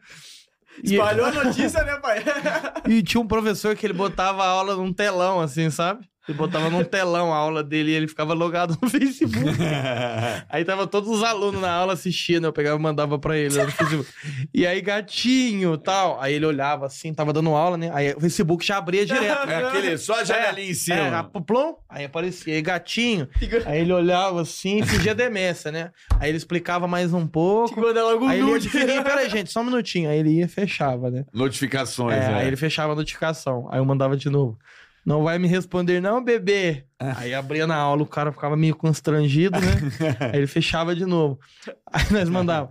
E-
Espalhou a notícia, né, pai?
E tinha um professor que ele botava a aula num telão, assim, sabe? Ele botava num telão a aula dele e ele ficava logado no Facebook. aí tava todos os alunos na aula assistindo, eu pegava e mandava pra ele lá no Facebook. E aí, gatinho, tal. Aí ele olhava assim, tava dando aula, né? Aí o Facebook já abria direto.
É aquele, só a janelinha em cima.
É, a plum, aí aparecia, e gatinho. Aí ele olhava assim, fingia demência, né? Aí ele explicava mais um pouco.
Manda logo um
Aí ele ia
nude.
diferir, peraí, gente, só um minutinho. Aí ele ia e fechava, né?
Notificações,
É,
né?
Aí ele fechava a notificação. Aí eu mandava de novo. Não vai me responder, não, bebê. Aí abria na aula, o cara ficava meio constrangido, né? aí ele fechava de novo. Aí nós mandava.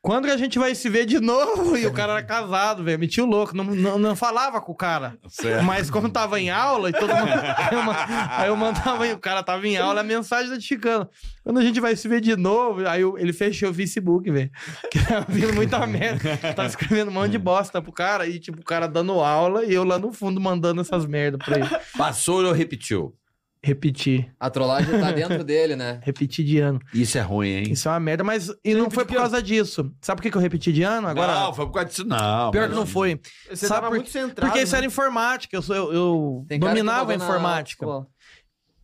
Quando que a gente vai se ver de novo? E o cara era casado, velho. Metia o louco. Não, não, não falava com o cara.
Certo.
Mas como tava em aula e todo mundo. aí eu ma- aí eu mandava, e o cara tava em aula, a mensagem da Chicana. Quando a gente vai se ver de novo? Aí eu- ele fechou o Facebook, velho. Que tava vindo muita merda. Tava escrevendo um monte de bosta pro cara. E, tipo, o cara dando aula e eu lá no fundo mandando essas merdas pra ele.
Passou ou repetiu?
Repetir.
A trollagem tá dentro dele, né?
Repetir de ano.
Isso é ruim, hein?
Isso é uma merda, mas. E não foi por causa disso. Sabe por que que eu repeti de ano? Agora.
Não, foi por causa disso, não.
Pior
mas
que não foi.
Você
Sabe
tava
por-
muito centrado.
Porque isso
né?
era informática, eu, sou- eu, eu
Tem cara que
dominava a
mandou na
informática.
escola.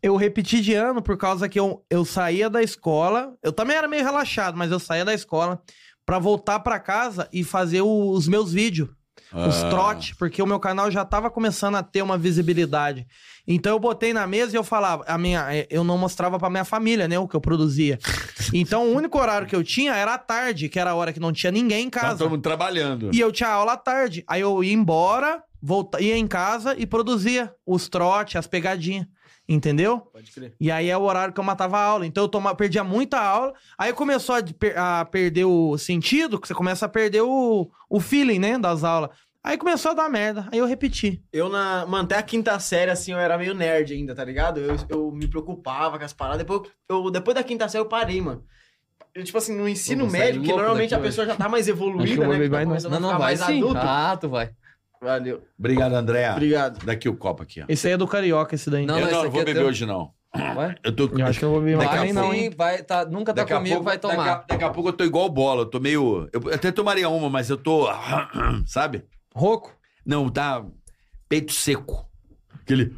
Eu repeti de ano por causa que eu, eu saía da escola, eu também era meio relaxado, mas eu saía da escola pra voltar pra casa e fazer o- os meus vídeos, os
Ah.
trote, porque o meu canal já tava começando a ter uma visibilidade. Então eu botei na mesa e eu falava, a minha, eh, eu não mostrava pra minha família, né, o que eu produzia. Então o único horário que eu tinha era à tarde, que era a hora que não tinha ninguém em
Tá
casa.
todo mundo trabalhando.
E eu tinha aula à tarde. Aí eu ia embora, volta, ia em casa e produzia os trotes, as pegadinhas. Entendeu?
Pode crer.
E aí é o horário que eu matava a aula. Então eu toma, perdia muita aula. Aí começou a, de- per- a perder o sentido, que você começa a perder o, o feeling, né? Das aulas. Aí começou a dar merda. Aí eu repeti.
Eu, na... mano, até a quinta série, assim, eu era meio nerd ainda, tá ligado? Eu, eu me preocupava com as paradas. Depois, eu... depois da quinta série, eu parei, mano. Eu, tipo assim, no ensino
Pô, você é
médio, que
louco
normalmente a
daqui
pessoa já tá mais
Acho que eu
evoluída,
vou
né? que
beber
tá
mais
começando a
Não,
ficar
não, vai
mais
sim.
adulto.
Ah, tu vai.
Valeu.
Obrigado, André.
Obrigado.
Daqui o copo aqui, ó.
Esse aí é do carioca, esse daí.
Não,
eu
não,
não,
esse
não vou
aqui é
beber
teu.
hoje, não.
Vai.
Eu tô...
Eu acho que eu não vou beber
Daqui
mais
a
nem não,
pouco-
hein?
vai, tá, nunca tá
Daqui a,
comigo,
pouco,
vai tomar.
Daqui, a, daqui a pouco eu tô igual bola, eu tô meio. Eu até tomaria uma, mas eu tô. Sabe?
Roco.
Não, tá. Peito seco. Aquele.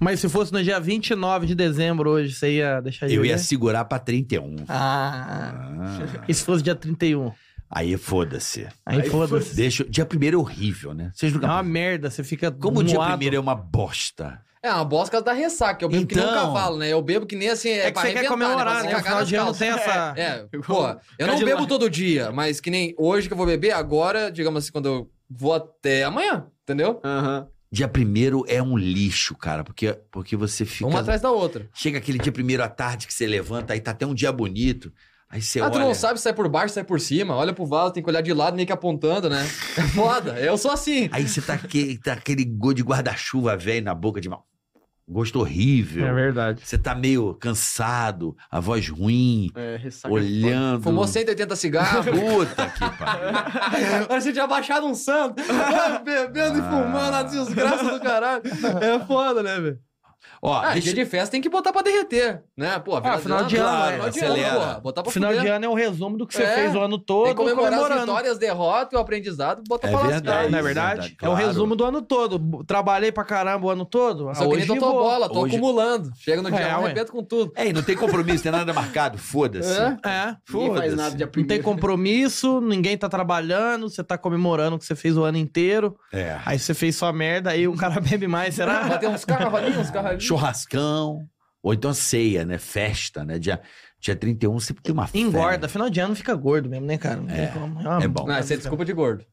Mas se fosse no dia 29 de dezembro hoje, você ia deixar de
Eu ia
né?
beber?
segurar pra 31.
Ah.
Ah,
E se fosse dia 31?
aí foda-se.
Aí, foda-se.
Deixa. Dia primeiro é horrível, né? Vocês
É
nunca.
uma merda, você fica
Como o dia
moado.
primeiro é uma bosta.
É uma bosta da ressaca. Eu bebo que nem um
Então.
cavalo, né? Eu bebo que nem assim.
É que
pra
você quer
arrebentar,
comemorar,
Pra
né?
você
O
cagar
final
nas
de ano
calças.
tem essa...
É,
Eu
pô,
vou
eu
ficar
não
de
bebo
lado.
todo dia, mas que nem hoje que eu vou beber, agora, digamos assim, quando eu vou até amanhã, entendeu?
Aham.
Dia primeiro é um lixo, cara, porque, porque você fica.
Uma atrás da outra.
Chega aquele dia primeiro à tarde que você levanta, aí tá até um dia bonito. Aí você
Ah,
olha.
tu não sabe se sai por baixo, sai por cima, olha pro vaso, tem que olhar de lado, meio que apontando, né? É foda, eu sou assim.
Aí você tá aquele, tá aquele gol de guarda-chuva velho na boca de mal. Gosto horrível.
verdade.
Você tá meio cansado, a voz ruim,
É, ressaca.
olhando.
Fumou 180 cigarros.
Puta que pariu.
Parece que tinha baixado um santo. Bebendo e
Ah.
fumando, a desgraça do caralho. É foda, né, velho?
Ó,
Ah,
deixa...
dia de festa tem que botar pra derreter, né? Pô,
Ah, final de ano, é.
Final de ano,
Acelera.
porra. Botar pra
Final
fuder.
de ano é o resumo do que você
É.
fez o ano
Tem
todo
que comemorar as
comemorando.
vitórias, derrota e o aprendizado, bota
É
pra
verdade.
lascar.
Não é
Isso,
verdade?
claro.
É o resumo do ano todo. B- Trabalhei pra caramba o ano todo. Ah,
Só que nem tô
hoje
tua
vou.
bola, tô
Hoje-
acumulando. Chega no dia
É,
1,
ué.
arrebento com tudo.
É, e não tem compromisso, tem nada marcado. Foda-se.
É.
É.
Ninguém faz
Foda-se.
nada dia
Não tem
primeiro.
compromisso, ninguém tá trabalhando, você tá comemorando o que você fez o ano inteiro.
É.
Aí você fez sua merda, aí o cara bebe mais, será?
Bater uns carros ali, uns carros ali.
Churrascão. Ou então ceia, né? Festa, né? Dia, dia 31 sempre tem uma festa.
Engorda. Final de ano fica gordo mesmo, né, cara? Não tem
É.
como. uma-
É bom.
Não, isso é desculpa de gordo.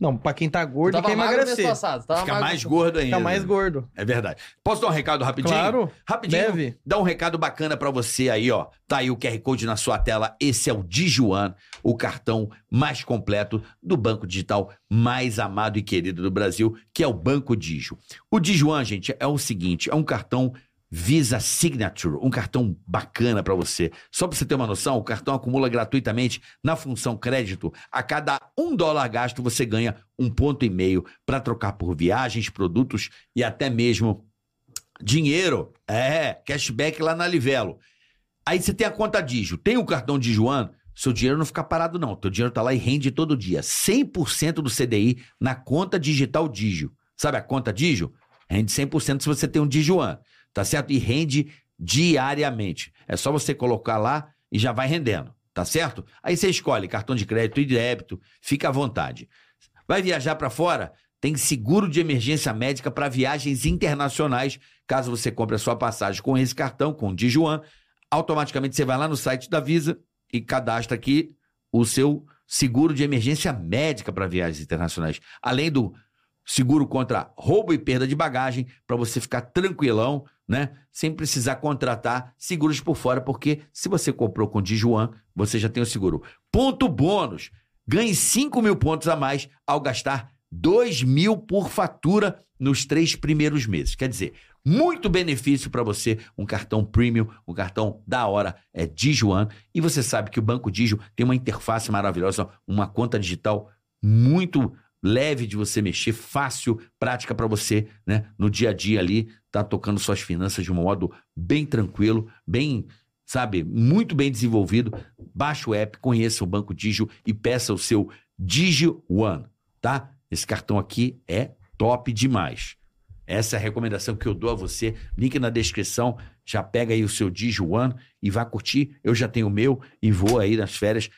Não, pra quem tá
Eu
gordo,
tava
quer
magro mês
emagrecer.
passado. Tava
Fica
magro.
mais gordo ainda.
Fica mais gordo.
É verdade. Posso dar um recado rapidinho?
Claro.
Rapidinho.
Deve.
Dá um recado bacana pra você aí, ó. Tá aí o QR Code na sua tela. Esse é o Dijuan, o cartão mais completo do banco digital mais amado e querido do Brasil, que é o Banco Digio. O Dijuan, gente, é o seguinte, é um cartão Visa Signature, um cartão bacana pra você. Só pra você ter uma noção, o cartão acumula gratuitamente na função crédito. A cada um dólar gasto, você ganha um ponto e meio pra trocar por viagens, produtos e até mesmo dinheiro. É, cashback lá na Livelo. Aí você tem a conta Digio, tem o cartão Dijuan, seu dinheiro não fica parado não. Teu dinheiro tá lá e rende todo dia. 100% do CDI na conta digital Digio. Sabe a conta Digio? Rende 100% se você tem um Dijuan, tá certo? E rende diariamente. É só você colocar lá e já vai rendendo, tá certo? Aí você escolhe cartão de crédito e débito, fica à vontade. Vai viajar pra fora? Tem seguro de emergência médica para viagens internacionais. Caso você compre a sua passagem com esse cartão, com o Dijuan, automaticamente você vai lá no site da Visa e cadastra aqui o seu seguro de emergência médica para viagens internacionais. Além do Seguro contra roubo e perda de bagagem, para você ficar tranquilão, né? Sem precisar contratar seguros por fora, porque se você comprou com o Dijuan, você já tem o seguro. Ponto bônus. Ganhe 5 mil pontos a mais ao gastar 2 mil por fatura nos três primeiros meses. Quer dizer, muito benefício para você, um cartão premium, um cartão da hora, é Dijuan. E você sabe que o Banco Digio tem uma interface maravilhosa, uma conta digital muito leve de você mexer, fácil, prática para você, né? No dia a dia ali, tá tocando suas finanças de um modo bem tranquilo, bem, sabe, muito bem desenvolvido. Baixa o app, conheça o Banco Digio e peça o seu Digio One, tá? Esse cartão aqui é top demais. Essa é a recomendação que eu dou a você. Link na descrição. Já pega aí o seu Digio One e vá curtir. Eu já tenho o meu e vou aí nas férias.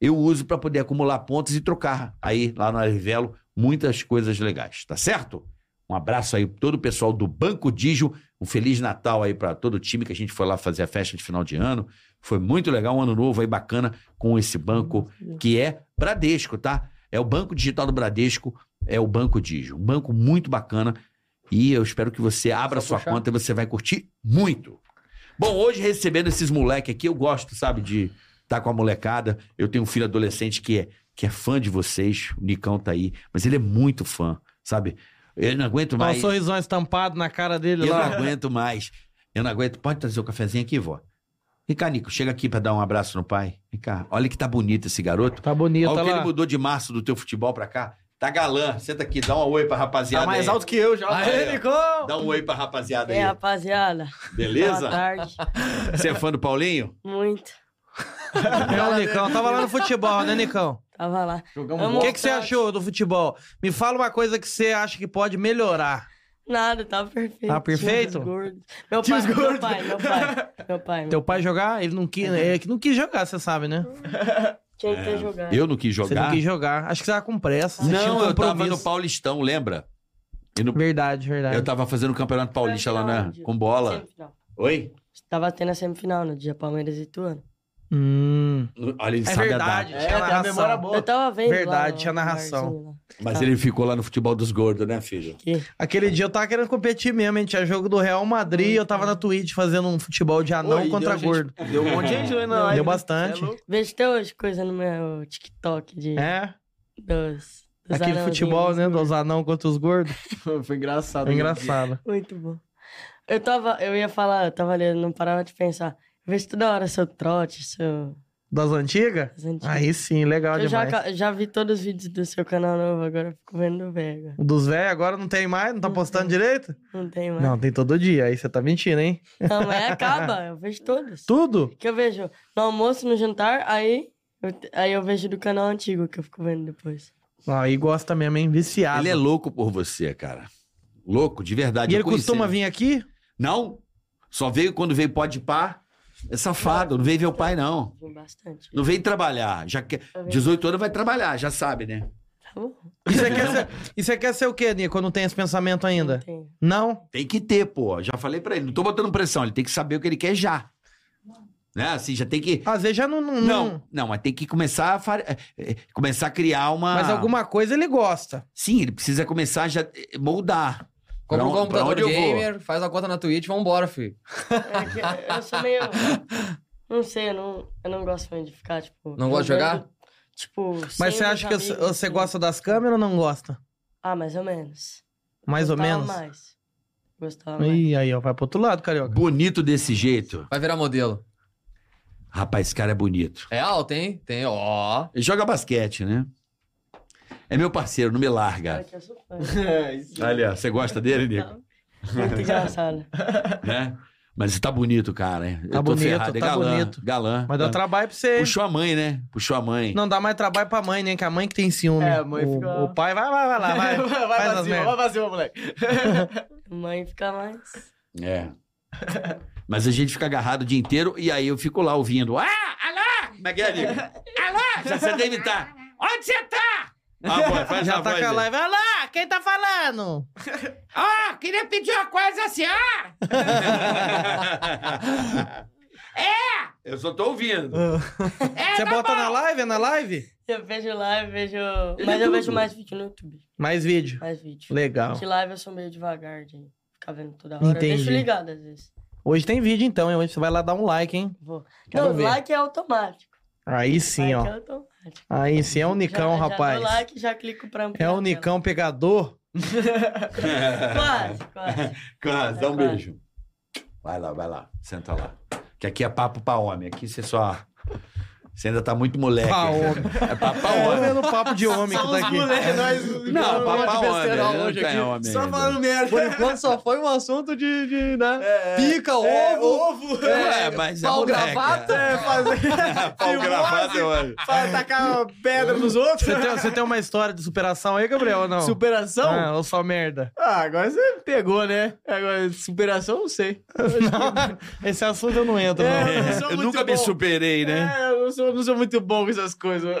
Eu uso para poder acumular pontos e trocar aí lá na Revelo muitas coisas legais, tá certo? Um abraço aí pra todo o pessoal do Banco Digio. Um feliz Natal aí para todo o time que a gente foi lá fazer a festa de final de ano. Foi muito legal, um ano novo aí bacana com esse banco que é Bradesco, tá? É o Banco Digital do Bradesco, é o Banco Digio. Um banco muito bacana e eu espero que você abra
Só
sua
puxar.
conta e você vai curtir muito. Bom, hoje recebendo esses moleques aqui, eu gosto, sabe, de estar com a molecada. Eu tenho um filho adolescente que é, que é fã de vocês, o Nicão tá aí, mas ele é muito fã, sabe? Eu não aguento
Dá um
mais.
sorrisão estampado na cara dele
Eu não
lá.
aguento mais. Eu não aguento. Pode trazer o cafezinho aqui, vó? Vem cá, Nico. Chega aqui pra dar um abraço no pai. Vem cá. Olha que tá bonito esse garoto.
Tá bonito,
Olha
tá
o que ele
lá.
mudou de março do teu futebol pra cá. Tá galã. Senta aqui. Dá um oi pra rapaziada
Tá
aí.
mais alto que eu já.
Aê,
Nicole!
Dá um oi pra rapaziada
É,
aí.
rapaziada. Boa
Beleza?
tarde.
Você é fã do Paulinho?
Muito.
É o Nicão. Tava lá no futebol, né, Nicão?
Tava lá.
Jogamos
Amo-
O
bola.
que, que você achou do futebol? Me fala uma coisa que você acha que pode melhorar.
Nada, tava perfeito.
Tá perfeito?
Tinha uns gordos. Meu
Tinha
pai,
uns
meu
gordos.
pai, meu pai, meu pai.
Teu pai jogar, ele não
Uhum.
quis, ele que não quis jogar, você sabe, né?
Tinha que ter jogado.
Eu não quis jogar.
Você não quis jogar. Acho que você tava com pressa. Você tinha um
Não, eu tava
compromisso.
no Paulistão, lembra? E no-
Verdade, verdade.
Eu tava fazendo o Campeonato Paulista lá na... com bola.
Semifinal.
Oi?
Tava tendo a semifinal no dia Palmeiras e Tuano.
Hum.
No- Olha, ele
É
sabe a
verdade.
data.
É, tem a memória
Eu
boa.
tava vendo. lá
Verdade,
no
tinha narração.
barzinho
Mas ele ficou lá no futebol dos gordos, né, filho?
Aquele dia eu tava querendo competir mesmo, hein? Tinha jogo do Real Madrid e eu tava na Twitch fazendo um futebol de anão
Oi, deu
contra
gente-
gordo.
Deu um monte de gente lá na
Deu
live. né?
bastante.
Cê é louco.
lá. Vejo até hoje coisa no meu TikTok de,
É.
dos, dos
Aquele
anãozinhos.
futebol, né? Dos anão contra os gordos.
Foi engraçado.
né?
Foi engraçado.
Muito bom. Eu tava, eu ia falar, eu tava lendo, não parava de pensar. Eu vejo toda hora seu trote, seu...
Das antigas?
as antigas.
Aí sim, legal
Eu já,
demais.
ca- já vi todos os vídeos do seu canal novo, agora eu fico vendo o velho. agora.
O Dos velhos agora não tem mais? Não tá postando direito?
Não tem mais. Não. é.
Não, tem todo dia. Aí você tá mentindo, hein?
mas Então, é, acaba, eu vejo todos.
Tudo?
Que eu vejo no almoço, no jantar, aí eu, te- aí eu vejo do canal antigo que eu fico vendo depois.
Ah, Aí gosta mesmo, hein? Viciado.
Ele é louco por você, cara. Louco, de verdade.
E
eu
ele
conheci
costuma vir aqui?
Não. Só veio quando veio pode pá. É safado, não veio ver o pai, não.
Vem bastante.
Não veio trabalhar. Já que 18 anos vai trabalhar, já sabe, né?
Tá bom?
E você quer ser, e você quer ser o quê, Nico? Não tem esse pensamento
Não
ainda?
tem.
Não?
Tem que ter, pô. Já falei pra ele. Não tô botando pressão, ele tem que saber o que ele quer já. Né? Assim, já tem que.
Às vezes já não. não,
Não,
não.
não, mas tem que começar a, fa- eh, eh, começar a criar uma.
Mas alguma coisa ele gosta.
Sim, ele precisa começar a já eh, moldar.
Compra um
Pra on- pra
computador
onde eu vou?
gamer, faz a conta na Twitch, vambora, filho.
É que eu sou meio. Não sei, eu não, eu não gosto muito de ficar, tipo.
Não gosta de
jogando, Tipo. sem
Mas você
meus
acha que você-
amigos,
você
assim.
gosta das câmeras ou não gosta?
Ah, mais ou menos.
Mais ou
Gostava
menos?
Mais. Gostava mais.
Ih, aí, ó. Vai pro outro lado, carioca.
Bonito desse jeito.
Vai virar modelo.
Rapaz, esse cara é bonito.
É alto, hein? Tem, ó.
Ele joga basquete, né? É meu parceiro, não me larga.
Cara, que eu sou fã. né? Então,
É, isso.
Olha, você gosta dele, Nico?
Muito engraçado.
né? Mas tá bonito, cara. hein? Eu
Tá
tô
bonito,
ferrado. É
tá
galã,
bonito.
Galã.
Mas dá
Galã.
trabalho pra você. hein?
Puxou a mãe, né? Puxou a mãe.
Não dá mais trabalho pra mãe, né? Que a mãe que tem ciúme.
É, a mãe
o,
fica-
o pai, vai, vai, vai lá, vai.
vai
Faz
pra
as
cima,
merda.
vai pra cima, moleque.
Mãe fica mais.
É. Mas a gente fica agarrado o dia inteiro e aí eu fico lá ouvindo. Ah, alô! Como é que é, Nico? Alô! Já você deve estar. Onde você tá? Ah, boy, faz
Já
a
tá
voz
com a
aí.
live. Vai lá, quem tá falando?
Ah, queria pedir uma coisa assim, ah! é! Eu só tô ouvindo.
você bota na live? É na live?
Eu vejo live, vejo.
Ele é
Mas eu
tudo.
vejo mais vídeo no YouTube.
Mais vídeo.
Mais vídeo.
Legal.
De live eu sou meio devagar de ficar vendo toda hora. Eu
Entendi.
deixo ligado às vezes.
Hoje tem vídeo, então, hein? Hoje você vai lá dar um like, hein?
Vou.
Quero
não,
ver.
like é automático.
Aí sim,
like é
ó.
automático.
Aí sim, é o Nicão,
já, Já
rapaz.
dou like, já clico pra ampliar
É o
a tela.
Nicão pegador. Ah.
Quase, quase.
Quase, dá um beijo. Vai lá, vai lá. Senta lá. Que aqui é papo pra homem. Aqui você só. Você ainda tá muito moleque.
Pra homem.
É papo pra
Tá
homem.
vendo o papo de homem que tá aqui.
Não, papo pra homem.
besteira
Não
hoje
tem
aqui.
homem
Só
ainda.
falando merda.
Por enquanto só foi um assunto de, de, né? Pica,
é,
ovo,
Ovo.
É, mas é
pau
moleque. É
gravata.
Pau gravado, olha.
Pra tacar pedra nos outros.
Você tem, você tem uma história de superação aí, Gabriel, ou não?
Superação?
Ah, ou só merda?
Ah, agora você pegou, né? Agora, superação, não sei.
Esse assunto eu não entro, não.
É. sou
Eu
muito
nunca me
bom.
superei, né?
É, eu não sou, não sou muito bom com essas coisas.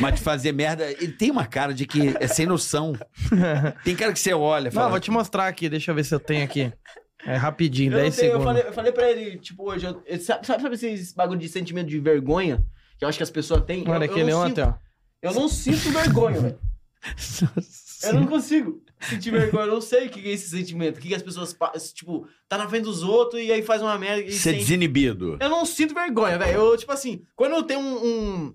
Mas de fazer merda, ele tem uma cara de que é sem noção. Tem cara que você olha e fala.
Não, vou te mostrar aqui, deixa eu ver se eu tenho aqui. É rapidinho,
Eu, não
10
tenho, eu,
segundos.
falei, eu falei pra ele, tipo, hoje, eu, eu- sabe, sabe esses bagulho de sentimento de vergonha? Que eu acho que as pessoas têm.
Olha
eu, eu
aquele
não
ontem,
sinto-
ó.
Eu não sinto vergonha, velho. Eu não consigo sentir vergonha. Eu não sei o que que é esse sentimento. O que que as pessoas, pa- tipo, tá na frente dos outros e aí faz uma merda. E
Ser
sente-
é desinibido.
Eu não sinto vergonha, velho. Eu, tipo assim, quando eu tenho um, um-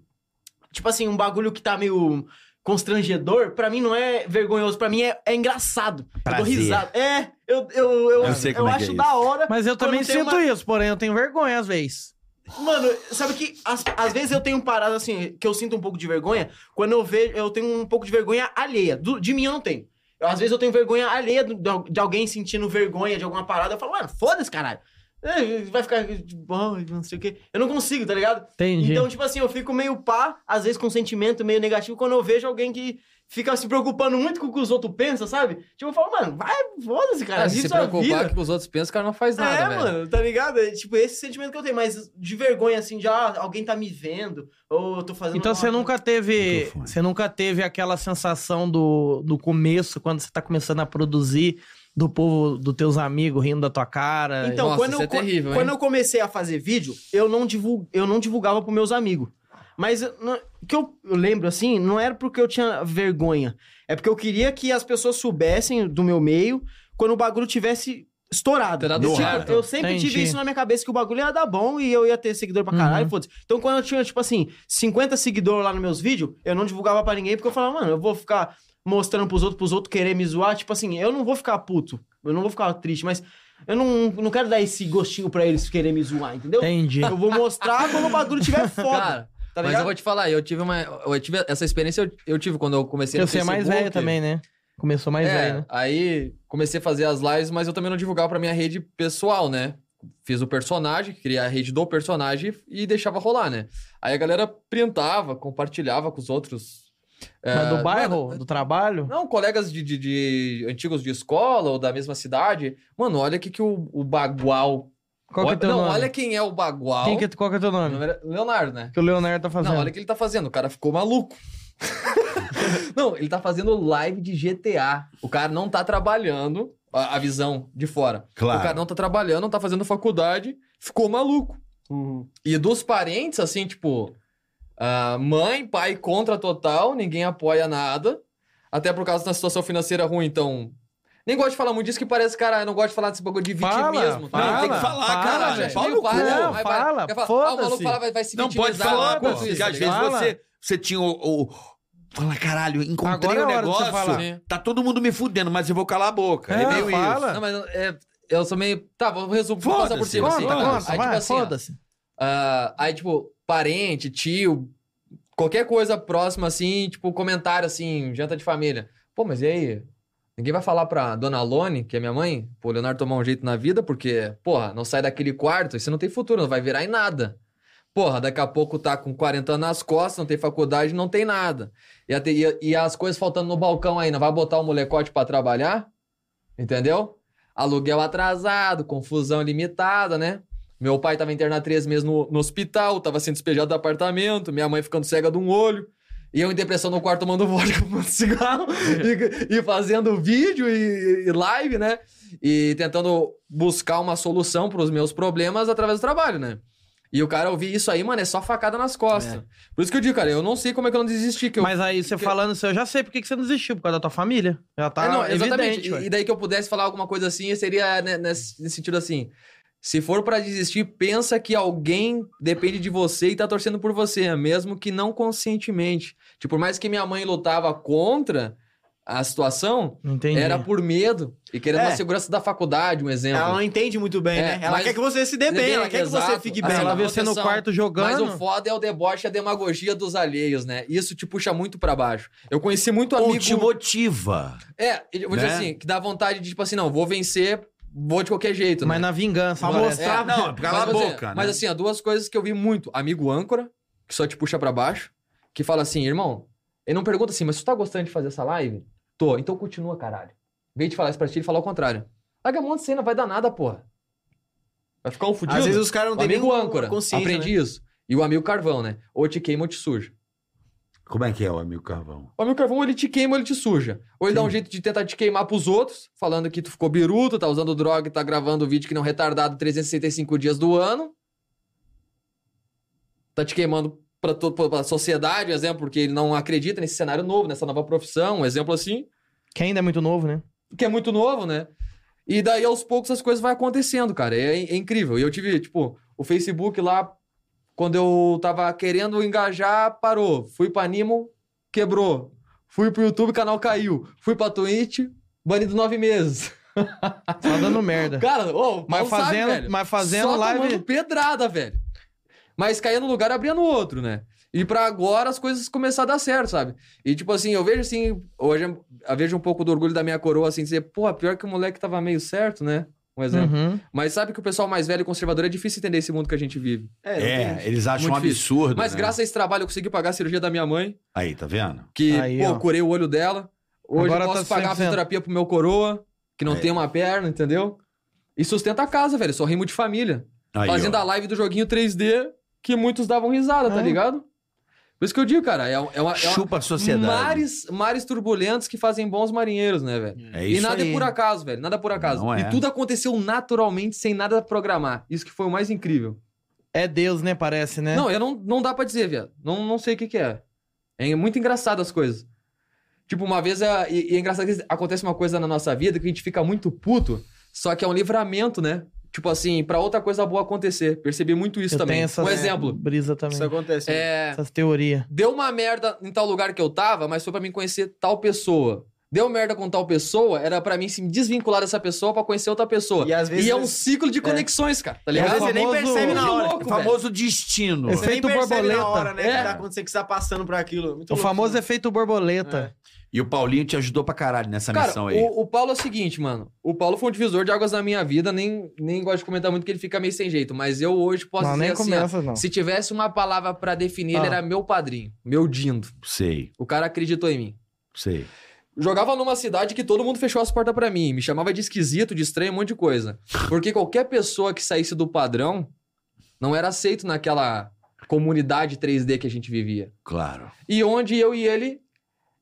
Tipo assim, um bagulho que tá meio constrangedor, pra mim não é vergonhoso, pra mim é, é engraçado. Eu
Prazer.
dou risada. É, eu, eu, eu,
Eu sei como é que é
acho
isso.
da hora.
Mas eu
quando
também
tem
sinto
uma-
isso, porém eu tenho vergonha às vezes.
Mano, sabe que às, às vezes eu tenho parada assim, que eu sinto um pouco de vergonha, quando eu vejo, eu tenho um pouco de vergonha alheia. Do- de mim eu não tenho. Eu, às vezes eu tenho vergonha alheia do- de, al- de alguém sentindo vergonha de alguma parada. Eu falo, mano, foda-se, caralho. É, Vai ficar de bom, não sei o quê. Eu não consigo, tá ligado?
Entendi.
Então, tipo assim, eu fico meio pá, às vezes com um sentimento meio negativo, quando eu vejo alguém que fica se preocupando muito com o que os outros pensam, sabe? Tipo, eu falo, mano, vai, foda-se, cara.
Cara,
vive
se se
sua é vida.
preocupar que os outros pensam, o cara não faz nada,
é,
velho.
mano, tá ligado? É, tipo, esse sentimento que eu tenho, mas de vergonha, assim, de ah, alguém tá me vendo, ou eu tô fazendo.
Então
uma-
você nunca teve.
Microfone.
Você nunca teve aquela sensação do, do começo, quando você tá começando a produzir, do povo, dos teus amigos rindo da tua cara.
Então,
Nossa,
quando,
isso
eu,
é terrível,
quando
hein?
eu comecei a fazer vídeo, eu não, divul- eu não divulgava pros meus amigos. Mas eu- não- o que eu, eu lembro, assim, não era porque eu tinha vergonha. É porque eu queria que as pessoas soubessem do meu meio quando o bagulho tivesse estourado.
Ter dado
Tipo,
certo.
eu sempre tive
Entendi.
isso na minha cabeça, que o bagulho ia dar bom e eu ia ter seguidor pra caralho,
Uhum.
foda-se. Então, quando eu tinha, tipo assim, 50 seguidores lá nos meus vídeos, eu não divulgava pra ninguém, porque eu falava, mano, eu vou ficar mostrando pros outros, pros outros querer me zoar. Tipo assim, eu não vou ficar puto, eu não vou ficar triste, mas eu não, não quero dar esse gostinho pra eles querer me zoar, entendeu?
Entendi.
Eu vou mostrar quando o bagulho tiver foda,
Cara,
tá
mas eu
ligado?
vou te falar, eu tive uma. Eu tive essa experiência, eu, eu tive quando eu comecei
Porque você é mais velho também, né? Começou mais
é,
velho, né?
Aí comecei a fazer as lives, mas eu também não divulgava pra minha rede pessoal, né? Fiz o personagem, criei a rede do personagem e deixava rolar, né? Aí a galera printava, compartilhava com os outros. é,
Mas do bairro,
mano,
do trabalho.
não, colegas de, de- de- antigos de escola ou da mesma cidade. Mano, olha o que, que o, o Bagual.
Qual que é
olha,
teu
não,
nome?
olha quem é o Bagual.
Quem que, qual que é teu nome?
Leonardo, né?
Que o Leonardo tá fazendo.
Não, olha o que ele tá fazendo. O cara ficou maluco. não, ele tá fazendo live de GTA. O cara não tá trabalhando. A, a visão de fora. O cara
Claro.
não tá trabalhando, não tá fazendo faculdade. Ficou maluco.
Uhum.
E dos parentes, assim, tipo... ah, mãe, pai contra total. Ninguém apoia nada. Até por causa da situação financeira ruim, então... Nem gosto de falar muito disso, que parece, cara, eu não gosto de falar desse bagulho de
Fala,
vitimismo.
fala,
Não, tem que falar,
fala,
caralho.
gente,
Fala
meio
no cu.
vai,
Não, fala,
vai, vai, vai, ah, o maluco
foda-se.
fala, vai, vai se
Não pode
vitimizar,
falar,
uma
pô.
coisa
foda-se,
Porque
assim,
às vezes
tá ligado?
Fala.
você, você tinha o. o- Fala, caralho, encontrei
Agora é
o
a hora de você
negócio.
falar.
Sim.
Tá todo mundo me fudendo, mas eu vou calar a boca. É,
É,
meio
fala.
Não, mas é, eu sou meio. Tá, vou resumir. Vou
Foda-se,
passar por cima
foda-se,
assim,
foda-se,
tá? cara? aí, tipo
vai,
assim, ó,
foda-se.
ah, aí, tipo, parente, tio, qualquer coisa próxima, assim, tipo, comentário assim, janta de família. Pô, mas e aí? Ninguém vai falar pra dona Lone, que é minha mãe, pô, Leonardo tomar um jeito na vida, porque, porra, não sai daquele quarto, isso não tem futuro, não vai virar em nada. Porra, daqui a pouco tá com 40 anos nas costas, não tem faculdade, não tem nada. E, até- e- e as coisas faltando no balcão ainda, vai botar o molecote pra trabalhar? Entendeu? Aluguel atrasado, confusão limitada, né? Meu pai tava internado três meses no, no hospital, tava sendo despejado do apartamento, minha mãe ficando cega de um olho. E eu em depressão no quarto tomando vodka, fumando cigarro e, e fazendo vídeo e, e live, né? E tentando buscar uma solução pros meus problemas através do trabalho, né? E o cara ouvir isso aí, mano, é só facada nas costas. Por isso que eu digo, cara, eu não sei como é que eu não desisti. Que eu...
Mas aí você
que-
falando isso, eu já sei por que que você não desistiu, por causa da tua família. Já tá
É, não,
evidente,
exatamente.
ué.
E- e daí que eu pudesse falar alguma coisa assim, seria né, nesse, nesse sentido assim. Se for pra desistir, pensa que alguém depende de você e tá torcendo por você, mesmo que não conscientemente. Tipo, por mais que minha mãe lutava contra a situação,
Não entendi.
era por medo e querendo
É.
uma segurança da faculdade, um exemplo.
Ela não entende muito bem,
É,
né? Ela
mas-
quer que você se dê
Se
bem,
dê bem,
ela quer que você
exato.
fique
Ah,
bem.
Assim, Ela
ela
vê você no
proteção.
quarto
Mas
jogando.
o foda é o deboche e a demagogia dos alheios, né? Isso te puxa muito pra baixo. Eu conheci muito
Ou
um amigo.
te motiva.
É, eu vou dizer
Né?
assim, que dá vontade de, tipo assim, não, vou vencer, vou de qualquer jeito.
Mas
né?
na vingança.
Pra
parece.
mostrar-
Não, cala a
mas, assim,
boca, né?
Mas assim, ó, duas coisas que eu vi muito. Amigo âncora, que só te puxa pra baixo, que fala assim, irmão, ele não pergunta assim, mas tu tá gostando de fazer essa live? Tô, então continua, caralho. Em vez de falar isso pra ti, ele fala o contrário. Larga a mão de cena, vai dar nada, porra. Vai ficar um fudido.
Às vezes os caras não
o
têm nem
amigo âncora,
consciência, né?
aprendi isso. E o amigo carvão, né? Ou te queima ou te suja.
Como é que é o amigo Carvão?
O amigo carvão, ou ele te queima ou ele te suja. Ou ele dá um jeito de tentar te queimar pros outros, falando que tu ficou biruta, tá usando droga, e tá gravando vídeo que não é retardado 365 dias do ano. Tá te queimando pra, to- pra sociedade, um exemplo, porque ele não acredita nesse cenário novo, nessa nova profissão, um exemplo assim
Que ainda é muito novo, né?
que é muito novo, né? E daí, aos poucos, as coisas vão acontecendo, cara. É, é incrível. E eu tive, tipo, o Facebook lá, quando eu tava querendo engajar, parou. Fui pra Nimo, quebrou. Fui pro YouTube, canal caiu. Fui pra Twitch, banido nove meses.
Só Tá dando merda.
Cara, ô, o
Mas
Paulo sabe,
fazendo,
velho.
mas fazendo
Só
live.
tomando pedrada, velho. Mas caía num lugar, abria no outro, né? E pra agora as coisas começaram a dar certo, sabe? E tipo assim, eu vejo assim, hoje eu vejo um pouco do orgulho da minha coroa, assim, dizer, porra, pior que o moleque tava meio certo, né? Um exemplo.
Uhum.
Mas sabe que o pessoal mais velho e conservador é difícil entender esse mundo que a gente vive.
É, eles acham um
Muito difícil.
absurdo.
Mas
né?
graças a esse trabalho eu consegui pagar a cirurgia da minha mãe,
Aí, tá vendo?
que,
Aí,
pô,
ó.
eu curei o olho dela. Hoje
Agora
eu posso
tá
pagar a
100%.
fisioterapia pro meu coroa, que não
É.
Aí.
tem uma perna, entendeu? E sustenta a casa, velho. Só rimo de família.
Aí,
fazendo
ó.
a live do joguinho 3D que muitos davam risada, tá
É.
ligado? Por isso que eu digo, cara, é, um- é uma. É uma
Chupa a sociedade.
mares, mares turbulentos que fazem bons marinheiros, né, velho?
É isso
E nada
aí.
é por acaso, velho. Nada é por acaso.
Não
e
é.
tudo aconteceu naturalmente, sem nada programar. Isso que foi o mais incrível.
É Deus, né? Parece, né?
Não, eu não, não dá pra dizer, velho. Não, não sei o que, que é. É muito engraçado as coisas. Tipo, uma vez. é- E, e é engraçado que acontece uma coisa na nossa vida que a gente fica muito puto, só que é um livramento, né? Tipo assim, pra outra coisa boa acontecer. Percebi muito isso
eu
também.
tenho essas
um exemplo.
brisa também.
Isso acontece. né?
É,
Essas teorias.
deu uma merda em tal lugar que eu tava, mas foi pra mim conhecer tal pessoa. Deu merda com tal pessoa, era pra mim se me desvincular dessa pessoa pra conhecer outra pessoa.
E às vezes-
é um ciclo de conexões, cara, tá
É o
Às
ligado?
vezes você nem
famoso-
percebe na hora.
louco,
O famoso destino.
Esse-
Você nem
Efeito
percebe
borboleta.
na hora, né?
É.
Que tá acontecendo, que você tá passando por aquilo. Muito
O
louco,
famoso
né?
efeito
É.
borboleta.
E o Paulinho te ajudou pra caralho nessa
Cara,
missão aí.
O, o Paulo é o seguinte, mano. O Paulo foi um divisor de águas na minha vida, nem, nem gosto de comentar muito que ele fica meio sem jeito. Mas eu hoje posso
não,
dizer
nem
assim,
começa,
ó,
não.
se tivesse uma palavra pra definir, ele
Ah.
era meu padrinho, meu dindo.
Sei,
O cara acreditou em mim.
sei.
Jogava numa cidade que todo mundo fechou as portas pra mim. Me chamava de esquisito, de estranho, um monte de coisa. Porque qualquer pessoa que saísse do padrão não era aceito naquela comunidade 3D que a gente vivia.
Claro.
E onde eu e ele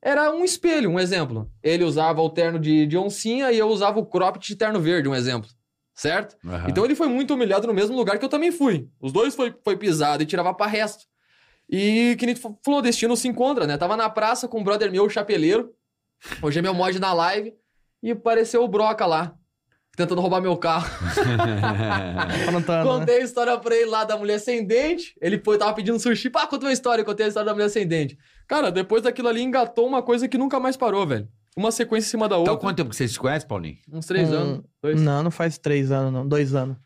era um espelho, um exemplo. Ele usava o terno de, de oncinha e eu usava o cropped de terno verde, um exemplo. Certo?
Aham.
Então ele foi muito humilhado no mesmo lugar que eu também fui. Os dois foi, foi pisado e tirava pra resto. E que nem tu fa- falou, destino se encontra, né? Tava na praça com um brother meu, o chapeleiro. Hoje é meu mod na live. E apareceu o Broca lá, tentando roubar meu carro.
Plantando, né?
Contei a história pra ele lá da mulher sem dente. Ele foi, tava pedindo sushi. Pá, conta uma história. Contei a história da mulher sem dente. Cara, depois daquilo ali engatou uma coisa que nunca mais parou, velho. Uma sequência em cima da outra.
Então, quanto tempo que vocês se conhecem, Paulinho?
Uns três
Hum,
anos. Dois.
Não, não faz três anos, não. Dois anos.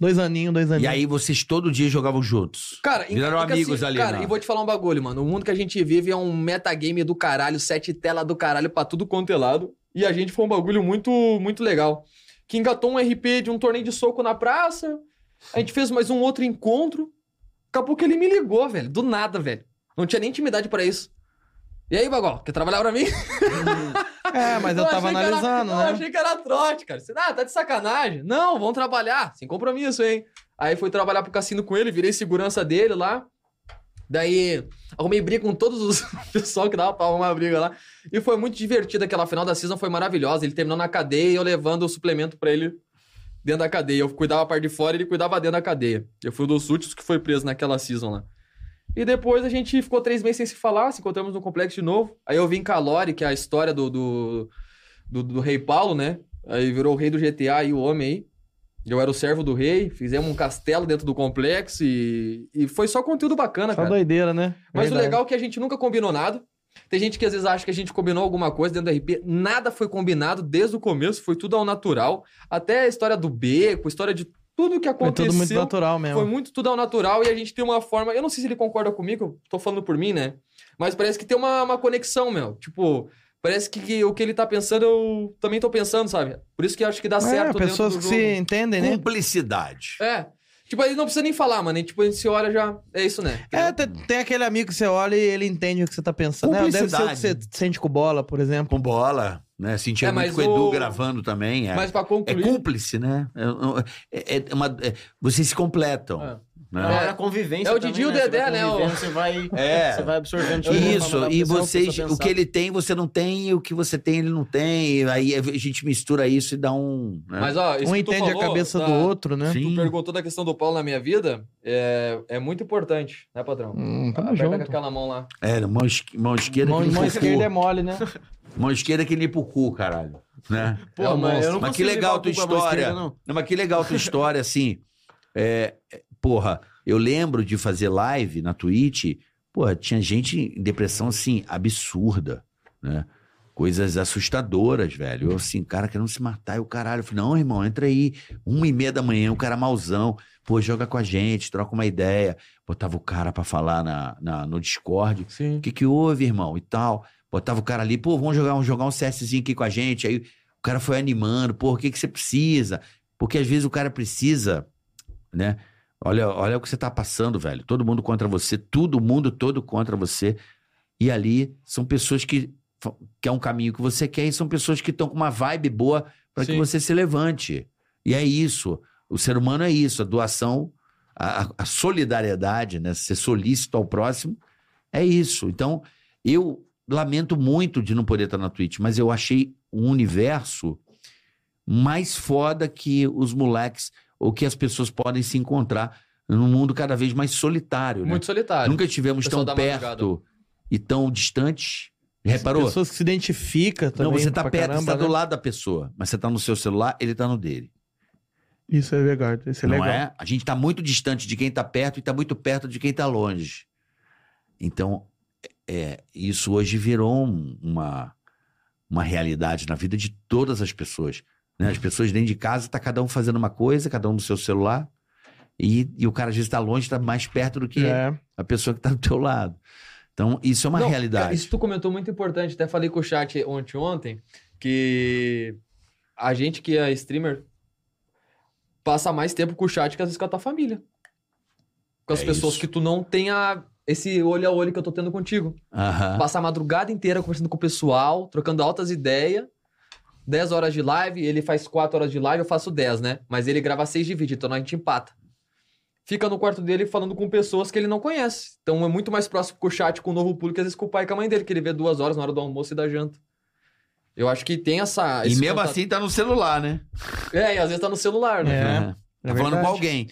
Dois aninhos, dois
Tá
aninhos.
E aí vocês todo dia jogavam juntos.
Cara,
Viraram
é que
amigos ali,
Cara,
né?
e vou te falar um bagulho, mano. O mundo que a gente vive é um metagame do caralho, sete tela do caralho pra tudo quanto é lado. E a gente foi um bagulho muito, muito legal. Que engatou um RP de um torneio de soco na praça. A gente fez mais um outro encontro. Acabou que ele me ligou, velho. Do nada, velho. Não tinha nem intimidade pra isso. E aí, Bagol, quer trabalhar pra mim?
É, mas eu, tava
achei que era-
analisando,
Eu
né?
achei que era trote, cara. Você, ah, tá de sacanagem. Não, vamos trabalhar, sem compromisso, hein? Aí fui trabalhar pro cassino com ele, virei segurança dele lá. Daí arrumei briga com todos os pessoal que dava pra arrumar briga lá. E foi muito divertido aquela final da season, foi maravilhosa. Ele terminou na cadeia e eu levando o suplemento pra ele dentro da cadeia. Eu cuidava a parte de fora e ele cuidava dentro da cadeia. Eu fui um dos últimos que foi preso naquela season lá. E depois a gente ficou três meses sem se falar, se encontramos no complexo de novo. Aí eu vim Calori, que é a história do, do, do, do rei Paulo, né? Aí virou o rei do GTA e o homem aí. Eu era o servo do rei, fizemos um castelo dentro do complexo e, e foi só conteúdo bacana,
Só
cara.
doideira, né?
Mas
Verdade.
o legal é que a gente nunca combinou nada. Tem gente que às vezes acha que a gente combinou alguma coisa dentro do RP. Nada foi combinado desde o começo, foi tudo ao natural. Até a história do beco, a história de tudo que
é Foi
aconteceu.
tudo muito natural mesmo.
Foi muito tudo ao natural e a gente tem uma forma. Eu não sei se ele concorda comigo, eu tô falando por mim, né? Mas parece que tem uma, uma conexão, meu. Tipo, parece que, que o que ele tá pensando, eu também tô pensando, sabe? Por isso que eu acho que dá
é,
certo.
pessoas que
dentro do
se
jogo.
entendem, né?
Cumplicidade.
É. Tipo, ele não precisa nem falar, mano. E, tipo, a gente se olha já. É isso, né?
É, te- tem, aquele amigo que você olha e ele entende o que você tá pensando. Né? Deve ser o que você
Cumplicidade.
sente com bola, por exemplo.
Com bola, né? Sentia
É,
muito
mas
com o Edu
o-
gravando também. É,
Mas pra
é
concluir.
cúmplice, né? É, é- é uma- é- vocês se completam.
É.
Na
Né?
hora da convivência
É o
também,
Didi e o
né? Você
Dedé,
vai
né?
convivendo, Você vai,
É.
você vai absorvendo tudo,
Isso,
fala da
e
é pessoa,
vocês,
pessoa
o que
pensar.
ele tem, você não tem, e o que você tem, ele não tem. e Aí a gente mistura isso e dá um. né?
Mas, ó, isso
Um
que tu
entende
falou,
a cabeça
tá?
do outro, né?
Sim.
Tu perguntou da questão do Paulo na minha vida. É, é muito importante, né, patrão?
Hum, tamo
Aperta com
junto.
aquela mão lá.
É, mão, esqui- mão esquerda
Mão,
que
mão
limpa o cu.
esquerda é mole, né?
Mão esquerda que limpa o cu, caralho. Né?
Pô,
É um
mas eu
monstro.
não
Mas que
consigo
legal
limpar o
tua
cu com a mão
história.
esquerda, não.
Não, mas que legal a tua história, assim. É, é, porra, eu lembro de fazer live na Twitch. Porra, tinha gente em depressão, assim, absurda, né? Coisas assustadoras, velho. Eu, assim, cara querendo se matar. E o caralho, eu falei, não, irmão, entra aí. Uma e meia da manhã, o cara mauzão. Pô, joga com a gente, troca uma ideia. Botava o cara pra falar na, na- no Discord. O
Sim.
que que houve, irmão? E tal. Botava o cara ali, pô, vamos jogar um, jogar um CSzinho aqui com a gente. Aí o cara foi animando, pô, o que que você precisa? Porque às vezes o cara precisa, né? Olha, olha o que você tá passando, velho. Todo mundo contra você, todo mundo todo contra você. E ali são pessoas que fa- que é um caminho que você quer e são pessoas que estão com uma vibe boa para que
Sim.
você se levante. E é isso. O ser humano é isso, a doação, a, a- a solidariedade, né? Ser solícito ao próximo é isso. Então, eu lamento muito de não poder estar na Twitch, mas eu achei um universo mais foda que os moleques ou que as pessoas podem se encontrar num mundo cada vez mais solitário. né?
Muito solitário.
Nunca estivemos tão
Pessoal da
perto e tão distantes. Reparou?
Pessoas que se identificam também.
Não, você tá
pra
perto,
caramba,
você tá do
né?
lado da pessoa, mas você tá no seu celular, ele tá no dele.
Isso é legal. Isso é
não
legal.
é? A gente tá muito distante de quem tá perto e tá muito perto de quem tá longe. Então, é, isso hoje virou um- uma, uma realidade na vida de todas as pessoas. né? As pessoas dentro de casa, tá cada um fazendo uma coisa, cada um no seu celular. E, e o cara às vezes tá longe, tá mais perto do que
É.
a pessoa que tá do teu lado. Então, isso é uma
Não, cara,
realidade.
Isso tu comentou muito importante. Até falei com o chat ontem, ontem que a gente que é streamer passa mais tempo com o chat que às vezes com a tua família. Com as
É
pessoas
isso.
que tu não tem a- esse olho a olho que eu tô tendo contigo.
Aham.
Passar a madrugada inteira conversando com o pessoal, trocando altas ideias. 10 horas de live, ele faz 4 horas de live, eu faço 10, né? Mas ele grava 6 de vídeo, então a gente empata. Fica no quarto dele falando com pessoas que ele não conhece. Então é muito mais próximo com o chat, com o novo público, que às vezes com o pai e com a mãe dele, que ele vê duas horas na hora do almoço e da janta. Eu acho que tem essa.
E
esse
mesmo
contato-
assim tá no celular, né?
É, e às vezes tá no celular, né?
É,
Uhum.
é
Tá falando
verdade.
com alguém.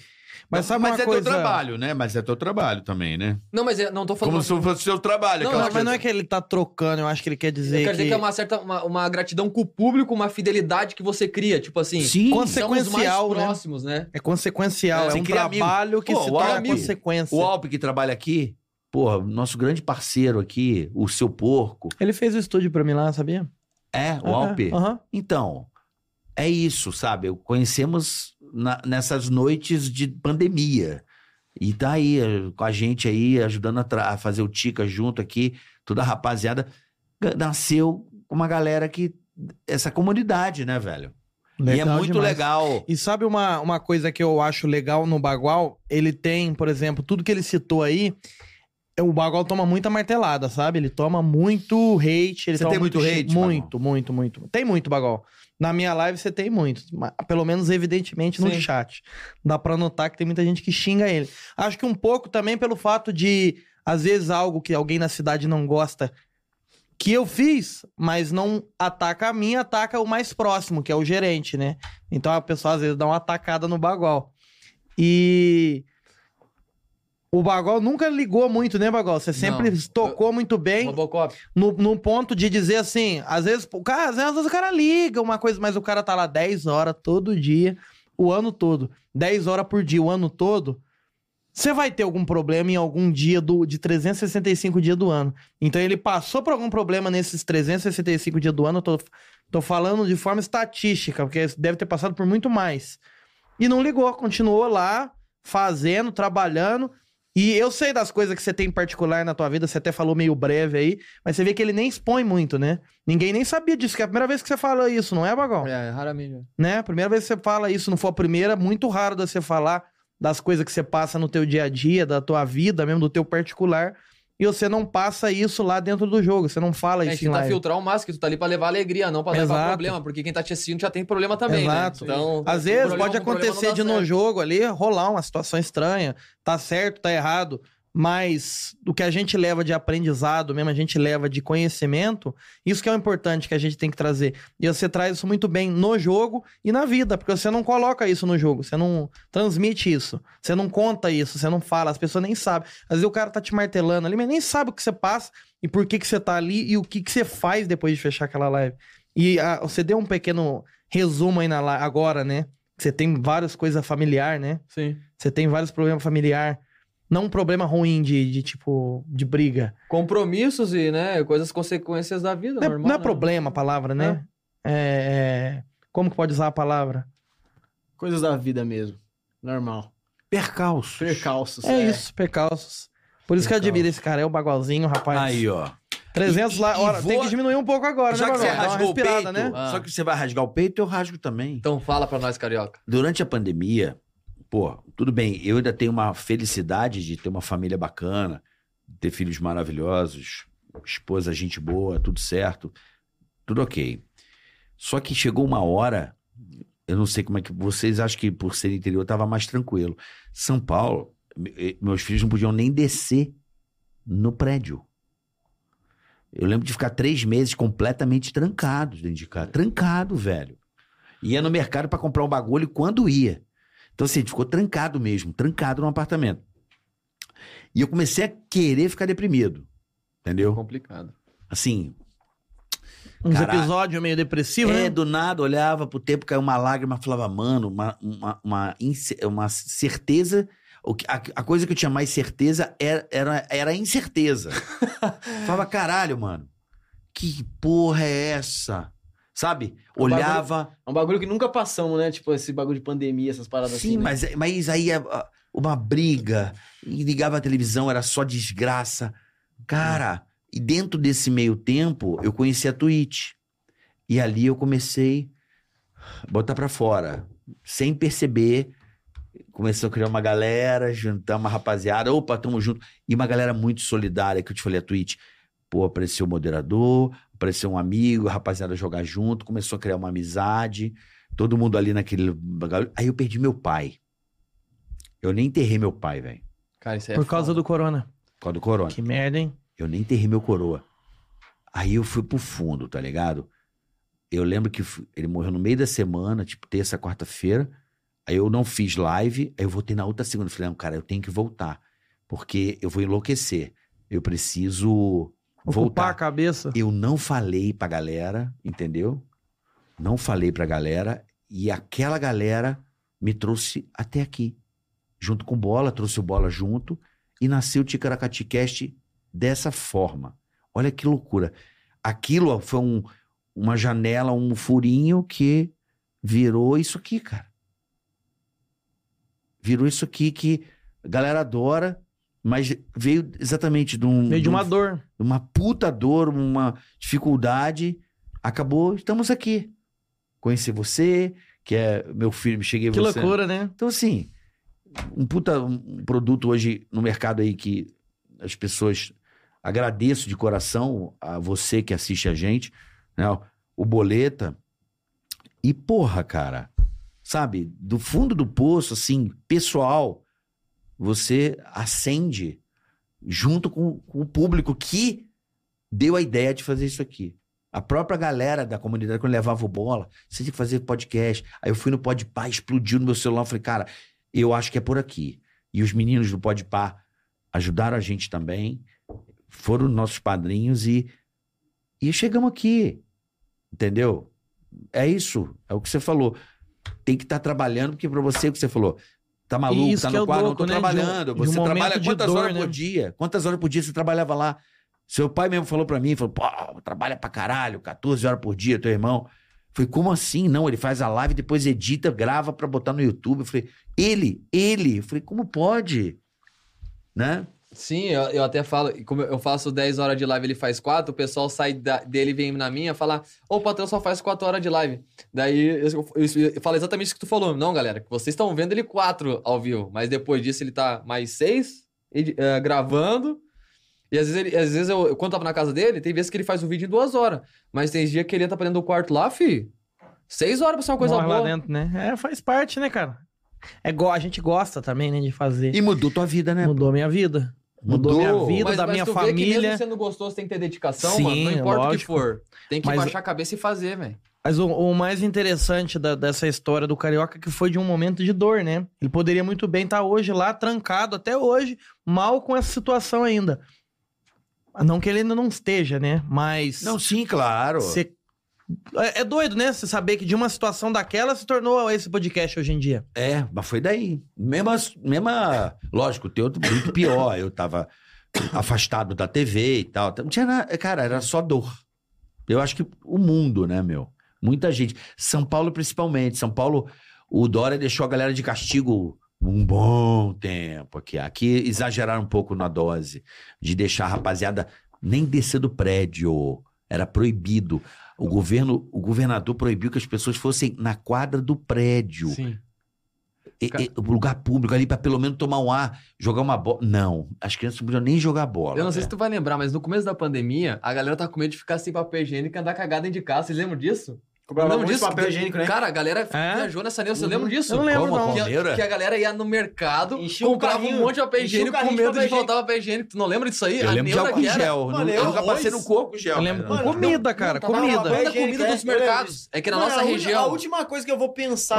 Mas sabe
mas
uma
é
coisa...
teu trabalho, né? Mas é teu trabalho também, né?
Não, mas é- não tô falando.
Como se fosse o seu trabalho.
Não,
Não,
aquela
mas não
coisa.
é que ele tá trocando, eu acho que ele quer
eu
dizer
quero
que...
dizer que é uma certa. Uma, uma gratidão com o público, uma fidelidade que você cria. Tipo
é
assim.
Sim.
Conse-
somos
sequencial,
mais
né?
próximos, né?
É consequencial,
É,
é,
você
um
cria amigo.
trabalho que
Pô,
se
o
torna
amigo.
consequência.
O Alpe que trabalha aqui, porra, nosso grande parceiro aqui, o seu porco.
Ele fez o estúdio pra mim lá, sabia?
É, o
Aham,
Alpe.
aham.
Então, é isso, sabe? Conhecemos na- nessas noites de pandemia. E tá aí eh, com a gente aí, ajudando a, tra- a fazer o Tica junto aqui, toda a rapaziada. Ga- Nasceu uma galera que. Essa comunidade, né, velho? e é muito
demais.
legal.
E sabe uma, uma coisa que eu acho legal no Bagual? Ele tem, por exemplo, tudo que ele citou aí. é, O Bagual toma muita martelada, sabe? Ele toma muito hate. Ele
Você
toma
tem muito
chi-
hate,
Muito, muito, muito. Tem muito, Bagual. Na minha live você tem muito. ma- Pelo menos, evidentemente, no
Sim.
chat. Dá pra notar que tem muita gente que xinga ele. Acho que um pouco também pelo fato de, às vezes, algo que alguém na cidade não gosta que eu fiz, mas não ataca a mim, ataca o mais próximo, que é o gerente, né? Então a pessoa às vezes dá uma atacada no Bagual. E o Bagual nunca ligou muito, né, Bagual? Você sempre
Não.
tocou muito bem
Robocop.
no, num ponto de dizer assim, às vezes, o cara, às vezes o cara liga uma coisa, mas o cara tá lá 10 horas todo dia, o ano todo. 10 horas por dia, o ano todo. Você vai ter algum problema em algum dia do, de 365 dias do ano. Então ele passou por algum problema nesses 365 dias do ano, eu tô, tô falando de forma estatística, porque deve ter passado por muito mais. E não ligou, continuou lá, fazendo, trabalhando. E eu sei das coisas que você tem em particular na tua vida, você até falou meio breve aí, mas você vê que ele nem expõe muito, né? Ninguém nem sabia disso, que é a primeira vez que você fala isso, não é, Bagão?
É, raramente.
Né? A primeira vez que você fala isso, não for a primeira, muito raro de você falar das coisas que você passa no teu dia a dia, da tua vida, mesmo do teu particular, e você não passa isso lá dentro do jogo, você não fala
É, a
isso
gente
em
tá
live.
filtrar o máximo, que tu tá ali pra levar alegria, não pra levar
Exato.
problema, porque quem tá te assistindo já tem problema também,
Exato.
né? Então,
Às
um
vezes
problema
pode
com um problema
acontecer
não dá
de no
certo.
jogo ali rolar uma situação estranha, tá certo, tá errado, mas o que a gente leva de aprendizado, mesmo a gente leva de conhecimento, isso que é o importante que a gente tem que trazer. E você traz isso muito bem no jogo e na vida, porque você não coloca isso no jogo, você não transmite isso, você não conta isso, você não fala, as pessoas nem sabem. Às vezes o cara tá te martelando ali, mas nem sabe o que você passa e por que que você tá ali e o que que você faz depois de fechar aquela live. E ah, você deu um pequeno resumo aí na live agora, né? Você tem várias coisas familiar, né?
Sim.
Você tem vários problemas familiar. Não um problema ruim de, de tipo, de briga.
Compromissos e, né, coisas, consequências da vida,
Não é,
normal.
não é
né?
problema a palavra, né? É, é, como que pode usar a palavra?
Coisas da vida mesmo. Normal.
Percalço.
Percalços.
É isso, percalços. Por isso que eu admiro esse cara, é o bagualzinho, rapaz.
Aí, ó.
300
E-
lá,
e
hora,
vou-
tem que diminuir um pouco agora,
Já
né,
que você
Bagual? Dá uma
rasgou o peito,
respirada, né?
Ah.
só que você vai rasgar o peito, eu rasgo também.
Então fala pra nós, carioca.
Durante a pandemia, pô, tudo bem, eu ainda tenho uma felicidade de ter uma família bacana, de ter filhos maravilhosos, esposa, gente boa, tudo certo, tudo ok. Só que chegou uma hora, eu não sei como é que vocês acham que por ser interior estava mais tranquilo. São Paulo, me- eh, meus filhos não podiam nem descer no prédio. Eu lembro de ficar três meses completamente trancados dentro de casa. Trancado, velho. Ia no mercado pra comprar um bagulho e quando ia. Então, assim, a gente ficou trancado mesmo, trancado num apartamento. E eu comecei a querer ficar deprimido. Entendeu?
Complicado.
Assim,
Uns
Caraca.
episódios meio depressivos,
é,
né?
do nada olhava pro tempo, caiu uma lágrima, falava, mano, uma, uma, uma, ince- uma certeza. o que- A, a coisa que eu tinha mais certeza era, era, era a incerteza. falava, caralho, mano, que porra é essa? Sabe?
bagulho-
Olhava.
É um bagulho que nunca passamos, né? Tipo, esse bagulho de pandemia, essas paradas assim.
Sim,
né?
mas, mas aí a- a- uma briga, e ligava a televisão, era só desgraça. Cara, e dentro desse meio tempo, eu conheci a Twitch. E ali eu comecei a botar pra fora, sem perceber. Começou a criar uma galera, juntar uma rapaziada, opa, tamo junto. E uma galera muito solidária, que eu te falei, a Twitch. Pô, apareceu o moderador, apareceu um amigo, a rapaziada jogar junto, começou a criar uma amizade todo mundo ali naquele. bagulho. Aí eu perdi meu pai. Eu nem enterrei meu pai, velho,
Cara, isso aí é
Por causa
foda.
do corona.
por causa do corona.
Que merda, hein?
Eu nem enterrei meu coroa. Aí eu fui pro fundo, tá ligado? Eu lembro que fu- ele morreu no meio da semana, tipo terça, quarta-feira. Aí eu não fiz live, aí eu voltei na outra segunda. Falei, não, cara, eu tenho que voltar. Porque eu vou enlouquecer. Eu preciso
Ocupar
voltar.
a cabeça.
Eu não falei pra galera, entendeu? Não falei pra galera. E aquela galera me trouxe até aqui. Junto com o Bola, trouxe o Bola junto. E nasceu o Ticaracati Cast dessa forma. Olha que loucura. Aquilo ó, foi um- uma janela, um furinho que virou isso aqui, cara. Virou isso aqui que a galera adora, mas veio exatamente de um.
Meio de
um
uma dor.
uma puta dor, uma dificuldade. Acabou, estamos aqui. Conheci você, que é meu filho, cheguei a
Que
você.
loucura, né?
Então, assim, um puta um produto hoje no mercado aí que as pessoas agradeço de coração a você que assiste a gente, né? O Boleta. E, porra, cara, sabe, do fundo do poço, assim, pessoal, você acende junto com, com o público que deu a ideia de fazer isso aqui. A própria galera da comunidade, quando levava o bola, você tinha que fazer podcast. Aí eu fui no Podpah, explodiu no meu celular. Eu falei, cara, eu acho que é por aqui. E os meninos do Podpah ajudaram a gente também, foram nossos padrinhos e, e chegamos aqui. Entendeu? É isso. É o que você falou. Tem que estar trabalhando, porque para você, é o que você falou, tá maluco,
Isso
tá
que
no
é o
quadro,
louco,
não tô
né? De um-
trabalhando.
de um
você trabalha
momento de
quantas
dor,
horas por
né?
dia? Quantas horas por dia você trabalhava lá? Seu pai mesmo falou pra mim, falou, pô, trabalha pra caralho, 14 horas por dia, teu irmão. Eu Falei, como assim? Não, ele faz a live, depois edita, grava pra botar no YouTube. Eu falei, ele, ele. Eu falei, como pode? Né?
Sim, eu, eu até falo, e como eu faço 10 horas de live, ele faz 4, o pessoal sai da- dele e vem na minha falar, ô, o patrão só faz 4 horas de live. Daí eu, eu- eu falo exatamente o que tu falou. Não, galera, que vocês estão vendo ele 4 ao vivo, mas depois disso ele tá mais 6 gravando. E às vezes, ele- às vezes eu, quando tava na casa dele, tem vezes que ele faz um vídeo em 2 horas. Mas tem dia que ele tá pra dentro do quarto lá, fi. 6 horas pra ser uma coisa
Morre
boa.
lá dentro, né? É, faz parte, né, cara? É igual, a gente gosta também, né, de fazer.
E mudou tua vida, né?
Mudou a minha vida. Mudou,
Mudou.
minha vida, da minha
tu vê que
família.
mesmo sendo gostoso, tem que ter dedicação,
Sim,
mano. Não importa o que
lógico.
for. Tem que
Mas-
baixar a cabeça e fazer, velho.
Mas o, o mais interessante da- dessa história do Carioca é que foi de um momento de dor, né? Ele poderia muito bem estar hoje lá, trancado até hoje, mal com essa situação ainda. Não que ele ainda não esteja, né? Mas.
Não, sim, claro.
cê- É, é doido, né? Você saber que de uma situação daquela se tornou esse podcast hoje em dia.
É, mas foi daí. Mesma, mesma lógico, o teu muito pior. Eu tava afastado da TV e tal. Não tinha nada, cara, era só dor. Eu acho que o mundo, né, meu? Muita gente. São Paulo, principalmente. São Paulo, o Dória deixou a galera de castigo um bom tempo aqui. Aqui exageraram um pouco na dose de deixar a rapaziada nem descer do prédio. Era proibido. O governo, o governador proibiu que as pessoas fossem na quadra do prédio.
Sim.
E-
Ca-
e- o lugar público ali pra pelo menos tomar um ar, jogar uma bola. Não, as crianças não podiam nem jogar bola.
Eu não sei se
né?
tu vai lembrar, mas no começo da pandemia, a galera tá com medo de ficar sem papel higiênico e andar cagada dentro de casa. Vocês lembram disso?
Cobrava
lembro
muito papel higiênico, né? Uhum.
Cara, a galera
É?
viajou nessa linha, vocês lembram disso?
Eu não lembro,
Como a
não.
Que a,
Palmeira?
que a galera ia no mercado,
Enchia o
comprava
carrinho,
um monte de papel
enchia o
higiênico com
carrinho de
medo de
papel
faltar papel higiênico. Tu não lembra disso aí?
Eu
A
lembro de
neura
álcool
que
em
era.
gel.
Mano,
Não-
eu-
eu nunca passei no
arroz.
corpo gel.
Eu lembro
cara.
com comida,
não,
cara,
tá
comida.
bom,
Manda
Papel higiênico,
comida
é,
dos
eu lembro
mercados. É que na
Mano,
nossa
a uni-
região.
A última coisa que eu vou pensar,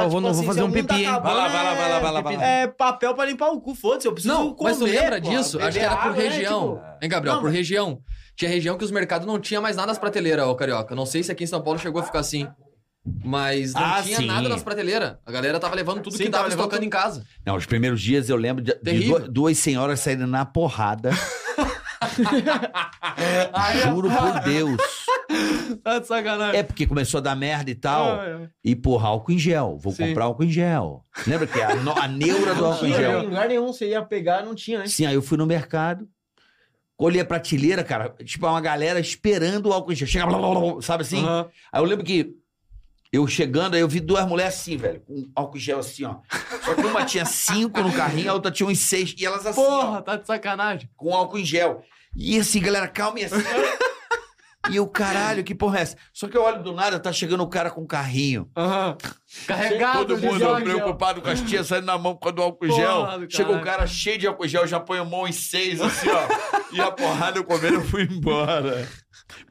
Ó,
tipo
vou- vou
assim,
fazer
se
um
o mundo
pipi, hein?
Vai lá, vai lá, vai lá, vai lá, vai lá.
É papel pra limpar o cu, foda-se, eu preciso
Não,
comer,
mas tu lembra
pô,
disso? Acho que
beber
era por
água, né,
região.
tipo-
Hein, Gabriel?
Não,
por
mas-
região. Tinha região que os mercados não tinha mais nada nas prateleiras, ô Carioca. Não sei se aqui em São Paulo chegou a ficar assim. Mas não
Ah,
tinha
sim.
nada nas prateleiras. A galera tava levando tudo
Sim,
que tava
tava levando
estocando
tudo.
em casa.
Não, os primeiros dias eu lembro de, de
Terrível.
duas, duas senhoras saindo na porrada. Juro por Deus.
Tá de sacanagem.
É porque começou a dar merda e
Ah,
tal.
é.
E porra, álcool em gel. Vou
Sim.
comprar álcool em gel. Lembra que a, no- a neura do álcool em
Tinha,
gel?
Em lugar nenhum você ia pegar, não tinha, né?
Sim, aí eu fui no mercado, olhei a prateleira, cara, tipo, uma galera esperando o álcool em gel. Chega, blá, blá, blá, blá, sabe assim? Aí eu lembro que eu chegando, aí eu vi duas mulheres assim, velho, com álcool em gel assim, ó. Só que uma tinha cinco no carrinho, a outra tinha uns seis, e elas assim,
Porra,
ó,
tá de sacanagem.
com álcool em gel. E assim, galera, calma e assim. ó. E eu, caralho, que porra é essa? Só que eu olho do nada, tá chegando o cara com um carrinho.
Carregado
Todo
de
mundo
álcool em gel.
preocupado com as tias saindo na mão com o álcool em
Porra
gel.
do
Chega o
caralho.
cara cheio de álcool em gel, já põe a mão em seis, assim, ó. e a porrada eu comendo, eu fui embora.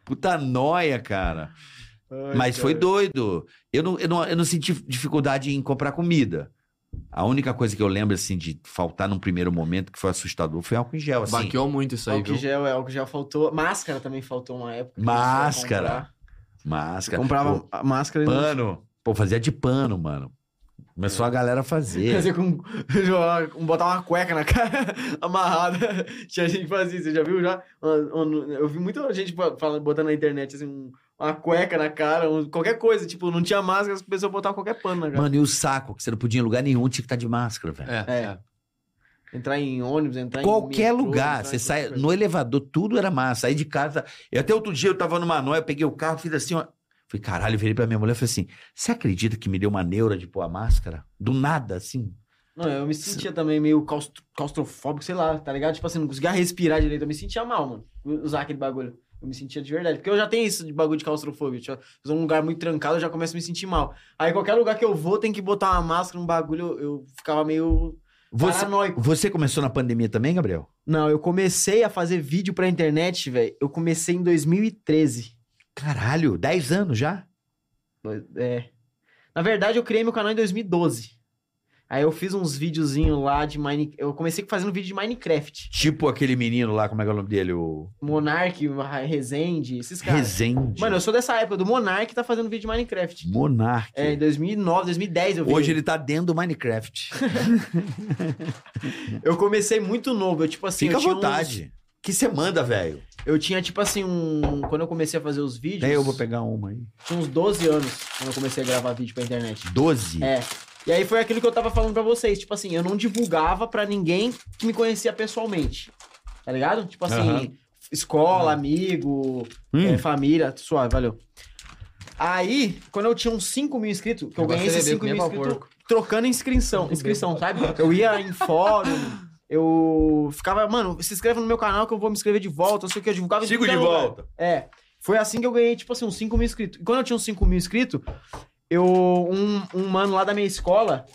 Puta noia, cara. Mas foi doido. Eu não, eu, não, eu não senti dificuldade em comprar comida. A única coisa que eu lembro, assim, de faltar num primeiro momento que foi assustador foi álcool em gel, assim.
Baqueou muito isso aí,
Álcool
viu?
gel, é, álcool gel faltou. Máscara também faltou uma época.
Máscara. Máscara.
né? Comprava
Pô,
a máscara e não-
pano. Pô, fazia de pano, mano. Começou
É.
a galera a
Quer
fazer.
dizer, com, com botar uma cueca na cara amarrada. Tinha gente que fazia isso, você já viu já? Um- um- Eu vi muita gente fa- falando, botando na internet assim, um- uma cueca na cara, um- qualquer coisa. Tipo, não tinha máscara, as pessoas botavam qualquer pano na cara.
Mano, e o saco, que você não podia ir em lugar nenhum, tinha que estar de máscara, velho.
É,
É.
é.
Entrar em ônibus, entrar
Qualquer
em. metrô,
lugar,
entrar
você
em qualquer
sai
coisa.
no elevador, tudo era massa. Saí de casa. Eu até outro dia eu tava numa noia, peguei o carro, fiz assim, ó. Falei, caralho, virei pra minha mulher e falei assim: você acredita que me deu uma neura de pôr a máscara? Do nada, assim.
Não, eu me sentia também meio claustro- claustrofóbico, sei lá, tá ligado? Tipo assim, não conseguia respirar direito. Eu me sentia mal, mano, usar aquele bagulho. Eu me sentia de verdade. Porque eu já tenho isso de bagulho de claustrofobia. Tipo, eu sou um lugar muito trancado, eu já começo a me sentir mal. Aí qualquer lugar que eu vou, tem que botar uma máscara, um bagulho. Eu, eu ficava meio
Você,
Paranoico.
você começou na pandemia também, Gabriel?
Não, eu comecei a fazer vídeo pra internet, velho. Eu comecei em 2013.
Caralho, 10 anos já?
Dois- É. Na verdade, eu criei meu canal em 2012. Aí eu fiz uns videozinhos lá de Minecraft. Eu comecei fazendo vídeo de Minecraft.
Tipo aquele menino lá, como é que é o nome dele? O
Monark, Ra- Rezende, esses caras.
Rezende.
Mano, eu sou dessa época do Monark tá fazendo vídeo de Minecraft.
Monark.
É, em 2009, 2010 eu vi.
Hoje ele tá dentro do Minecraft.
Eu comecei muito novo, eu tipo assim...
Fica
eu
à
tinha uns-
vontade. Que você manda, velho?
eu tinha tipo assim um... Quando eu comecei a fazer os vídeos...
Daí eu vou pegar uma aí.
Tinha uns 12 anos quando eu comecei a gravar vídeo pra internet.
12.
É. E aí foi aquilo que eu tava falando pra vocês. Tipo assim, eu não divulgava pra ninguém que me conhecia pessoalmente. Tá ligado? Tipo assim,
Aham.
escola, amigo,
Hum.
é, família, suave, valeu. Aí, quando eu tinha uns 5 mil inscritos, que eu
Agora
ganhei
você
esses
bebeu
5
que nem
mil inscritos
pau-porco.
trocando inscrição, inscrição, sabe? Eu ia em fórum, eu ficava, mano, se inscreva no meu canal que eu vou me inscrever de volta, não sei o que, eu divulgava em
Sigo de
qualquer lugar.
volta.
É. Foi assim que eu ganhei, tipo assim, uns 5 mil inscritos. E quando eu tinha uns 5 mil inscritos, eu. Um, um mano lá da minha escola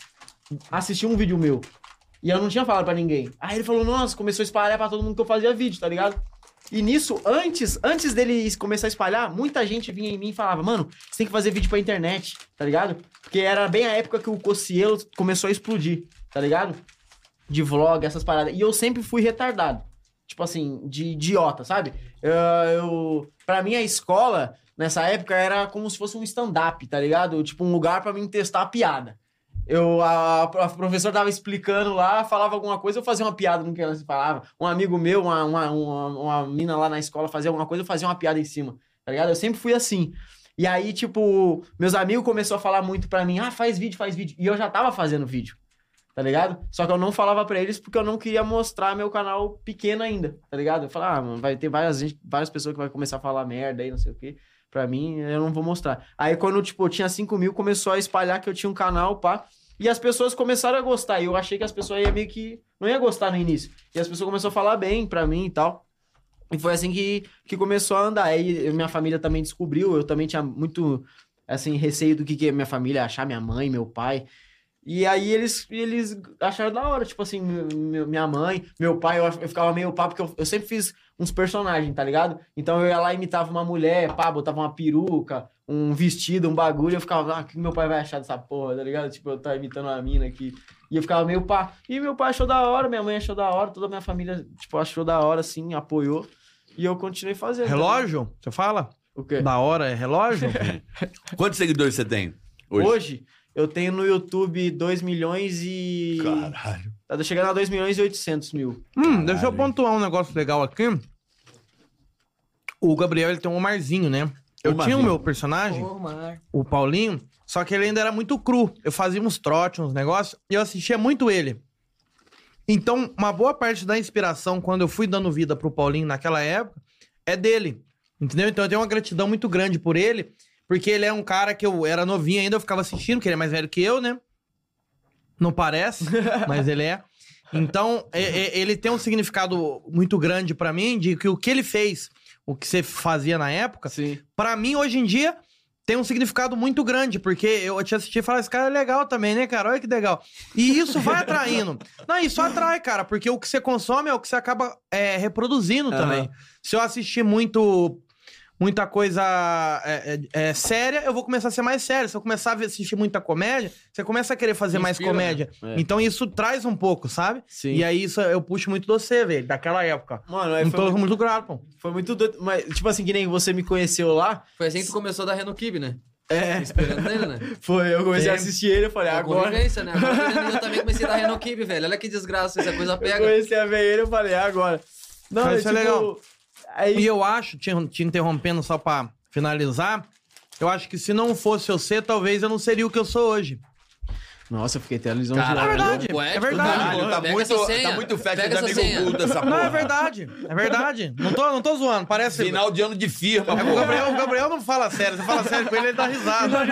assistiu um vídeo meu. E eu não tinha falado pra ninguém. Aí ele falou, nossa, começou a espalhar pra todo mundo que eu fazia vídeo, tá ligado? E nisso, antes, antes dele es- começar a espalhar, muita gente vinha em mim e falava, mano, você tem que fazer vídeo pra internet, tá ligado? Porque era bem a época que o Cocielo começou a explodir, tá ligado? De vlog, essas paradas. E eu sempre fui retardado. Tipo assim, de idiota, sabe? Eu, eu, pra mim, a escola, nessa época, era como se fosse um stand-up, tá ligado? Tipo, um lugar pra mim testar a piada. Eu, a, a professora tava explicando lá, falava alguma coisa, eu fazia uma piada no que ela falava. Um amigo meu, uma, uma, uma, uma mina lá na escola fazia alguma coisa, eu fazia uma piada em cima, tá ligado? Eu sempre fui assim. E aí, tipo, meus amigos começaram a falar muito pra mim, ah, faz vídeo, faz vídeo. E eu já tava fazendo vídeo, tá ligado? Só que eu não falava pra eles porque eu não queria mostrar meu canal pequeno ainda, tá ligado? Eu falava, ah, mano, vai ter várias, gente, várias pessoas que vai começar a falar merda aí, não sei o quê. Pra mim, eu não vou mostrar. Aí quando, tipo, eu tinha 5 mil, começou a espalhar que eu tinha um canal, pá. E as pessoas começaram a gostar. E eu achei que as pessoas iam meio que. Não ia gostar no início. E as pessoas começaram a falar bem pra mim e tal. E foi assim que, que começou a andar. Aí eu- minha família também descobriu. Eu também tinha muito, assim, receio do que, que minha família ia achar, minha mãe, meu pai. E aí eles, eles acharam da hora. Tipo assim, meu- meu- minha mãe, meu pai, eu, eu ficava meio pá, porque eu, eu sempre fiz uns personagens, tá ligado? Então eu ia lá e imitava uma mulher, pá, botava uma peruca, um vestido, um bagulho, eu ficava, ah, o que meu pai vai achar dessa porra, tá ligado? Tipo, eu tava imitando uma mina aqui. E eu ficava meio pá. E meu pai achou da hora, minha mãe achou da hora, toda a minha família, tipo, achou da hora, assim, apoiou. E eu continuei fazendo.
Relógio? Você fala?
O quê?
Da hora é relógio?
Quantos seguidores você tem?
Hoje. eu tenho no YouTube 2 milhões e.
Caralho.
Tá chegando a 2 milhões e 800 mil.
Hum, deixa eu pontuar um negócio legal aqui. O Gabriel, ele tem um Omarzinho, né? Eu
Omarzinho.
tinha o meu personagem, o Paulinho, só que ele ainda era muito cru. Eu fazia uns trotes, uns negócios, e eu assistia muito ele. Então, uma boa parte da inspiração, quando eu fui dando vida pro Paulinho naquela época, é dele. Entendeu? Então eu tenho uma gratidão muito grande por ele, porque ele é um cara que eu era novinho ainda, eu ficava assistindo, que ele é mais velho que eu, né? Não parece, mas ele é. Então, é- é- ele tem um significado muito grande pra mim, de que o que ele fez, o que você fazia na época,
Sim.
Pra mim, hoje em dia, tem um significado muito grande, porque eu te assisti e falei, esse cara é legal também, né, cara? Olha que legal. E isso vai atraindo. Não, isso atrai, cara, porque o que você consome é o que você acaba é, reproduzindo também. Se eu assistir muito. Muita coisa é, é, é, séria, eu vou começar a ser mais sério. Se eu começar a ver- assistir muita comédia, você começa a querer fazer mais
Inspira, né?
comédia.
É.
Então isso traz um pouco, sabe?
Sim.
E aí isso eu puxo muito do você, velho, daquela época.
Mano, aí
Então
foi,
eu
muito-
sou muito grato, pô.
foi muito doido. Mas, tipo assim, que nem você me conheceu lá.
Foi assim que tu começou a dar Reno Kib, né?
É.
Esperando nele, né?
Foi, eu comecei a
Sim.
assistir ele, eu falei,
É
agora.
convivência, né? Agora eu também comecei a dar Reno Kib, velho. Olha que desgraça, essa coisa
Eu
pega.
comecei a ver ele, eu falei, "Ah, agora. Não,
Mas
é
isso
tipo,
é legal. E
Aí,
eu acho, te, te interrompendo só pra finalizar, eu acho que se não fosse você, talvez eu não seria o que eu sou hoje.
Nossa, eu fiquei até lisonjeado.
Caralho, é verdade, é verdade.
Caralho, tá
tipo, Pega
muito,
essa senha.
tá muito festa
Pega
de
essa
amigo
senha.
oculto essa porra.
Não, é verdade, é verdade. Não tô, não tô zoando, parece...
Final de ano de firma,
É que o
porra.
Gabriel, o Gabriel não fala sério, você fala sério com ele, ele dá risada.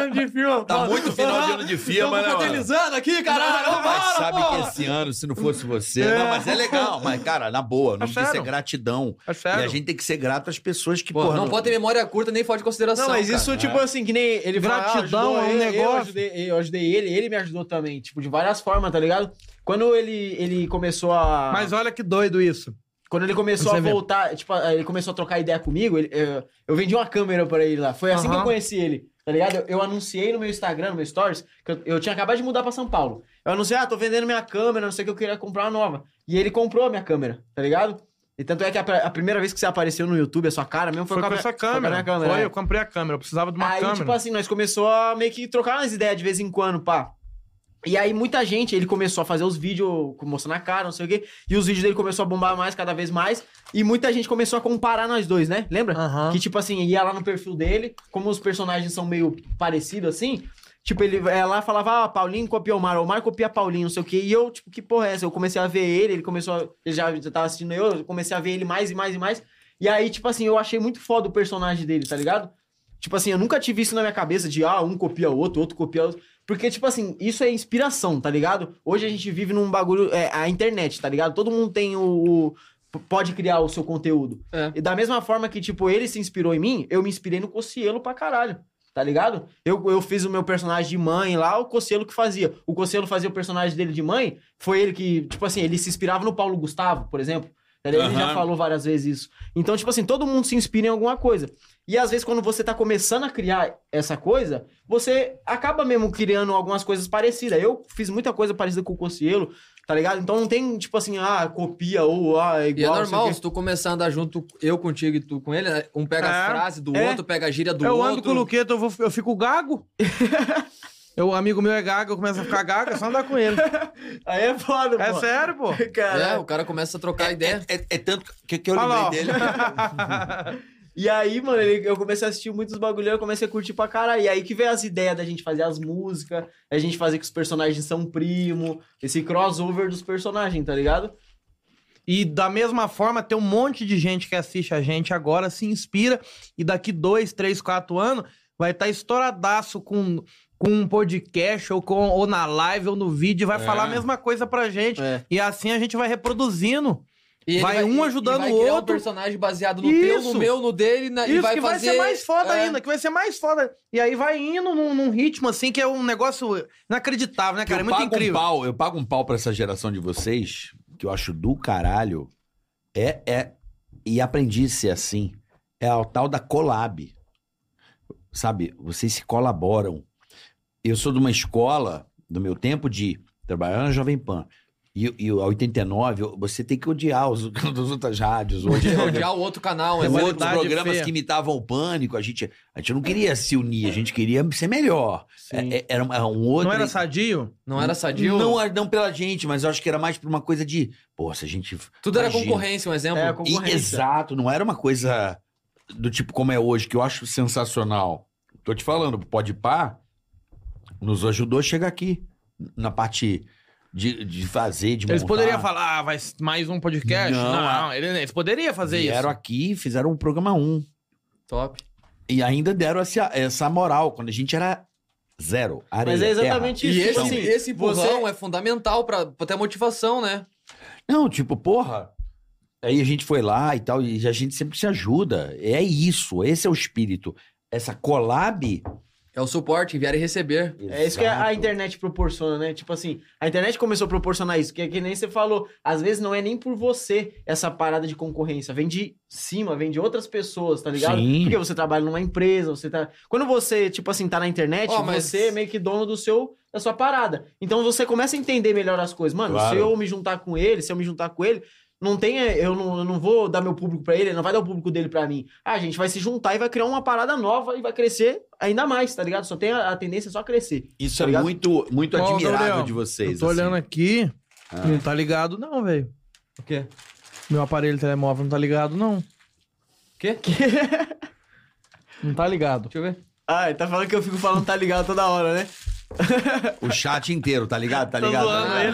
Tá muito final de ano de firma, né, mano?
Utilizando aqui, caralho.
Vai, sai sabe que esse ano, se não fosse você. Não, mas é legal. Mas, cara, na boa, não precisa ser
Acharam?
gratidão. E
É
a
sério.
gente tem que ser grato às pessoas que,
Pô,
porra,
não pode ter memória curta nem falta de consideração.
Não, mas isso,
cara.
tipo assim, que nem ele fala, ah,
É. Gratidão
ajudou
é um
ele, Eu
negócio.
ajudei, eu ajudei ele, ele me ajudou também. Tipo, de várias formas, tá ligado? Quando ele, ele começou a.
Mas olha que doido isso.
Quando ele começou
Você
a
vê.
voltar, tipo, ele começou a trocar ideia comigo, ele- eu, eu vendi uma câmera pra ele lá. Foi assim que eu
Aham.
conheci ele, tá ligado? Eu, eu anunciei no meu Instagram, no meu Stories, que eu, eu tinha acabado de mudar pra São Paulo. Eu anunciei, ah, tô vendendo minha câmera, não sei o que, eu queria comprar uma nova. E ele comprou a minha câmera, tá ligado? E tanto é que a, a primeira vez que você apareceu no YouTube, a sua cara mesmo foi,
Foi
a
com
minha-
essa
foi a minha
câmera.
câmera,
Foi,
é.
eu comprei a câmera. Eu precisava de uma
aí, tipo
câmera.
assim, nós começou a meio que trocar umas ideias de vez em quando, pá. E aí, muita gente, ele começou a fazer os vídeos com moça na cara, não sei o quê. E os vídeos dele começou a bombar mais, cada vez mais. E muita gente começou a comparar nós dois, né? Lembra?
Aham.
Que, tipo assim, ia lá no perfil dele, como os personagens são meio parecidos, assim... Tipo, ele é, lá falava, ah, Paulinho copia o Mar, o Mar copia Paulinho, não sei o quê. E eu, tipo, que porra é essa? Eu comecei a ver ele, ele começou a... Ele já, já tava assistindo eu, eu comecei a ver ele mais e mais e mais. E aí, tipo assim, eu achei muito foda o personagem dele, tá ligado? Tipo assim, eu nunca tive isso na minha cabeça de, ah, um copia o outro, outro copia o outro. Porque, tipo assim, isso é inspiração, tá ligado? Hoje a gente vive num bagulho, é, a internet, tá ligado? Todo mundo tem o... o- pode criar o seu conteúdo.
É.
E da mesma forma que, tipo, ele se inspirou em mim, eu me inspirei no Cocielo pra caralho. Tá ligado? Eu, eu fiz o meu personagem de mãe lá, o Cocielo que fazia. O Cocielo fazia o personagem dele de mãe, foi ele que, tipo assim, ele se inspirava no Paulo Gustavo, por exemplo. tá ligado? Ele já
Aham.
falou várias vezes isso. Então, tipo assim, todo mundo se inspira em alguma coisa. E às vezes, quando você tá começando a criar essa coisa, você acaba mesmo criando algumas coisas parecidas. Eu fiz muita coisa parecida com o Cocielo, tá ligado? Então não tem, tipo assim, ah, copia ou ah, é
E é
igual. não sei o
normal,
quê.
se tu começar a andar junto, eu contigo e tu com ele, né? um pega a
É,
frase do
é.
outro, pega a gíria do
eu
outro.
ando com o Luqueta, eu, vou- eu fico gago. eu, amigo meu é gago, eu começo a ficar gago, é só andar com ele.
Aí é foda,
É
pô.
sério, pô.
É,
Caralho.
o cara começa a trocar ideia.
É, é tanto que, que eu
Olha
lembrei
lá, ó.
dele.
E aí, mano, ele- eu comecei a assistir muitos bagulhos, eu comecei a curtir pra caralho. E aí que veio as ideias da gente fazer as músicas, da gente fazer que os personagens são primo, esse crossover dos personagens, tá ligado?
E da mesma forma, tem um monte de gente que assiste a gente agora, se inspira, e daqui dois, três, quatro anos, vai estar estouradaço com, com um podcast, ou, com, ou na live, ou no vídeo, e vai
É.
falar a mesma coisa pra gente.
É.
E assim a gente vai reproduzindo.
E ele
Vai um
e-
ajudando
e vai
o
criar um
outro.
personagem baseado no teu, no
Isso.
meu, no dele, na, e
Isso
vai
que vai
fazer...
ser mais foda
é.
ainda, que vai ser mais foda. E aí vai indo num, num ritmo assim que é um negócio inacreditável, né, cara? É
eu
muito
pago Um
incrível.
pau, eu pago um pau pra essa geração de vocês, que eu acho do caralho. É, é. E aprendi a ser assim. É o tal da collab. Sabe? Vocês se colaboram. Eu sou de uma escola, do meu tempo de trabalhar na Jovem Pan. E, e a 89, eu- você tem que odiar os, as outras rádios. Odiar,
Odiar o outro canal,
Os
né?
Tem
outros
qualidade
programas
feia.
que imitavam o pânico, a gente, a gente não queria se unir, a gente queria ser melhor. É- é- Era, um- era um outro.
Não era sadio?
Não era sadio?
Não, é. não pela gente, mas eu acho que era mais por uma coisa de. Pô, se a gente.
Tudo era
Imagina.
concorrência, um exemplo.
É, a
E-
concorrência.
exato, não era uma coisa do tipo como é hoje, que eu acho sensacional. Tô te falando, o Podpah nos ajudou a chegar aqui, na parte de, de fazer, de
Eles
montar.
poderiam falar, ah, vai mais um podcast?
Não,
Não, ele- eles poderiam fazer
Vieram
isso.
aqui e fizeram o programa 1.
Top.
E ainda deram essa, essa moral, quando a gente era zero. Areia,
Mas é
terra.
exatamente
E
isso.
esse,
tipo assim,
esse empurrão
você-
é fundamental pra, pra ter motivação, né?
Não, tipo, porra. Aí a gente foi lá e tal, e a gente sempre se ajuda. É isso, esse é o espírito. Essa collab.
É o suporte, enviar e receber.
É isso que a internet proporciona, né? Tipo assim, a internet começou a proporcionar isso, que é que nem você falou, às vezes não é nem por você essa parada de concorrência, vem de cima, vem de outras pessoas, tá ligado?
Sim.
Porque você trabalha numa empresa, você tá. Quando você, tipo assim, tá na internet,
Ó, mas-
você é meio que dono do seu da sua parada. Então você começa a entender melhor as coisas. Mano,
Claro.
se eu me juntar com ele, se eu me juntar com ele, não tem, eh, eu não, eu não vou dar meu público pra ele, ele não vai dar o público dele pra mim. Ah, a gente vai se juntar e vai criar uma parada nova e vai crescer ainda mais, tá ligado? Só tem a, a tendência é só crescer.
Isso
tá
é
ligado?
muito, muito
Ó,
admirável
Gabriel,
de vocês. assim.
Eu tô olhando aqui,
Ah.
não tá ligado não, velho.
O quê?
Meu aparelho telemóvel não tá ligado não.
Quê?
Não tá ligado.
Deixa eu ver.
Ah, ele tá falando que eu fico falando tá ligado toda hora, né?
aqui. O chat inteiro, tá ligado? Tá ligado?
zoando
aí.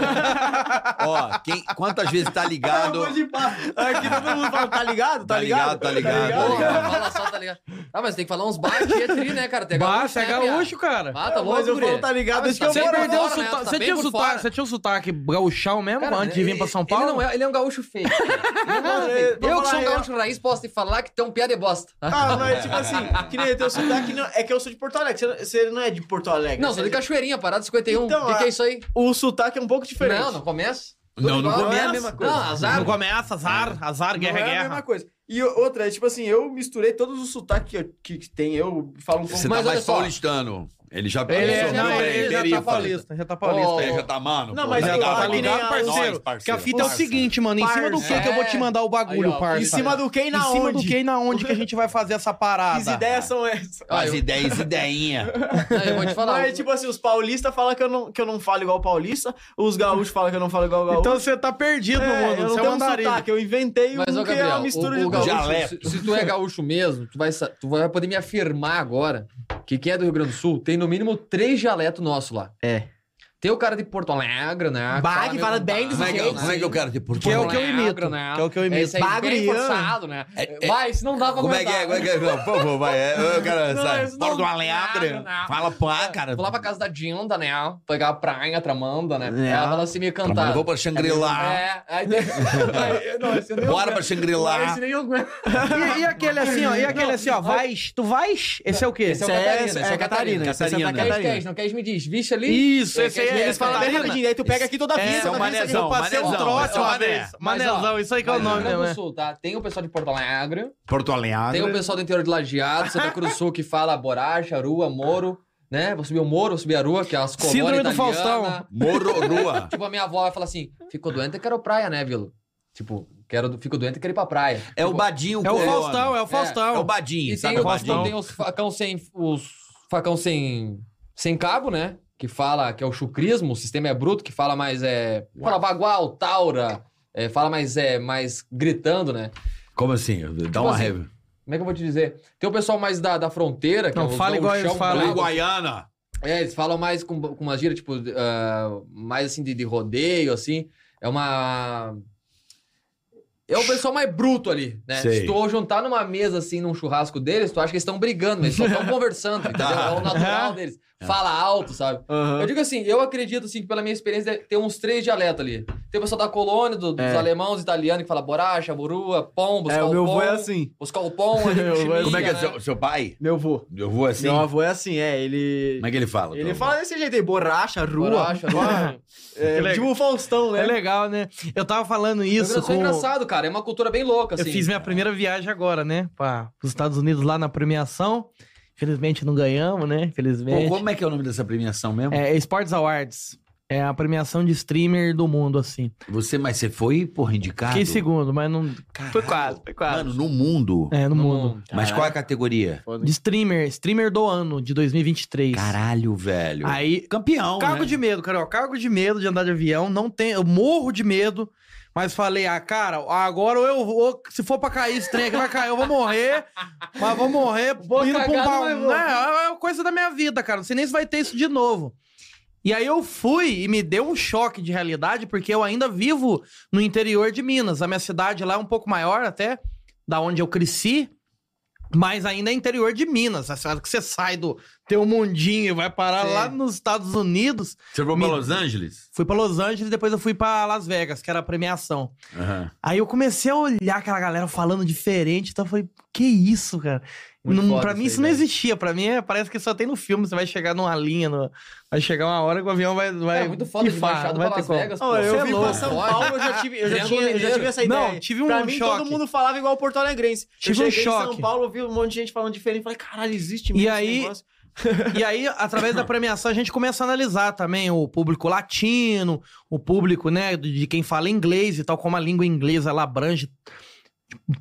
Ó, quem, quantas vezes tá ligado?
Aqui todo mundo fala tá ligado, tá,
Tá ligado,
ligado,
tá ligado, tá ligado.
Porra, fala só, tá ligado? Ah, mas tem que falar uns baixos e é tri, né, cara? Tem
Bah, você é
né, piá?
gaúcho, cara.
Ah, tá louco,
Mas eu
guri.
falo, tá ligado,
mas
acho que eu
tá
Você
bem por
perdeu o
fora, né?
sotaque.
Tá
Você,
bem
tinha o
por
sotaque
fora.
você tinha o sotaque gauchão mesmo
Cara,
antes de vir pra São
ele-
Paulo?
Ele, não é, ele é um gaúcho feio. é
Mano,
eu,
eu- vou
que sou um
falar,
gaúcho raiz posso te falar que tem um piá de bosta.
Ah, mas tipo assim, que nem teu sotaque não, é que eu sou de Porto Alegre. Você, você não é de Porto Alegre.
não, sou de
você,
cachoeirinha, parada 51. O
Então,
que, que
a-
é isso aí?
O sotaque é um pouco diferente.
Não, não começa.
Não, não
é
Tudo igual.
começa a mesma coisa.
Não, azar.
Não começa, azar, azar, guerra,
não é a
guerra.
mesma coisa. E o- outra, é tipo assim, eu misturei todos os sotaques que, eu- que, que tem, eu falo um pouco
Você
Mas
tá
olha
mais
só.
paulistano. Ele já
Ele, é,
absorveu
não,
bem,
ele já
perifa.
tá paulista, já tá paulista.
Ó,
Ele já tá, mano.
Não,
pô,
mas
tá
já
eu-
ligado,
tá
a que nem
ligado,
a-
parceiro.
nós,
Que a fita é o
Parceiro.
seguinte, mano. Em cima do que que eu vou te mandar o bagulho,
Aí, ó,
parça?
Em cima do quem
Em
na
cima
onde?
do quem na onde que a gente vai fazer essa
Que
parada?
ideias são essas?
Ah,
As
eu,
ideias, ideinha.
É, eu vou te falar.
Mas, tipo assim, os paulistas falam que eu não, que eu não falo igual paulista, os gaúchos falam que eu não falo igual gaúcho.
Então você tá perdido no
é, eu
mundo,
não
você é
tenho
um
um
andarilho.
sotaque, eu inventei um
Mas, ô,
que é
Gabriel,
uma mistura
o,
de
o gaúcho,
tudo.
Dialeto.
Se, se tu é gaúcho mesmo, tu vai, sa- tu vai poder me afirmar agora que quem é do Rio Grande do Sul tem no mínimo três dialetos nossos lá.
É.
Tem o cara de Porto Alegre, né?
Bah, que
meio
fala
com-
bem desse
Como é que,
né?
eu- como é que eu quero ter por
Que é o que eu
Porto
imito,
Alegre, né?
que é o que eu imito.
Esse aí bem
Bagriano.
forçado, né?
É, é.
Vai, se não dá pra né?
Como é que é? Como é que é? Não, Por favor, vai. é, Eu quero
Não,
sabe?
isso não-
Bora do Aleandre.
Não, não.
É, Fala pá, cara.
Vou lá pra casa da Dinda, né? Pegar a praia, Tramanda, né?
É.
Ela fala assim, meio
Tá, mas
cantada.
eu Vou pra Shangri-La.
É, aí tem... Aí, não, esse eu nem-
Bora pra Shangri-La.
Esse nem eu-
E, e aquele assim, ó, e aquele assim, ó, vais, tu vais? Esse é o quê?
Esse é o
Esse é- esse
Catarina.
é
esse é
Catarina,
o
esse
Catarina.
é Santa
Não queres,
Catarina.
queres, não queres, me diz. Vixe ali.
Isso, esse aí é
Eles falam bem
Catarina.
rapidinho, daí tu pega aqui toda a
É,
vida.
é um manezão,
eu passei um
manezão,
troço
esse é um
uma
mané.
vez.
Mas, ó,
Manezão, isso aí que é o
mas
nome,
Rio Grande
né?
do Sul, tá? Tem o pessoal de Porto Alegre,
Porto Alegre.
tem o pessoal do interior de Lajeado, Santa Cruz do Sul que fala Boracha, Arua, Moro, né? Vou subir o Moro, vou subir a Arua, que é as colônias
Síndrome do
italiana.
Faustão.
Mororua.
Tipo, a minha avó vai falar assim, ficou doente, eu quero praia, né, Vilo? Tipo, quero, fico doente, eu quero ir pra praia. Tipo,
É o Badinho.
É o
coroa.
Faustão, é o
É o
Faustão.
Badinho,
E
sabe
tem,
o
o,
Badinho?
tem os facão sem. Os facão sem. Sem cabo, né? Que fala que é o chucrismo, o sistema é bruto, que fala mais. É, fala bagual, taura, é, fala mais, é, mais gritando, né?
Como assim? Dá
Tipo
uma
assim,
rev.
Como é que eu vou te dizer? Tem o pessoal mais da, da fronteira, que
Não,
é o
fala igual eles falam.
Em Guaiana.
É, eles falam mais com, com uma gíria, tipo, ah, mais assim de, de rodeio, assim. É uma. É o pessoal mais bruto ali, né?
Sei.
Se tu juntar numa mesa, assim, num churrasco deles, tu acha que eles estão brigando, mas eles só estão conversando, entendeu? É o natural deles. Fala alto, sabe? Eu digo assim, eu acredito, assim, que pela minha experiência, tem uns três dialetos ali. Tem o pessoal da colônia, do- dos
É.
alemãos, dos italianos, que fala boracha, borua, pombo, os
É, o meu
calpom,
avô é assim.
Os calpom, ali,
Meu avô é-
chimia,
Como é que é
né?
seu, seu pai?
Meu avô.
Eu vou assim.
Meu avô é assim, é, ele...
Como é que ele fala?
Ele
teu
fala desse jeito aí, borracha, rua.
Boracha, rua.
É,
Ele é-
tipo o Faustão,
É
né?
legal, né? Eu tava falando
Isso,
isso
Rio Grande do Sul é
com...
engraçado, cara. É uma cultura bem louca, assim.
Eu fiz minha primeira viagem agora, né? Para os Estados Unidos lá na premiação. Infelizmente não ganhamos, né?
avô?
Infelizmente.
Pô, como é que é o nome dessa premiação mesmo?
É Sports Awards. É a premiação de streamer do mundo, assim.
Você, mas você foi, porra, indicado?
Fiquei segundo, mas não.
Foi quase, foi quase.
Mano, no mundo.
É, no,
No
mundo.
mundo.
Mas qual é a categoria?
De streamer, streamer do ano de 2023.
Caralho, velho.
Aí.
Campeão,
Cargo
né?
de medo, cara. ó, Cargo de medo de andar de avião. Não tem. Eu morro de medo. Mas falei, ah, cara, agora ou eu vou. Se for pra cair esse trem aqui, vai cair, eu vou morrer. Mas vou morrer indo pra um
cagar,
pau.
mas vou.
Né? É uma coisa da minha vida, cara. Não sei nem se vai ter isso de novo. E aí eu fui e me deu um choque de realidade, porque eu ainda vivo no interior de Minas. A minha cidade lá é um pouco maior até, da onde eu cresci, mas ainda é interior de Minas. A cidade que você sai do teu mundinho e vai parar
Sim.
lá nos Estados Unidos.
Você foi
Me-
pra Los Angeles?
Fui pra Los Angeles, depois eu fui pra Las Vegas, que era a premiação.
Aham.
Aí eu comecei a olhar aquela galera falando diferente, então eu falei, que isso, cara?
Muito
Não,
foda
pra
isso
mim
aí,
isso não
velho.
existia, pra mim é- parece que só tem no filme, você vai chegar numa linha, no- vai chegar uma hora que o avião vai... vai
Cara, é muito foda de
pifar,
Machado
não vai
pra
ter
Las
como.
Vegas,
Ó,
Você é
eu vim pra
louco.
São Paulo, eu já tive, eu já
Triângulo
tinha, eu já tive
Mineiro.
essa
Não,
ideia.
tive um
pra mim,
choque.
todo mundo falava igual porto alegrense.
Tive um
eu cheguei em
choque.
São Paulo, vi um monte de gente falando diferente. Falei, caralho, existe
E
mesmo
aí-
esse negócio.
E aí, através da premiação, a gente começa a analisar também o público latino, o público, né, de quem fala inglês e tal, como a língua inglesa ela abrange.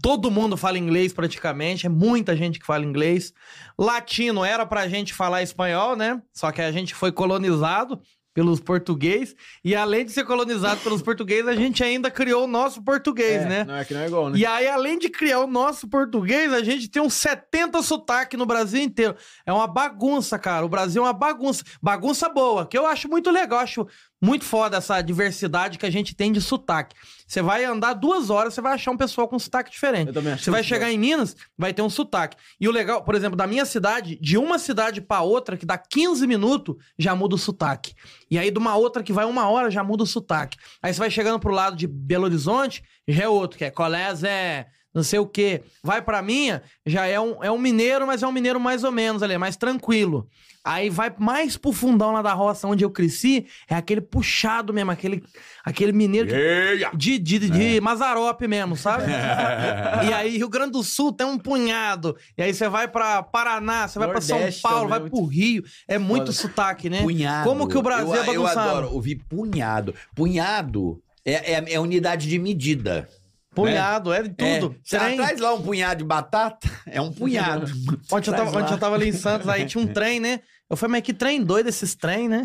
Todo mundo fala inglês praticamente, é muita gente que fala inglês. Latino era pra gente falar espanhol, né? Só que a gente foi colonizado pelos portugueses e além de ser colonizado pelos portugueses, a gente ainda criou o nosso português, né?
Não, é que não é igual, né?
E aí, além de criar o nosso português, a gente tem uns 70 sotaque no Brasil inteiro. É uma bagunça, cara. O Brasil é uma bagunça. Bagunça boa, que eu acho muito legal. Acho Muito foda essa diversidade que a gente tem de sotaque. Você vai andar duas horas, você vai achar um pessoal com sotaque diferente.
Eu também acho
Você vai
muito
chegar em Minas, vai ter um sotaque. E o legal, por exemplo, da minha cidade, de uma cidade pra outra, que dá 15 minutos, já muda o sotaque. E aí de uma outra que vai uma hora, já muda o sotaque. Aí você vai chegando pro lado de Belo Horizonte, já é outro, que é Colés é não sei o quê. Vai pra minha, já é um, é um mineiro, mas é um mineiro mais ou menos ali, é mais tranquilo. Aí vai mais pro fundão lá da roça onde eu cresci, é aquele puxado mesmo, aquele, aquele mineiro que
Eia!
de, de, de, de Mazarope mesmo, sabe?
É.
e aí, Rio Grande do Sul tem um punhado. E aí você vai pra Paraná, você vai pra São
Nordeste
Paulo, vai
também,
pro Rio. É muito sotaque, né?
Punhado.
Como que o Brasil
eu,
é bagunçado?
Eu adoro ouvir punhado. Punhado é, é, é unidade de medida.
Punhado, é, de tudo.
É, você
trem.
traz lá um punhado de batata, é um punhado.
Ontem, eu tava, ontem eu tava ali em Santos, aí tinha um trem, né? Eu falei, mas que trem doido esses trem, né?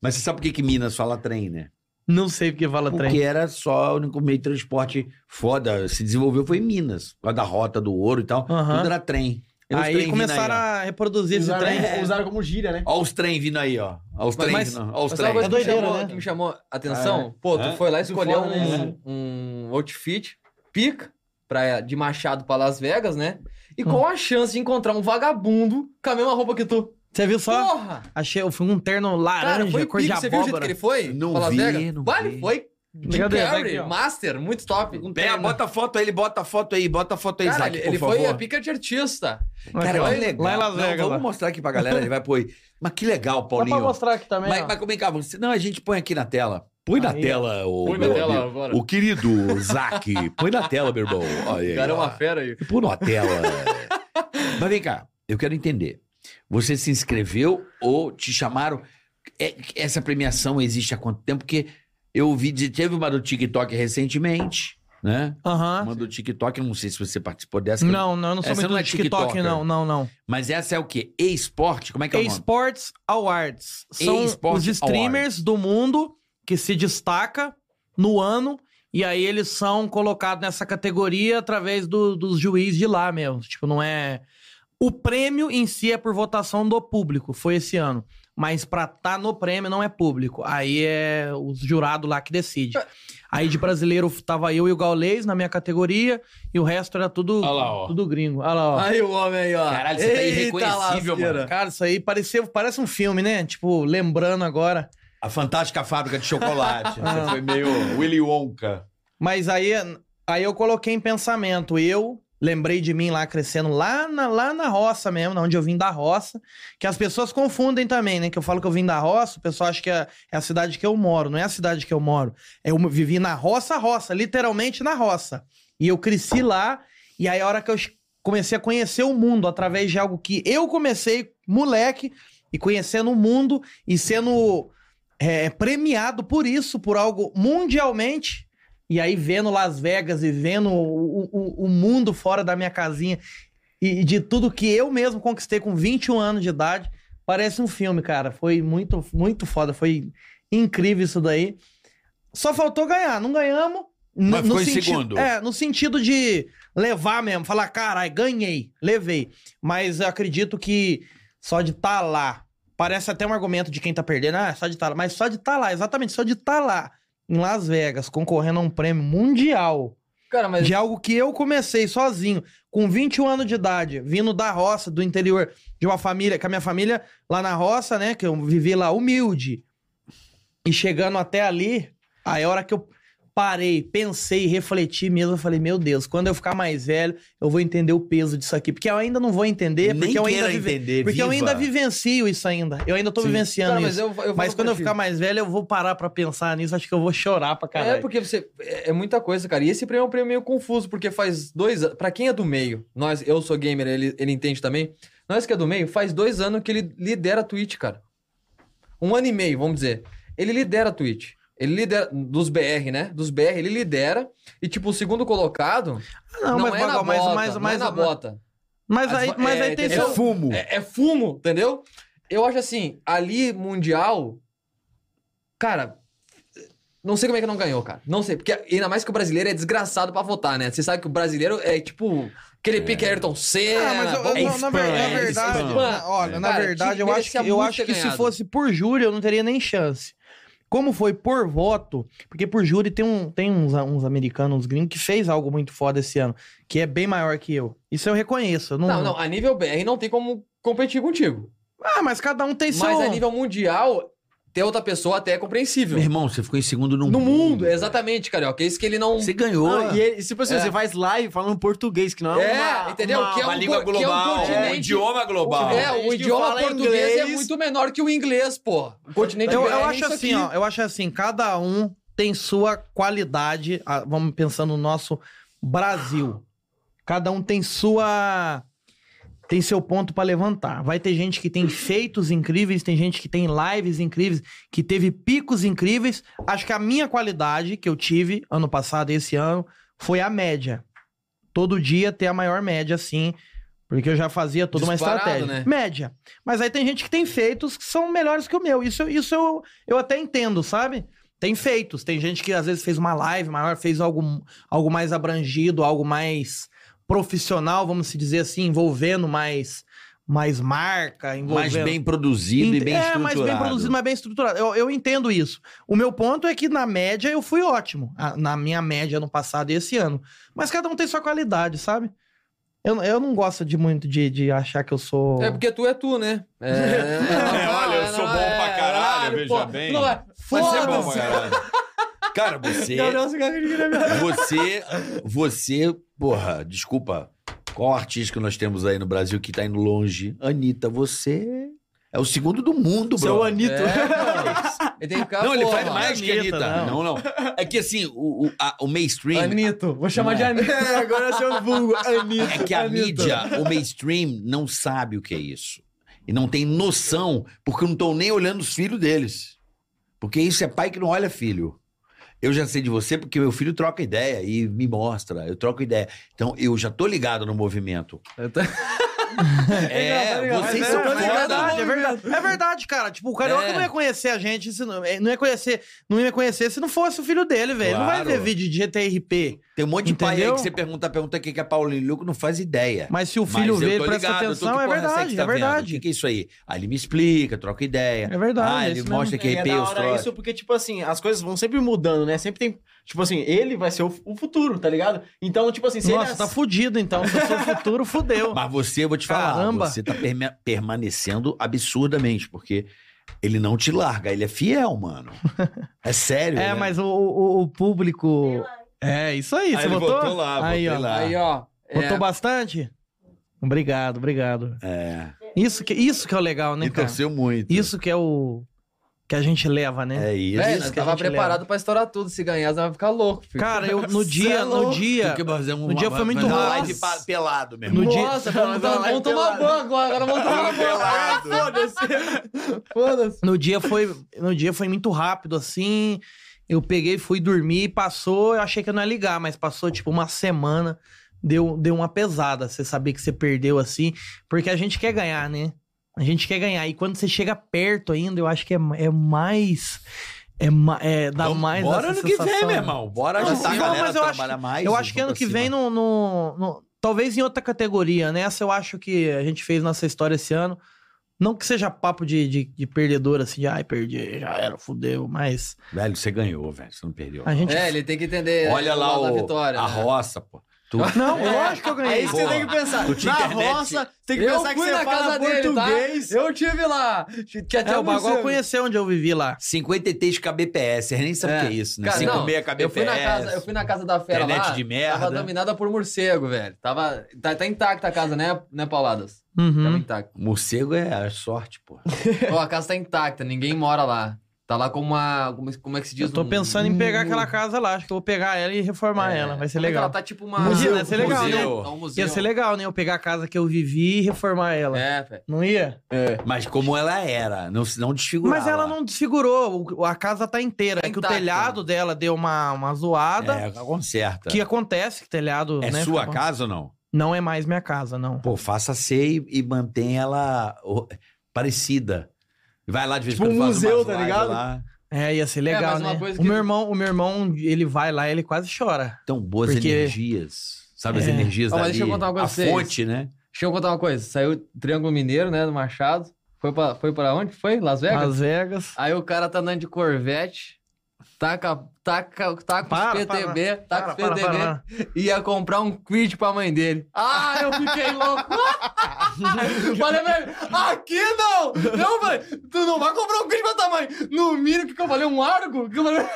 Mas você sabe por que, que Minas fala trem, né?
Não sei porque fala
Porque
Tá trem.
era só o único meio de transporte foda. Se desenvolveu foi em Minas. Lá da Rota do Ouro e tal.
Aham.
Tudo era trem. Era os trem
Aí
vindo
começaram
aí,
a reproduzir esse
Usaram,
trem.
usaram como gíria, né?
ó. Ó os trem vindo aí, ó. Ó os
Mas-
trem
mas-
vindo. Ó os
Mas sabe
trem.
uma coisa
É
que me,
doideira,
chamou,
né?
que me chamou a atenção, pô, tu
É.
foi lá e escolheu
foda, né?
um, um outfit pica pra, de Machado pra Las Vegas, né? E qual a chance de encontrar um vagabundo com a mesma roupa que tu?
Você viu só?
Porra!
Achei, eu fui um terno
Cara,
laranja,
foi
cor de
pica. Você viu o jeito
abóbora.
que ele foi?
Não
pra Las
vi,
Vegas?
não
Vale,
vi.
foi. Jim
Cadê? Tá
Carrey,
aqui, ó.
Master, muito top.
né?
com
Pega,
terno.
bota a foto aí, ele bota a foto aí, bota a foto aí,
Cara,
Isaac,
ele,
por
ele
favor.
foi a pica de artista.
Cara, é
Lá
olha
em-
legal.
Lá em Las
Não,
Vegas. lá.
vamos mostrar aqui pra galera, ele vai pôr aí. Mas que legal, Paulinho.
mostrar aqui também.
Mas, mas como é que é? Você- Não, a gente põe aqui na tela. Põe na
Aí.
tela, o
Põe na
meu
tela
amigo.
agora.
O querido Zac. Põe na tela, meu irmão. Olha aí,
Cara, é
ó.
uma fera aí.
Põe na tela. é. mas vem cá, eu quero entender. Você se inscreveu ou te chamaram? É- essa premiação existe há quanto tempo? Porque eu ouvi, de- teve uma do TikTok recentemente, né?
Aham.
Ah,
Uma do TikTok, eu não sei se você participou dessa. que eu
Não, não, eu não sou
Essa
muito
não
do
é
TikTok,
TikToker.
não, não, não.
Mas essa é o quê? E-Sport? Como é que é o nome?
eSports Awards. São
eSports
os streamers do mundo que se destaca no ano e aí eles são colocados nessa categoria através do- dos juízes de lá mesmo. Tipo, não é... O prêmio em si é por votação do público, foi esse ano. Mas pra estar no prêmio não é público. Aí é os jurados lá que decide. Aí de brasileiro tava eu e o Gaulês na minha categoria e o resto era tudo,
Olha lá, ó.
tudo gringo. Olha lá, ó.
Aí o homem aí, ó.
Caralho, você tá
Eita
irreconhecível,
lasqueira.
mano.
Cara, isso aí parecia, parece um filme, né? Tipo, lembrando agora.
A Fantástica Fábrica de Chocolate.
Ah.
Você foi meio Willy Wonka.
Mas aí, aí eu coloquei em pensamento. Eu lembrei de mim lá crescendo, lá na, lá na roça mesmo, na onde eu vim da roça. Que as pessoas confundem também, né? Que eu falo que eu vim da roça, o pessoal acha que é, é a cidade que eu moro. Não é a cidade que eu moro. É, Eu vivi na roça, roça, literalmente na roça. E eu cresci lá. E aí, a hora que eu comecei a conhecer o mundo através de algo que eu comecei, moleque, e conhecendo o mundo e sendo é, premiado por isso, por algo mundialmente. E aí, vendo Las Vegas e vendo o, o- o mundo fora da minha casinha e, e de tudo que eu mesmo conquistei com 21 anos de idade, parece um filme, cara. Foi muito, muito foda. Foi incrível isso daí. Só faltou ganhar, não ganhamos. no-
Mas ficou
no
em
sentido-
segundo.
É, no sentido de levar mesmo, falar, carai, ganhei, levei. Mas eu acredito que só de estar lá, parece até um argumento de quem tá perdendo, ah, só de estar lá, mas só de estar lá, exatamente, só de estar lá, em Las Vegas, concorrendo a um prêmio mundial,
Cara, mas
de algo que eu comecei sozinho, com 21 anos de idade, vindo da roça, do interior, de uma família, com a minha família lá na roça, né, que eu vivi lá humilde, e chegando até ali, aí a hora que eu parei, pensei, refleti mesmo, eu falei, meu Deus, quando eu ficar mais velho, eu vou entender o peso disso aqui, porque eu ainda não vou
É,
entender,
Nem
porque eu
queira
ainda vive-
entender,
porque eu
viva.
ainda vivencio isso ainda. Eu ainda tô vivenciando
Cara,
isso.
mas
Mas,
eu- eu falo
quando
pra
eu
ti.
ficar mais velho, eu vou parar pra pensar nisso. Acho que eu vou chorar pra caralho.
É porque você é é muita coisa, cara. E esse prêmio é um prêmio meio confuso, porque faz dois anos. Pra quem é do meio, nós, eu sou gamer, ele, ele entende também. Nós que é do meio, faz dois anos que ele lidera a Twitch, cara. Um ano e meio, vamos dizer. Ele lidera a Twitch. Ele lidera. Dos BR, né? Dos BR, ele lidera. E, tipo, o segundo colocado. Não, é na
Bagal,
bota, não é na bota.
mas
As
aí,
vo-
mas
é,
aí tem
entendeu?
seu...
fumo.
É, é fumo, entendeu? Eu acho assim, ali mundial, cara, Não sei como é que não ganhou, cara. Não sei. Porque ainda mais que o brasileiro é desgraçado pra votar, né? Você sabe que o brasileiro é tipo. Aquele pique Ayrton Senna.
Ah, mas eu- eu-
é
na, na ver- na
spam, é
verdade,
spam.
na- olha, na
Cara,
verdade, eu
tinha-
acho que,
merecia
eu
muito
acho
ter
que se
ganhado.
fosse por júri, eu não teria nem chance. Como foi por voto, porque por júri tem, um, tem uns, uns americanos, uns gringos, que fez algo muito foda esse ano, que é bem maior que eu. Isso eu reconheço. eu não,
Não, não. A nível BR não tem como competir contigo.
Ah, mas cada um tem seu...
Mas a nível mundial, ter outra pessoa até é compreensível.
Meu irmão, você ficou em segundo no,
No mundo, exatamente, carioca. É isso que ele não.
Você ganhou.
Não, e ele, tipo assim,
É.
você faz live falando português, que não é,
É,
uma,
entendeu?
uma-
Que é um
uma língua
co- que é um
global.
continente.
um idioma global.
É,
Tem
o
gente que
idioma
fala
português é
inglês.
muito menor que o inglês, pô. O continente
Eu,
BR
eu
é
acho
isso
assim,
aqui.
ó, eu acho assim, cada um tem sua qualidade, ah, vamos pensando no nosso Brasil. Cada um tem sua tem seu ponto pra levantar. Vai ter gente que tem feitos incríveis, tem gente que tem lives incríveis, que teve picos incríveis. Acho que a minha qualidade que eu tive ano passado e esse ano foi a média. Todo dia ter a maior média assim, porque eu já fazia toda uma
Disparado,
estratégia.
né?
Média. Mas aí tem gente que tem feitos que são melhores que o meu. Isso, eu- isso eu, eu até entendo, sabe? Tem feitos. Tem gente que às vezes fez uma live maior, fez algo, algo mais abrangido, algo mais profissional, vamos se dizer assim, envolvendo mais, mais marca,
um
envolvendo...
mais bem produzido e bem
é,
estruturado.
mas bem produzido, mas bem estruturado. Eu, eu entendo isso. O meu ponto é que na média eu fui ótimo. a- Na minha média no passado e esse ano. Mas cada um tem sua qualidade, sabe? Eu, eu não gosto de muito de, de achar que eu sou.
É porque tu é tu, né? É,
olha, eu sou bom pra caralho, veja bem.
Não é.
Mas é
Foda-se.
bom, cara. Cara, você. Você. Você. Porra, desculpa. Qual artista que nós temos aí no Brasil que tá indo longe? Anitta, você. É o segundo do mundo,
Seu
bro.
Anito.
É, ele tem que ficar,
Não, ele
porra.
faz mais que
Anitta,
Anitta. Não, não. É que assim, o, o, a- o mainstream.
Anito, vou chamar de Anito.
É, agora é seu vulgo, Anito.
É que a
Anito.
mídia, o mainstream, não sabe o que é isso. E não tem noção, porque não estão nem olhando os filhos deles. Porque isso é pai que não olha filho. Eu já sei de você porque meu filho troca ideia e me mostra, eu troco ideia. Então eu já tô ligado no movimento.
Eu tô-
É,
ligado,
Mas
vocês
é,
são
mas é
foda.
verdade, é verdade. É verdade, cara. Tipo, o carioca
É.
não ia conhecer a gente, se não, é, não ia conhecer, não ia conhecer se não fosse o filho dele, velho. Ele Não vai
Claro.
ver vídeo de GTRP.
Tem um monte de pai aí
Entendeu?
que você pergunta, pergunta o que que é Paulinho Luco, não faz ideia.
Mas se o
Mas
filho
eu
ver,
tô
ele presta
ligado, eu tô,
atenção,
que
é
porra é essa
verdade,
que tá
é
vendo?
verdade.
O que que é isso aí? Aí ele me explica, troca ideia.
É verdade,
Ah,
é
ele
isso
mostra que
E é
arrepia
da
os
hora
troços.
isso, porque, tipo assim, as coisas vão sempre mudando, né? Sempre tem. Tipo assim, ele vai ser o, o futuro, tá ligado? Então, tipo assim, se ele
Nossa, tá
ass-
fudido então. Se eu sou futuro, fudeu.
Mas você, eu vou te falar,
Caramba.
você tá perme- permanecendo absurdamente, porque ele não te larga, ele é fiel, mano. É sério.
É,
né?
mas o, o- o público. É, isso aí.
Aí
você
ele
votou?
botou lá,
aí,
botei
ó.
lá.
Aí, ó. é,
Votou bastante? Obrigado, obrigado.
É.
Isso que, isso que é o legal, né,
E
cara?
torceu muito.
Isso que é o. que a gente leva, né?
É isso.
velho,
isso
nós
que a
tava
gente leva.
preparado pra estourar tudo. Se ganhar, nós vamos ficar louco, filho.
Cara, eu no
Cê é
dia, no
louco.
dia.
Tem que fazer uma-
no um dia foi
fazer
muito
uma
ruim.
live pa- pelado mesmo.
No dia-
Nossa, tá
Nós
vamos, dar-
vamos
vamos tomar
pelado.
banho agora. Agora vamos tomar banho.
pelado.
Foda-se.
No dia foi, no dia foi muito rápido assim. Eu peguei, fui dormir, passou, eu achei que eu não ia ligar, mas passou tipo uma semana, deu, deu uma pesada, você saber que você perdeu assim, porque a gente quer ganhar, né? A gente quer ganhar e quando você chega perto ainda, eu acho que é, é mais é, ma- é dá
Então,
mais
Bora
essa
ano que vem,
sensação. né?
meu irmão. Bora
Não,
ajudar a
não,
galera
mas
a
eu acho
trabalhar mais.
Eu
e
acho que
vamos
ano
pra
que
cima.
vem no, no- no- Talvez em outra categoria, né? Essa eu acho que a gente fez nossa história esse ano. Não que seja papo de, de, de perdedor, assim, de ai, perdi, já era, fudeu, mas
Velho, você ganhou, velho. Você não perdeu.
a gente.
É, ele tem que entender.
Olha
o
lá
lado da
o,
vitória.
a
né?
roça, pô. Tu-
Não, lógico que eu ganhei.
Aí você
Porra.
tem que pensar.
Tu tinha
Na
internet?
roça, você tem que
Eu
pensar que
fui
você
na
fala
casa dele, tá?
português.
Eu tive lá. Que até
É, o Bagual
Luciano-
conheceu onde eu vivi lá.
53 kbps, vocês nem sabem o que é isso, né?
Cara, não,
56 kbps.
Eu fui, na casa, eu fui na casa da fera
é Internet
lá.
de
Tava
merda.
dominada por morcego, velho. Tava, tá, tá intacta a casa, né, né Pauladas? Tava
Uhum.
intacta.
Morcego é a sorte, pô.
Ó, a casa tá intacta, ninguém mora lá. Tá lá como uma... Como, como é que se diz?
Eu tô
Um-
pensando em pegar aquela casa lá, acho que eu vou pegar ela e reformar
É,
ela, vai ser
como é que
legal.
Ela tá tipo uma...
Museu, ia ser legal,
museu.
né?
Tá um museu.
Ia ser legal, né? Eu pegar a casa que eu vivi e reformar ela.
É, velho.
Não ia?
É.
Mas como ela era, não, se- não desfigurava.
Mas ela não desfigurou, o- a casa tá inteira.
Tá
é que o
intacta.
telhado dela deu uma, uma zoada.
É, ela conserta.
Que acontece, que telhado.
é
né,
sua
fica-
casa ou não?
Não é mais minha casa, não.
Pô, faça ser e, e mantém ela o- parecida. Vai lá de vez em
Tipo
quando
um
faz umas
Tipo
museu, tá
lives
ligado?
Lá.
É, ia ser
É,
legal,
mas uma
né?
coisa
O
que-
meu irmão, o meu irmão, ele vai lá, ele quase chora.
Então, boas
Porque-
energias. Sabe as
É.
energias
Ó, mas
dali?
deixa eu contar uma
A
coisa pra vocês.
fonte, né?
Deixa eu contar uma coisa. Saiu o Triângulo Mineiro, né, do Machado. Foi pra, foi pra onde? Foi? Las Vegas?
Las Vegas.
Aí o cara tá andando de Corvette, taca, taca, taca
Para,
os PTB, taca
Para,
os
para,
PTB,
para.
ia comprar um quid pra mãe dele. Ah, eu fiquei louco! falei pra ele, aqui não! Não, velho, tu não vai comprar um quid pra tua mãe. No mínimo, o que, que eu falei? Um argo? Que eu falei...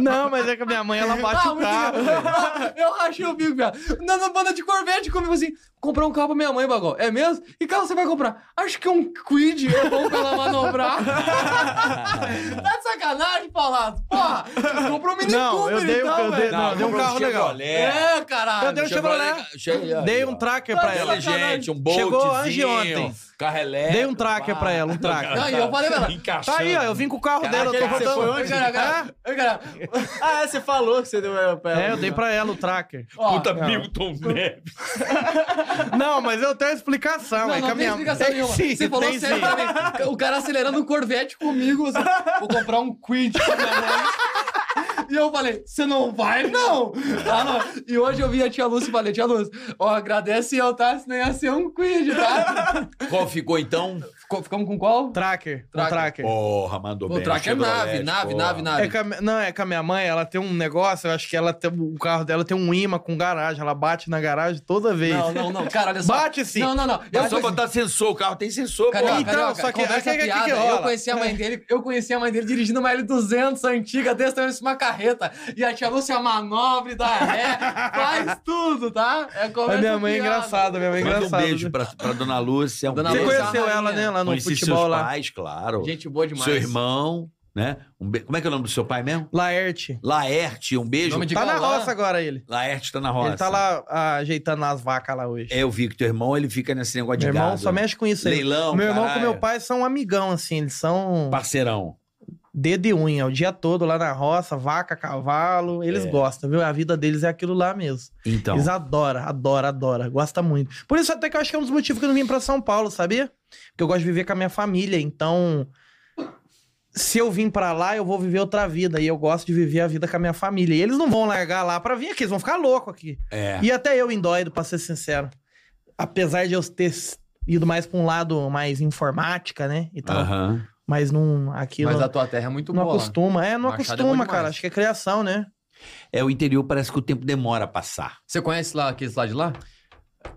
Não, mas é que a minha mãe, ela bate
Ah,
o
muito
carro.
legal. Ah, eu rachei o bico, viado. Na, na banda de Corvette, comigo assim, comprar um carro pra minha mãe, bagulho. É mesmo? E carro você vai comprar? Acho que um quid é bom pra ela manobrar. tá de sacanagem, Paulato? Porra, compra um mini
Não,
Cooper,
eu dei, um-
então,
eu dei,
velho.
não, eu dei um
comprou
carro legal.
Chevrolet.
É, caralho.
Eu dei um Chevrolet.
Chevrolet.
Dei um tracker
Tá
pra
de
ela.
sacanagem.
Inteligente, um
Chegou
boltzinho.
hoje ontem.
Carro elétrico.
Dei um tracker
pá.
pra ela, um tracker.
Não, e eu falei pra ela.
Tá aí, ó, eu vim com o carro dela, eu tô
Você foi
rodando.
onde? Cara, cara, cara,
Ah, você falou que você deu ela pra ela.
É, eu dei pra ela o tracker.
ó,
Milton Neves.
não, mas eu tenho explicação.
Não,
é que
não
a
tem
minha...
explicação
Tem
nenhuma.
sim,
Você falou
tem
sério
sim.
pra mim. O cara acelerando um Corvette comigo. assim, Vou comprar um Quid pra minha mãe. E eu falei, você não vai, não. Ah, não. E hoje eu vi a tia Lúcia e falei, tia Lúcia, ó, agradece eu, tá? Senão ia ser um Quid, tá?
Qual ficou então?
Ficou- Ficamos com qual?
Tracker, um
Tracker.
tracker.
Porra, mandou
O
bem.
tracker é nave,
Chevrolet,
nave,
porra.
nave,
É
nave.
que a mi- não, é que a minha mãe, ela tem um negócio, eu acho que ela tem, o carro dela tem um imã com garagem, ela bate na garagem toda vez.
Não, não, não, cara, olha só.
Bate sim.
Não, não, não.
É
Eu
assim-
só
conheci-
botar sensor, o carro tem sensor, pô.
Carioca,
Então,
carioca,
só que-
conversa
é que- é que-
piada.
que rola?
Eu conheci a mãe dele, eu conheci a mãe dele dirigindo uma L200 antiga, desse tamanho, é uma carreta. E a tia Lúcia é manobra e dá ré, faz tudo, tá? É
A
conversa
minha mãe é
piada.
engraçada, minha mãe é
Manda um
engraçada.
beijo pra, pra dona Lúcia. Um
Dona
Você
beijo.
Lúcia.
conheceu ela, né, lá no
Conheci
futebol
seus
lá.
pais,
é
claro.
Gente boa demais.
Seu irmão, né? Um be- Como é que é o nome do seu pai mesmo?
Laerte.
Laerte, um beijo.
Nome de
Tá na
galã.
roça agora ele.
Laerte tá na roça.
Ele tá lá ah, ajeitando as vacas lá hoje.
É, eu vi que teu irmão, ele fica nesse negócio de
Meu irmão
gado.
só mexe com isso aí.
Leilão,
meu irmão
caralho.
com meu pai são amigão, assim, eles são
Parceirão.
dedo e unha, o dia todo lá na roça, vaca, cavalo, eles
É.
gostam, viu? A vida deles é aquilo lá mesmo.
Então,
Eles adoram, adoram, adoram, gosta muito. Por isso até que eu acho que é um dos motivos que eu não vim pra São Paulo, sabia? Porque eu gosto de viver com a minha família, então se eu vim pra lá, eu vou viver outra vida e eu gosto de viver a vida com a minha família. E eles não vão largar lá pra vir aqui, eles vão ficar loucos aqui.
é.
E até eu indóido, pra ser sincero. Apesar de eu ter ido mais pra um lado mais informática, né? E tal.
Aham.
Mas não. Aqui
Mas
não,
a tua terra é muito
não
boa. lá.
acostuma. É, não
Machado é bom
acostuma,
demais.
cara. Acho que é criação, né?
É, o interior parece que o tempo demora a passar.
Você conhece lá aqueles lá de lá?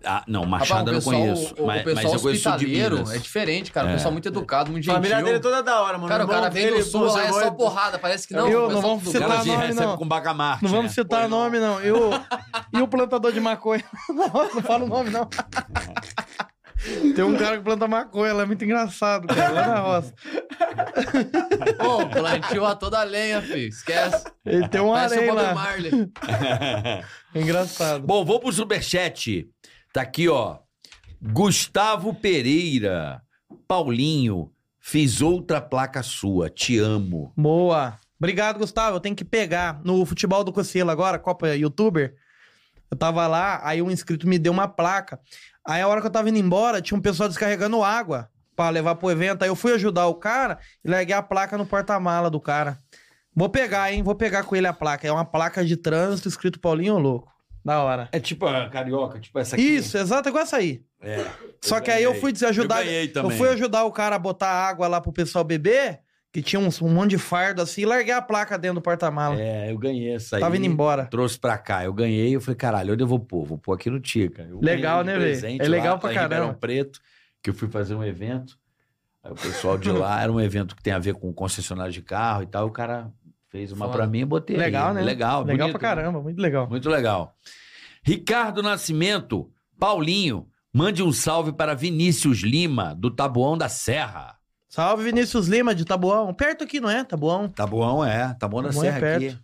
Ah, não, Machado eu
Rapaz,
não
o pessoal-
conheço.
O, o
mas,
pessoal
mas eu conheço o sul de
hospitaleiro
Minas.
é diferente, cara.
É.
O pessoal muito educado, muito
A
gentil.
família dele é toda da hora, mano.
Cara, o
irmão
cara vem do
dele,
sul,
pô,
lá é
seu
só
irmão-
porrada. Parece que não.
Eu
o
não
pessoal
vamos
do-
O cara
citar
se
nome,
recebe
tá né, não.
com bacamarte.
Não vamos
É.
né?
citar nome, não. Eu, e o plantador de maconha? Não, não fala o nome, não. Tem um cara que planta maconha, ela é muito engraçado, cara, lá na roça.
Ô, plantio a toda lenha, filho. Esquece.
Ele tem um
Parece o
areia
Bob
lá.
Marley.
Engraçado.
Bom, vou pro superchat. Tá aqui, ó. Gustavo Pereira. Paulinho, fiz outra placa sua. Te amo.
Boa. Obrigado, Gustavo. Eu tenho que pegar no futebol do Cocelo agora, Copa Youtuber. Eu tava lá, aí um inscrito me deu uma placa. Aí a hora que eu tava indo embora, tinha um pessoal descarregando água pra levar pro evento. Aí eu fui ajudar o cara e larguei a placa no porta-mala do cara. Vou pegar, hein? Vou pegar com ele a placa. É uma placa de trânsito escrito Paulinho Louco. Da hora.
É tipo a carioca, tipo essa
Isso, exato, igual essa aí.
É.
Só que aí eu fui ajudar.
Eu ganhei
Eu
também.
fui ajudar o cara a botar água lá pro pessoal beber, que tinha uns- um, monte de fardo assim, e larguei a placa dentro do porta-mala.
É, eu ganhei essa aí.
Tava indo embora.
Trouxe pra cá, eu ganhei, eu falei, caralho, onde eu vou pôr? Vou pôr aqui no Tica. Eu
Legal,
ganhei
né, velho?
presente tá
É legal pra
em
caramba.
Ribeirão Preto, que eu fui fazer um evento. Aí o pessoal de lá era um evento que tem a ver com concessionário de carro e tal. O cara fez uma
Foda.
pra mim e botei. aí.
Legal, né?
Legal,
legal
bonito, né?
pra caramba, muito legal.
Muito legal. Ricardo Nascimento, Paulinho, mande um salve para Vinícius Lima, do Tabuão da Serra.
Salve Vinícius Lima de Taboão. Perto aqui, não é? Taboão.
Tabuão é, Tabuão da
Tabuão é
Serra aqui.
perto. Tamo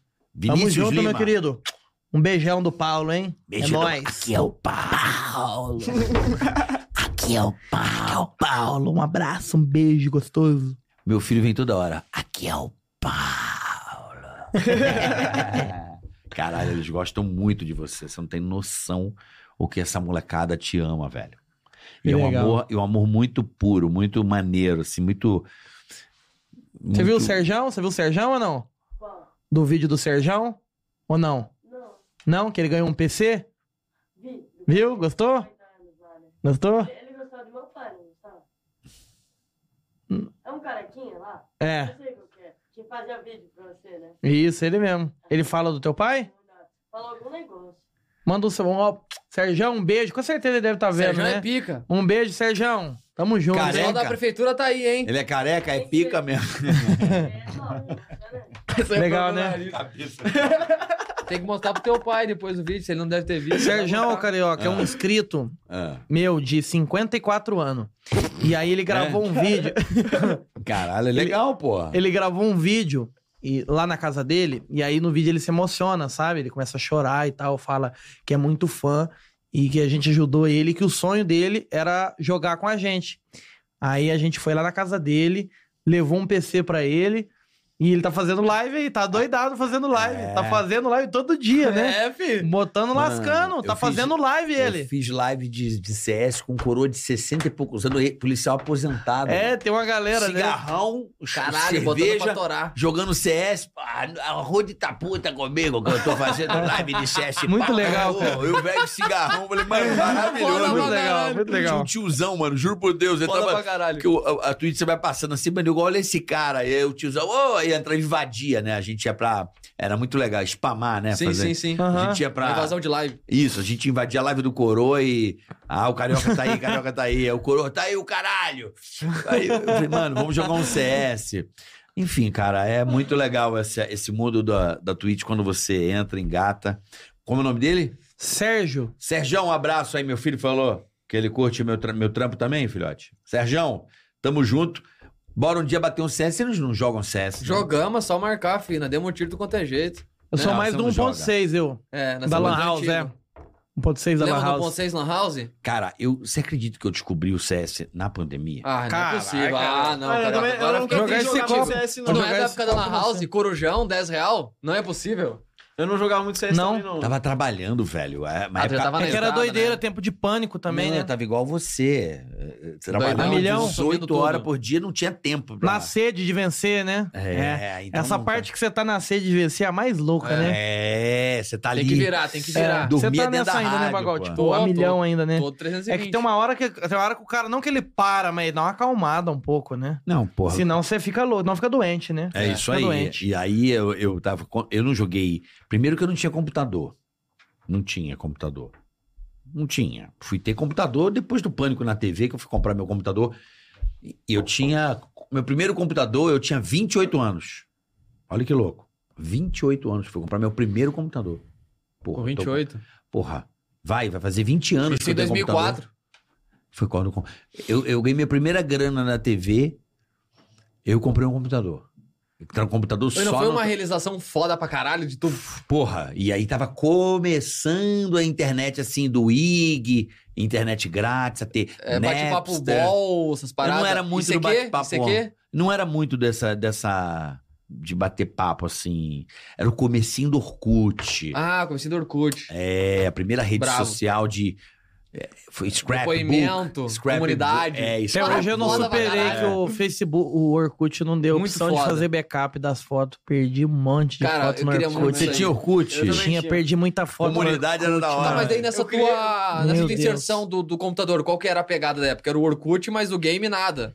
Vinícius
junto,
Lima.
meu querido. Um beijão do Paulo, hein?
Beijo
é
do-
nóis.
Aqui é o Paulo. Aqui é o Paulo.
Paulo, um abraço, um beijo gostoso.
Meu filho vem toda hora. Aqui é o Paulo. Caralho, eles gostam muito de você. Você não tem noção o que essa molecada te ama, velho. E
Que
é um
legal.
amor, e um amor muito puro, muito maneiro, assim, muito
Você viu o Serjão? Você viu o Serjão ou não? Do vídeo do Serjão? Ou não? Não. Não? Que ele ganhou um PC? Viu? Gostou? Gostou?
Ele gostava de meu pai, não gostava? É um carequinha lá?
Hum. É.
sei o que é. Que fazia vídeo pra você, né?
Isso, ele mesmo. Ele fala do teu pai?
Falou algum negócio.
Manda um... Ó, Serjão, um beijo. Com certeza ele deve estar vendo,
Sérgio é
né?
pica.
Um beijo, Serjão. Tamo junto.
O pessoal
Careca.
da prefeitura tá aí, hein?
Ele é careca, é pica mesmo.
É.
É,
Legal, né?
Tem que mostrar pro teu pai depois do vídeo, se ele não deve ter visto.
Serjão, ô, Carioca, é um inscrito
Ah,
meu de 54 anos. E aí ele gravou um vídeo.
Caralho, é legal, porra.
Ele gravou um vídeo e, lá na casa dele, e aí no vídeo ele se emociona, sabe? Ele começa a chorar e tal, fala que é muito fã e que a gente ajudou ele, que o sonho dele era jogar com a gente. Aí a gente foi lá na casa dele, levou um PC pra ele, e ele tá fazendo live aí, tá doidado fazendo live.
É.
Tá fazendo live todo dia, né?
É, filho.
Botando,
Mano,
lascando,
eu
tá
fiz-
fazendo live ele.
Eu fiz live de, de CS com um coroa de 60 e poucos anos, e- policial aposentado.
É, tem uma galera, né?
Cigarrão,
Caralho, botando pra
cerveja,
torar.
jogando CS. Ah, Arroz de taputa comigo, que eu tô fazendo live de CS.
Muito legal,
Pô,
cara.
eu pego cigarrão, falei, mano,
É, Foda
maravilhoso.
pra
Muito legal,
caralho.
muito
Tinha um
legal.
tiozão, mano, juro por Deus. Eu
Foda
tava,
pra caralho.
que o- a, a Twitch você vai passando assim, mano, igual olha esse cara. E aí o tiozão, ô, aí entra e invadia, né? A gente ia pra. Era muito legal, spamar, né?
Sim,
Fazer-
sim, sim.
Aham.
A gente ia
Uma
pra.
invasão de live.
Isso, a gente invadia a live do Coroa e. Ah, o Carioca tá aí, o Carioca tá aí. O Coroa tá aí, o caralho. Aí eu falei, mano, vamos jogar um CS. Enfim, cara, é muito legal esse, esse mundo da, da Twitch quando você entra, engata. Como é o nome dele?
Sérgio,
Serjão, um abraço aí, meu filho falou que ele curte meu, tra- meu trampo também, filhote. Serjão, tamo junto. Bora um dia bater um CS. Vocês não jogam CS? né?
Jogamos, só marcar, filho. Demos um tiro do quanto é jeito.
eu sou
Não,
mais
você
do
não joga.
1.6, eu.
É, nessa
Da Lan
coisa
House,
antiga.
é. 1.6 da Lan
Lembra do
House.
1.6 Lan House?
Cara, eu, você acredita que eu descobri o CS na pandemia?
Ah, não é
Caraca.
possível. Ah, não, cara. Agora fiquei
jogar
jogar
esse
esse
copo.
CS,
Tu
não.
não é da época da Lan House, corujão, 10 real? Não é possível.
Eu não jogava muito CS
Não.
também, não.
Tava trabalhando, velho. É, mas
Ah, tu já tava na
É que era
estrada,
doideira,
né?
tempo de pânico também,
não, tá
né?
Eu tava igual você. Eh, Trabalhava
Doidão,
milhão,
18
subindo
horas
tudo.
por dia, não tinha tempo pra...
Na sede de vencer, né?
É, então
Essa
não-
parte que você tá na sede de vencer é a mais louca, né?
É, você tá ali.
Tem que virar, tem que virar.
do-
Você
Dormia
tá
dentro
nessa
da
ainda, né,
rádio,
Bagol?
pô.
Tipo,
Tô,
a
tô.
milhão ainda, né?
Todo 320.
É que tem uma hora que tem uma hora que o cara, não que ele para, mas dá uma acalmada um pouco, né?
Não, porra.
Senão você fica louco, não fica doente, né?
É isso
Fica
aí.
doente.
E aí eu, eu tava. com- Eu não joguei. Primeiro que eu não tinha computador. Não tinha computador. Não tinha. Fui ter computador depois do pânico na TV, que eu fui comprar meu computador. E eu tinha. Meu primeiro computador, eu tinha 28 anos. Olha que louco. 28 anos. Fui comprar meu primeiro computador. Porra,
Com
tô-
28.
porra. Vai, vai fazer 20 anos
Isso em
eu tenho computador.
2004.
Foi quando eu com- eu, eu ganhei minha primeira grana na TV, eu comprei um computador. Era um computador
Não
só.
foi
no-
uma realização foda pra caralho de tu
Porra, e aí tava começando a internet assim do IG, internet grátis, a ter.
é, bate-papo
Napster.
bol, essas paradas. é
Eu não era muito
ICQ,
do bate-papo,
ICQ?
Não era muito dessa. dessa de bater papo assim. Era o comecinho do Orkut.
Ah, comecei do Orkut.
É, a primeira rede
Bravo.
social de. é, Foi scrapbook.
Depoimento,
scrapbook,
comunidade.
É,
Até hoje eu não
Foda pra
superei que
caralho.
o Facebook, o Orkut não deu
Muito
opção de
foda.
fazer backup das fotos. Perdi um monte de
Cara,
fotos
eu
no
queria
Orkut.
muito
Você
isso
tinha
aí.
Orkut?
Eu também
Tinha,
tinha.
perdi muita foto. no
Comunidade era da hora.
Tá, mas daí nessa
eu
tua,
queria-
nessa
Meu
tua
Deus.
inserção do, do computador, qual que era a pegada da época? Era o Orkut, mas o game nada.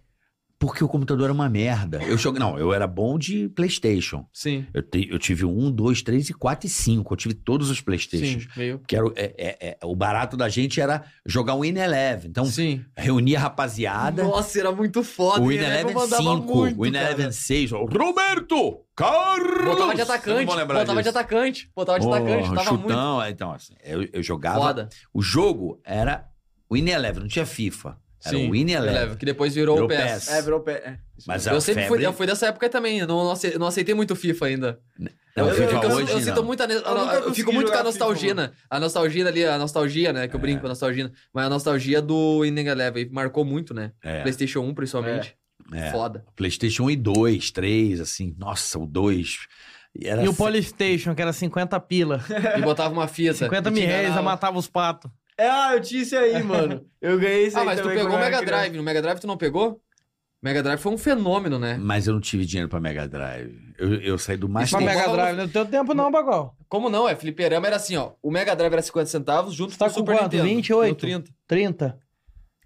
Porque o computador era uma merda. Eu joguei, não, eu era bom de PlayStation.
Sim.
Eu, te- eu tive um, dois, três e quatro e cinco. Eu tive todos os
Sim,
PlayStations.
veio.
Que era, o- é- é- é- o barato da gente era jogar o In Eleven. Então,
Sim.
reunia a rapaziada.
Nossa, era muito foda.
o In
ele
Eleven
mandava
5,
muito,
o In Eleven
cara.
6. ó, Roberto! Carlos!
Botava de
Eu não
atacante,
vou lembrar
botava de
disso.
atacante, botava de atacante,
Porra,
tava muito
chutão. é, Então, assim, eu, eu jogava.
foda.
O jogo era o In Eleven, não tinha FIFA. Era
Sim,
o In Eleven.
Eleven, que depois virou,
Virou
o PES.
PES.
É, virou pé.
Mas a
Eu sempre fui,
febre-
eu fui dessa época aí também, eu não, não ace- não aceitei muito FIFA ainda.
Não,
eu,
FIFA
fico- eu- eu
hoje
sinto
não.
muito a, ne- a-
Eu nunca
eu fico
consegui
muito com a
jogar FIFA,
nostalgia, né? A nostalgia ali, a nostalgia,
É.
né? Que eu brinco com a nostalgia, mas a nostalgia do Inning Eleven marcou muito, né?
É,
PlayStation 1, principalmente.
é.
Foda.
PlayStation 1 e 2, 3, assim, nossa, o 2. Era
E o
assim-
Polystation, que era 50 pila.
E botava uma fita.
50 mil
e tinha
reais,
na-
eu matava os patos.
É, ah, eu tinha isso aí, mano. Eu ganhei isso aí
Ah, mas tu
também
pegou o
quando eu
Mega
era criança.
Drive. No Mega Drive tu não pegou? Mega Drive foi um fenômeno, né?
Mas eu não tive dinheiro pra Mega Drive. Eu, eu saí do mais
Pra
tem-
Mega Drive, não tem tempo não, Bagol.
Como não? É, fliperama era assim, ó. O Mega Drive era 50 centavos junto
Você tá
com o
com
Super
quanto?
Nintendo.
28?
Deu 30.
30.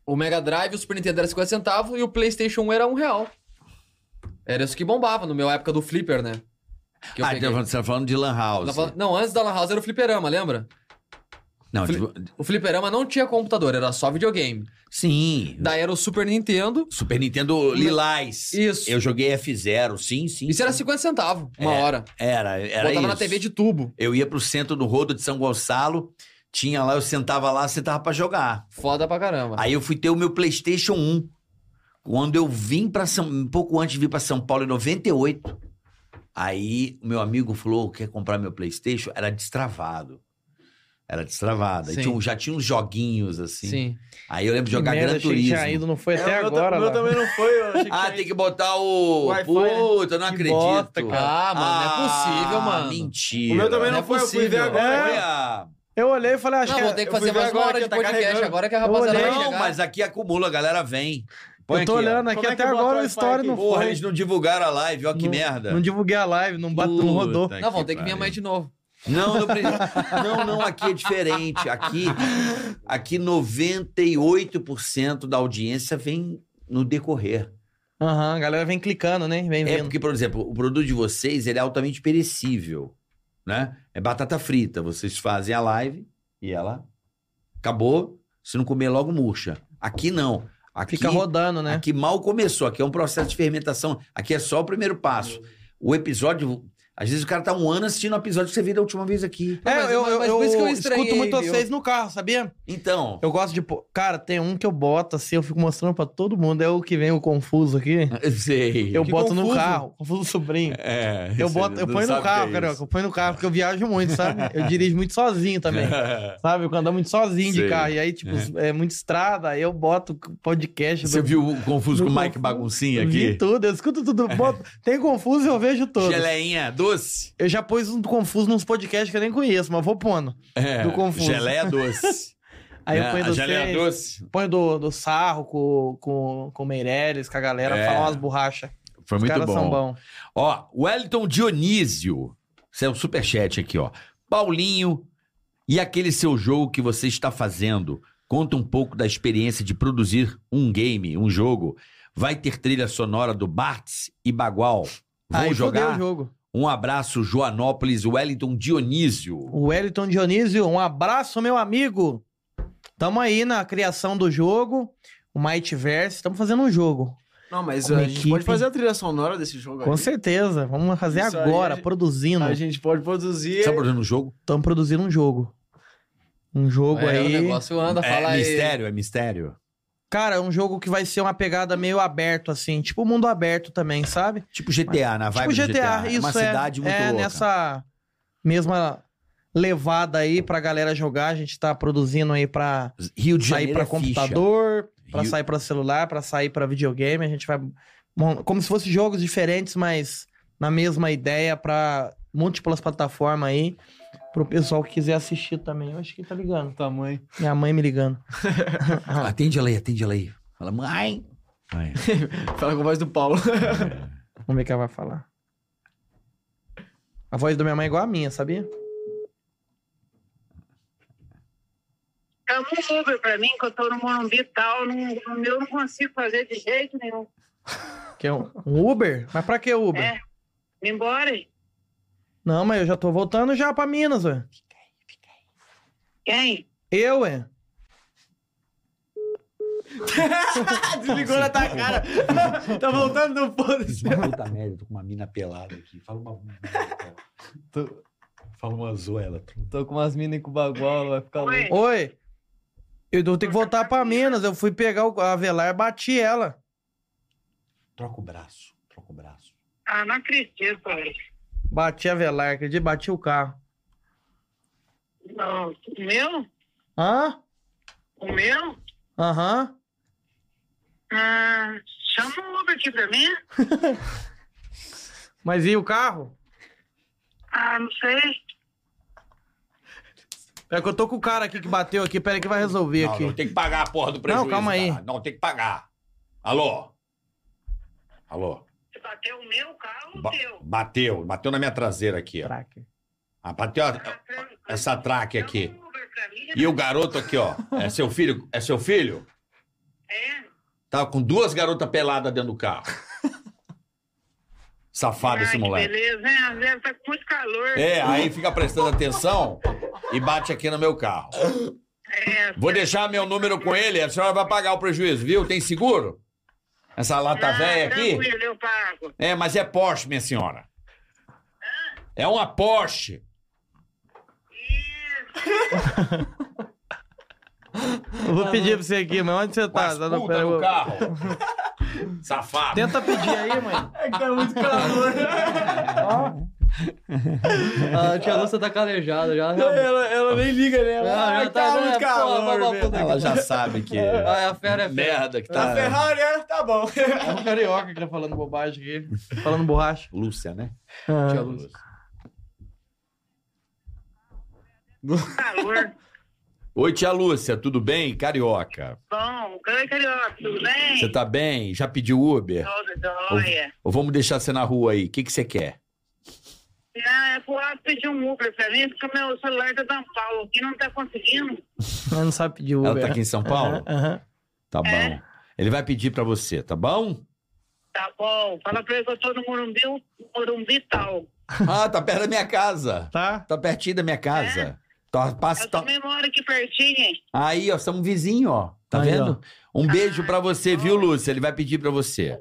O Mega Drive, o Super Nintendo era 50 centavos e o PlayStation 1 era 1 real. Era isso que bombava, na minha época do flipper, né? Que eu
Ah,
peguei.
então você tá falando de Lan House.
Ela fala- Não, antes da Lan House era o fliperama, lembra?
Não,
Fli-
de-
O fliperama não tinha computador, era só videogame.
Sim.
Daí era o Super Nintendo,
Super Nintendo Lilás.
Isso.
Eu joguei F0, sim, sim.
isso era
sim.
50 centavos, uma
É,
hora.
Era, era
Botava na
isso.
TV de tubo.
Eu ia pro centro do Rodo de São Gonçalo, tinha lá, eu sentava lá, sentava pra jogar.
Foda pra caramba.
Aí eu fui ter o meu PlayStation 1. Quando eu vim pra São... Um pouco antes de vir pra São Paulo, em 98, aí o meu amigo falou, quer comprar meu PlayStation? Era destravado. Era destravado. Aí
Sim.
tinha um- já tinha uns joguinhos, assim.
Sim.
Aí eu lembro de
Que
jogar
merda,
Gran
achei que
Turismo.
tinha ido, não foi até
É, o meu ta-
agora.
o meu
lá.
também não foi. eu achei que
Ah,
tinha
tem
ido.
que botar o...
Wi-Fi, né?
Puta, eu não
Que
acredito. Ah,
bosta,
cara. Ah, mano, não é possível, mano.
Mentira.
O meu também não,
Não é
foi, eu fui ver
possível.
agora.
É.
Olha...
Eu olhei e falei, acho
Não,
que
vou
é-
ter que
eu
fazer
fui ver
mais uma
agora
hora
que
de
tá
podcast
carregando.
agora que a rapaziada vai
olhei.
chegar.
Não, mas aqui acumula, a galera vem. Põe
Eu tô
aqui, ó.
olhando aqui,
Como é
até
que bota
agora
o
o
Wi-Fi
story
aqui?
não
Porra,
foi.
eles não divulgaram a live, ó que
Não-
merda.
Não divulguei a live, não, bate, não rodou.
Puta
Não, vão ter que vir
pariu.
amanhã de um. novo.
Não, não, pre- não, não, aqui é diferente. Aqui, aqui 98% da audiência vem no decorrer.
Aham, a galera vem clicando, né? Vem
É
vendo.
porque, por exemplo, o produto de vocês ele é altamente perecível, né? É batata frita. Vocês fazem a live e ela acabou. Se não comer, é logo murcha. Aqui não. Aqui
Fica rodando, né?
Aqui mal começou, aqui é um processo de fermentação, aqui é só o primeiro passo. O episódio, às vezes o cara tá um ano assistindo o episódio que você viu da última vez aqui.
É,
mas-
eu,
mas- mas
eu,
por isso que eu estranhei,
escuto muito
viu?
vocês no carro, sabia?
Então,
Eu gosto de. pô- Cara, tem um que eu boto assim, eu fico mostrando pra todo mundo. É o que vem o confuso aqui.
eu sei.
Eu
Que
boto no
confuso?
carro, confuso sobrinho.
É,
Eu,
você
boto, eu
não
ponho
sabe
no
o
carro,
que é
carioca.
isso.
Eu ponho no carro, porque eu viajo muito, sabe? Eu dirijo muito sozinho também. Sabe? Eu ando muito sozinho de
Sei.
carro. E aí, tipo, é muita estrada. Aí eu boto podcast.
Você
do...
viu o confuso
No
com o Mike
Confuso.
Baguncinha
Eu vi
aqui?
tudo, eu escuto tudo. boto- Tem confuso e eu vejo todo.
Geleinha doce.
Eu já pus um confuso nos podcasts que eu nem conheço, mas vou pondo.
É,
Do Confuso.
Geleia doce.
Aí
É,
eu ponho
a
do
geleia
Seis,
doce.
Põe do, do sarro com, com, com o Meirelles, com a galera,
É.
fala umas borrachas.
Foi
Os
muito
caras são
bom.
bons.
Ó, Wellington Dionísio. Isso é um superchat aqui, ó. Paulinho, e aquele seu jogo que você está fazendo? Conta um pouco da experiência de produzir um game, um jogo. Vai ter trilha sonora do Bartz e Bagual. Vão
Aí fudeu
jogar?
o jogo.
Um abraço, Joanópolis, Wellington Dionísio.
O Wellington Dionísio, um abraço, meu amigo. Tamo aí na criação do jogo, o Mightverse. Estamos fazendo um jogo.
Não, mas
Uma
a gente
equipe.
pode fazer a trilha sonora desse jogo
é Com
aí.
certeza. Vamos fazer
Isso aí
agora,
a gente-
produzindo.
A gente pode produzir.
Está produzindo um jogo?
Estamos produzindo um jogo. Um jogo
É,
aí.
O negócio anda, fala
É
aí.
mistério, é mistério.
Cara, é um jogo que vai ser uma pegada meio aberto, assim. Tipo mundo aberto também, sabe?
Tipo GTA, na vibe
tipo
do
GTA,
GTA.
isso
é uma cidade muito
é
louca.
nessa mesma levada aí pra galera jogar. A gente tá produzindo aí pra
Rio de
sair
Janeiro
pra
é ficha.
computador, pra
Rio-
sair pra celular, pra sair pra videogame. A gente vai mon- como se fossem jogos diferentes, mas na mesma ideia pra múltiplas plataformas aí. Pro pessoal que quiser assistir também. Eu acho que tá ligando.
tamanho.
Minha mãe me ligando.
Ah, Atende ela aí, atende ela aí. Fala, mãe. Ai.
Fala com a voz do Paulo.
Vamos ver o que ela vai falar. A voz da minha mãe é igual a minha, sabia?
Chama um Uber pra mim, que eu tô no Morumbi e tal. Não, no meu não consigo fazer de jeito nenhum.
Que é um um Uber? Mas pra que Uber?
É. Vim embora. hein?
Não, mas eu já tô voltando já pra Minas, ué.
Quem?
Eu, ué.
Desligou na tua cara. tá voltando do foda-se.
Puta merda, tô com uma mina pelada aqui. Fala uma. Fala uma zoela.
Tô com umas minas com bagual, vai ficar
Oi?
Oi. Eu vou ter que voltar pra Minas. Eu fui pegar o- a Velar e bati ela.
Troca o braço. Troca o braço.
Ah, não acredito, velho.
Bati a Velar, acredito, bati o carro.
Não. O meu?
Hã?
O meu?
Aham.
Ah, chama um Uber aqui pra mim.
Mas e o carro?
Ah, não sei.
É que eu tô com o cara aqui que bateu aqui. Pera aí que vai resolver
Não,
aqui.
não, tem que pagar a porra do prejuízo.
calma aí.
cara. Não, tem que pagar. Alô? Alô?
Se bateu o meu carro,
Ba-
o teu.
bateu, bateu na minha traseira aqui, ó.
Tracker.
Ah, bateu a-
Ah, tranca.
essa traque
Chama
aqui.
um Uber pra mim,
E o garoto aqui, ó. É seu filho? É seu filho?
É,
Tava com duas garotas peladas dentro do carro. Safado
Ai,
esse
Ah, que
moleque.
Beleza, hein? Às vezes tá com muito calor.
É, aí fica prestando atenção e bate aqui no meu carro.
É,
Vou deixar meu
tá
número com ele, a senhora vai pagar o prejuízo, viu? Tem seguro? Essa lata
não,
velha aqui?
Ah, Tranquilo, eu pago.
É, mas é Porsche, minha senhora. É uma Porsche.
Eu vou pedir pra você aqui, mas onde você
Com
tá?
as
Tá
putas
no
no
Pernambuco.
carro. Safado.
Tenta pedir aí, mãe.
É que tá muito calor.
Ah,
A tia Lúcia tá calejada já.
ela, ela nem liga nela.
Não, já
Ai,
tá,
tá
né?
muito
Pô, vai pra
calor. velho.
puta
Ela já sabe que
Ah, a fera é fera.
merda que
A
tá.
Ferrari, é? tá bom.
É um carioca que tá falando bobagem aqui. Falando borracha.
Lúcia, né?
Tia Lúcia.
Calor.
Oi, tia Lúcia, tudo bem? Carioca.
Bom, grande carioca, tudo bem?
Você tá bem? Já pediu Uber?
é
Tudo jóia.
Ou vamos deixar você na rua aí? O que, que você quer?
Não, é pro lado pedir um Uber pra mim, porque meu celular tá dando pau aqui, não tá conseguindo.
Ela não sabe pedir Uber. né?
Ela tá aqui em São Paulo?
Aham.
É?
Tá bom. Ele vai pedir pra você, tá bom?
Tá bom, fala pra ele que eu tô no Morumbi, Morumbi tal.
Ah, tá perto da minha casa.
Tá?
Tá pertinho da minha casa. Tá, passa,
É. Eu
tá-
também moro aqui pertinho, hein?
Aí, ó, somos vizinho, ó. Tá
Aí,
vendo?
Ah,
Um beijo pra você, viu, Lúcia? Ele vai pedir pra você.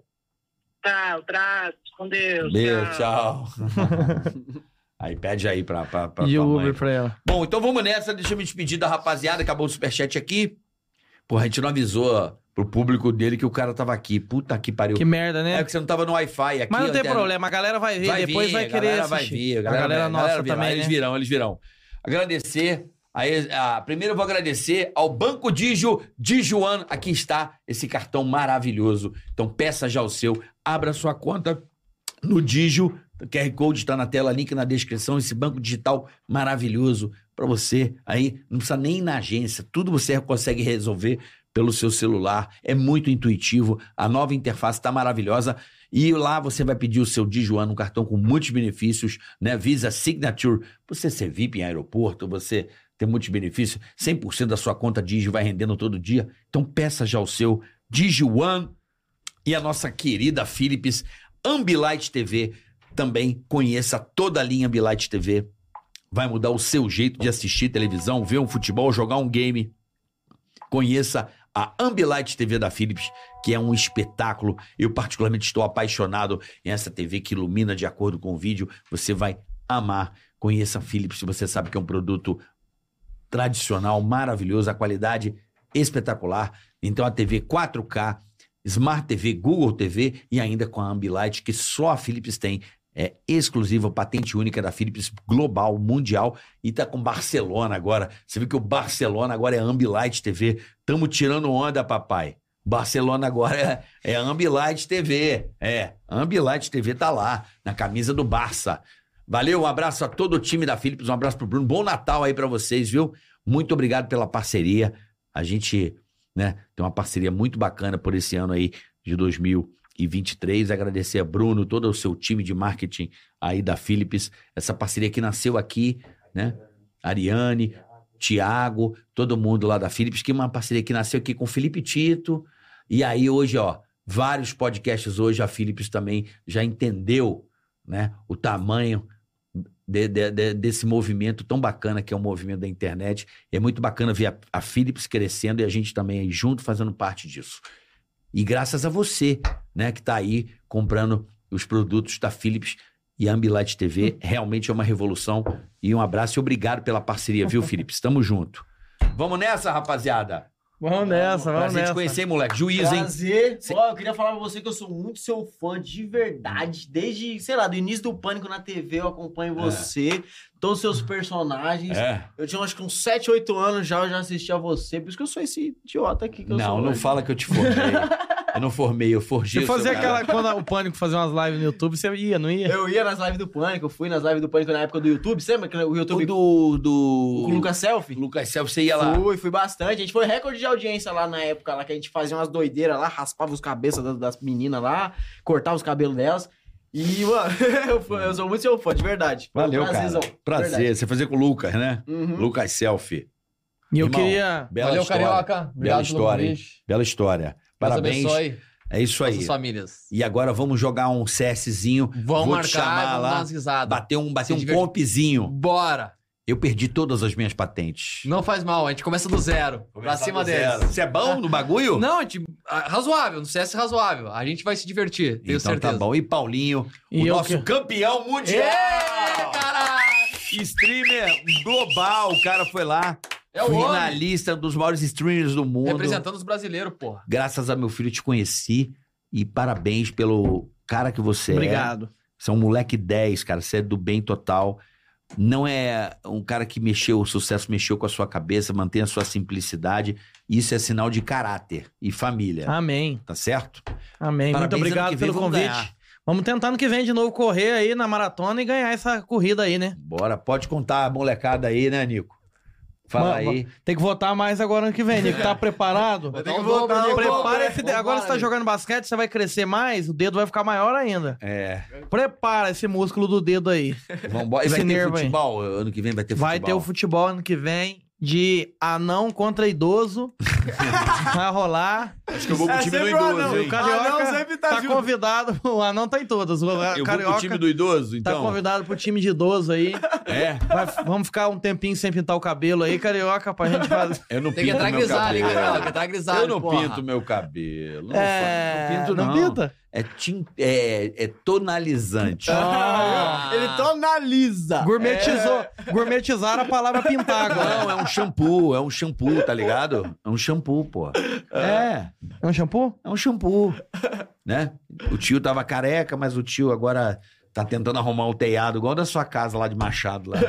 Tá, abraço, com Deus.
Beijo, tchau. Aí pede aí pra, pra, pra
Pedir
tua
o
mãe.
Uber pra ela.
Bom, então vamos nessa. Deixa eu me despedir da rapaziada. Acabou o superchat aqui. Porra, a gente não avisou pro público dele que o cara tava aqui. Puta que pariu.
Que merda, né?
É que você não tava no Wi-Fi aqui.
Mas não
ó,
tem
internet.
problema, a galera vai ver, depois
vir,
vai
a
querer
galera vai
assistir.
vir,
a galera, nossa
virá,
também,
Eles
né?
virão, eles virão. Agradecer. A, ex- a- primeiro eu vou agradecer ao Banco Digio, Digioan. Aqui está esse cartão maravilhoso. Então peça já o seu, abra sua conta no Digio. O QR Code está na tela, link na descrição. Esse banco digital maravilhoso para você aí. Não precisa nem ir na agência, tudo você consegue resolver pelo seu celular. É muito intuitivo. A nova interface está maravilhosa. E lá você vai pedir o seu Dijuan, um cartão com muitos benefícios, né? Visa Signature. Você ser VIP em aeroporto, você ter muitos benefícios. 100% da sua conta Digi vai rendendo todo dia. Então peça já o seu Dijuan. E a nossa querida Philips Ambilight TV também conheça toda a linha Ambilight TV. Vai mudar o seu jeito de assistir televisão, ver um futebol, jogar um game. Conheça a Ambilight TV da Philips, que é um espetáculo eu, particularmente, estou apaixonado em essa TV que ilumina de acordo com o vídeo. Você vai amar. Conheça a Philips, você sabe que é um produto tradicional, maravilhoso, a qualidade espetacular. Então, a TV 4K, Smart TV, Google TV e ainda com a Ambilight, que só a Philips tem. É exclusiva, patente única da Philips global, mundial, e tá com Barcelona agora. Você viu que o Barcelona agora é Ambilight TV. Tamo tirando onda, papai. Barcelona agora é, é Ambilight TV. É, Ambilight TV tá lá, na camisa do Barça. Valeu, um abraço a todo o time da Philips, um abraço pro Bruno. Bom Natal aí pra vocês, viu? Muito obrigado pela parceria. A gente, né, tem uma parceria muito bacana por esse ano aí de 2023. Agradecer a Bruno, todo o seu time de marketing aí da Philips, essa parceria que nasceu aqui, né? Ariane, Tiago, todo mundo lá da Philips, que é uma parceria que nasceu aqui com o Felipe Tito, e aí hoje, ó, vários podcasts hoje, a Philips também já entendeu, né, o tamanho de- de- de- desse movimento tão bacana que é o movimento da internet. É muito bacana ver a, a Philips crescendo e a gente também aí junto fazendo parte disso. E graças a você, né, que tá aí comprando os produtos da Philips e a Ambilight TV, realmente é uma revolução. E um abraço e obrigado pela parceria, viu, Philips? Tamo junto. Vamos nessa, rapaziada.
Vamos nessa,
Pra
vamos
gente
nessa.
conhecer, hein, moleque. Juiz, hein?
Prazer.
Sim.
Ó, eu queria falar pra você que eu sou muito seu fã de verdade. Desde, sei lá, do início do Pânico na TV, eu acompanho você, todos os seus personagens.
É.
Eu tinha acho que uns 7, 8 anos já, Então eu já assistia você. Por isso que eu sou esse idiota aqui que eu
Não,
sou.
não
hoje.
fala que eu te formei. Eu não formei, eu forjei.
Você
o seu
fazia
caráter.
aquela. Quando o Pânico fazia umas lives no YouTube, você ia, não ia?
Eu ia nas lives do Pânico, eu fui nas lives do Pânico na época do YouTube, você lembra que o YouTube
O do.
com
do...
o Lucas Selfie?
Lucas Self, você ia lá.
Fui, fui bastante. A gente foi recorde de audiência lá na época, lá que a gente fazia umas doideiras lá, raspava os cabeças das, das meninas lá, cortava os cabelos delas. E, mano, eu, fui- eu sou muito seu fã, de verdade. Foi um
Valeu,
prazerzão,
cara. Prazer.
verdade.
Você fazia com o Lucas, né?
Uhum.
Lucas Selfie.
E eu
Irmão.
queria.
Bela
Valeu,
história.
Carioca. Obrigado pelo
história, hein?
convite.
Bela história. Parabéns.
Deus abençoe
É isso aí.
nossas famílias.
E agora vamos jogar um CSzinho.
Vão
Vou te
marcar
chamar
e vão
lá.
dar umas risadas.
Bater um,
Se
bater um
divertir.
compzinho.
Bora!
Eu perdi todas as minhas patentes.
Não faz mal, a gente começa do zero. pra cima deles.
Você é bom no bagulho?
Não, a gente. ah, Razoável, no CS razoável. A gente vai se divertir, tenho
Então tá
certeza.
bom. E Paulinho,
E
o
eu
nosso
que-
campeão mundial.
É, caralho!
Streamer global. O cara foi lá.
É o homem.
finalista dos maiores streamers do mundo.
Representando os brasileiros, porra.
Graças a meu filho te conheci. E parabéns pelo cara que você é.
Obrigado.
Você é um moleque 10, cara. Você é do bem total. Não é um cara que mexeu, o sucesso mexeu com a sua cabeça, mantém a sua simplicidade. Isso é sinal de caráter e família.
Amém.
Tá certo?
Amém.
Parabéns,
Ah. Muito
ano que
obrigado
vem
pelo
vamos
convite.
ganhar.
Vamos tentar no que vem de novo correr aí na maratona e ganhar essa corrida aí, né?
Bora, pode contar a molecada aí, né, Nico? Fala
Mano,
aí.
Tem que votar mais agora ano que vem, Nico. Tá preparado?
Vai ter que
um
voltar
dobro,
no
né?
gol,
Prepara
né?
é
esse dedo. Agora você tá
Vambora.
jogando basquete, você vai crescer mais, o dedo vai ficar maior ainda.
É,
Prepara esse músculo do dedo aí.
vambora. E
Esse
vai ter
nervo aí.
futebol? Ano que vem vai ter é futebol.
Vai ter o futebol ano que vem de anão contra idoso. vai rolar.
Acho que eu vou com o time do
E
idoso,
É o
hein?
Carioca
Anão sempre tá
tá,
junto.
convidado. O anão tá em todas. O
Eu vou
Carioca
com o time do idoso,
tá
então.
convidado pro time de idoso aí.
é,
Vai- vamos ficar um tempinho sem pintar o cabelo aí, Carioca, pra gente fazer.
eu não
Tem que
pinto
entrar
meu
grisalho, hein, cara? Tem que
cabelo.
entrar grisalho.
Eu não
porra.
pinto meu cabelo. Não,
É,
faço- não pinto, não. É, tin- é, é tonalizante.
Ah.
Ele tonaliza.
Gourmetizou. Gourmetizaram a palavra pintar
Não,
agora.
é um shampoo, é um shampoo, tá ligado? É um shampoo, pô. É,
É um shampoo?
é um shampoo, né? O tio tava careca, mas o tio agora tá tentando arrumar o telhado, igual da sua casa lá de Machado, lá.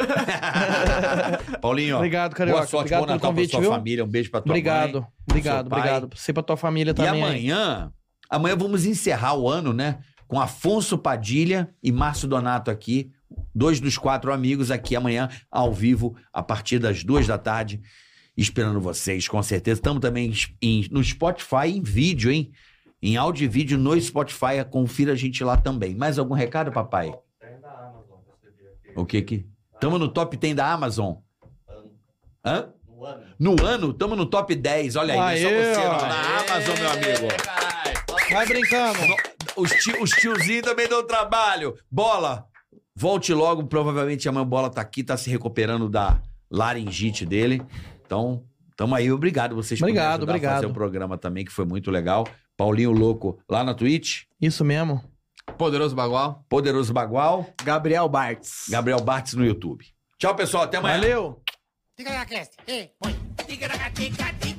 Paulinho, ó,
Obrigado, Carioca.
boa sorte,
obrigado
bom Natal pra sua família, um beijo pra tua mãe.
Obrigado, obrigado,
seu pai.
obrigado. Você e pra tua família
E
também. aí.
amanhã, amanhã vamos encerrar o ano, né? Com Afonso Padilha e Márcio Donato aqui, dois dos quatro amigos aqui amanhã, ao vivo, a partir das duas da tarde, esperando vocês, com certeza. Estamos também em- no Spotify em vídeo, hein? Em áudio e vídeo no Spotify, confira a gente lá também. Mais algum recado, papai? O que que? Estamos no top 10 da Amazon. Hã? No ano, estamos no top 10. Olha aí, não é
Aê,
só você,
ó.
não. Na Amazon, meu amigo.
Vai brincando.
Os, tio, os tiozinhos também dão trabalho. Bola, volte logo. Provavelmente amanhã o Bola tá aqui, tá se recuperando da laringite dele. Então, tamo aí. Obrigado vocês
Obrigado,
por me ajudar
obrigado.
a fazer o programa também, que foi muito legal. Paulinho Louco, lá na Twitch.
Isso mesmo.
Poderoso Bagual.
Poderoso Bagual.
Gabriel Bartz.
Gabriel Bartz no YouTube. Tchau, pessoal. Até amanhã.
Valeu.
Tigaracast. Ei, põe. Tigaracati, cati,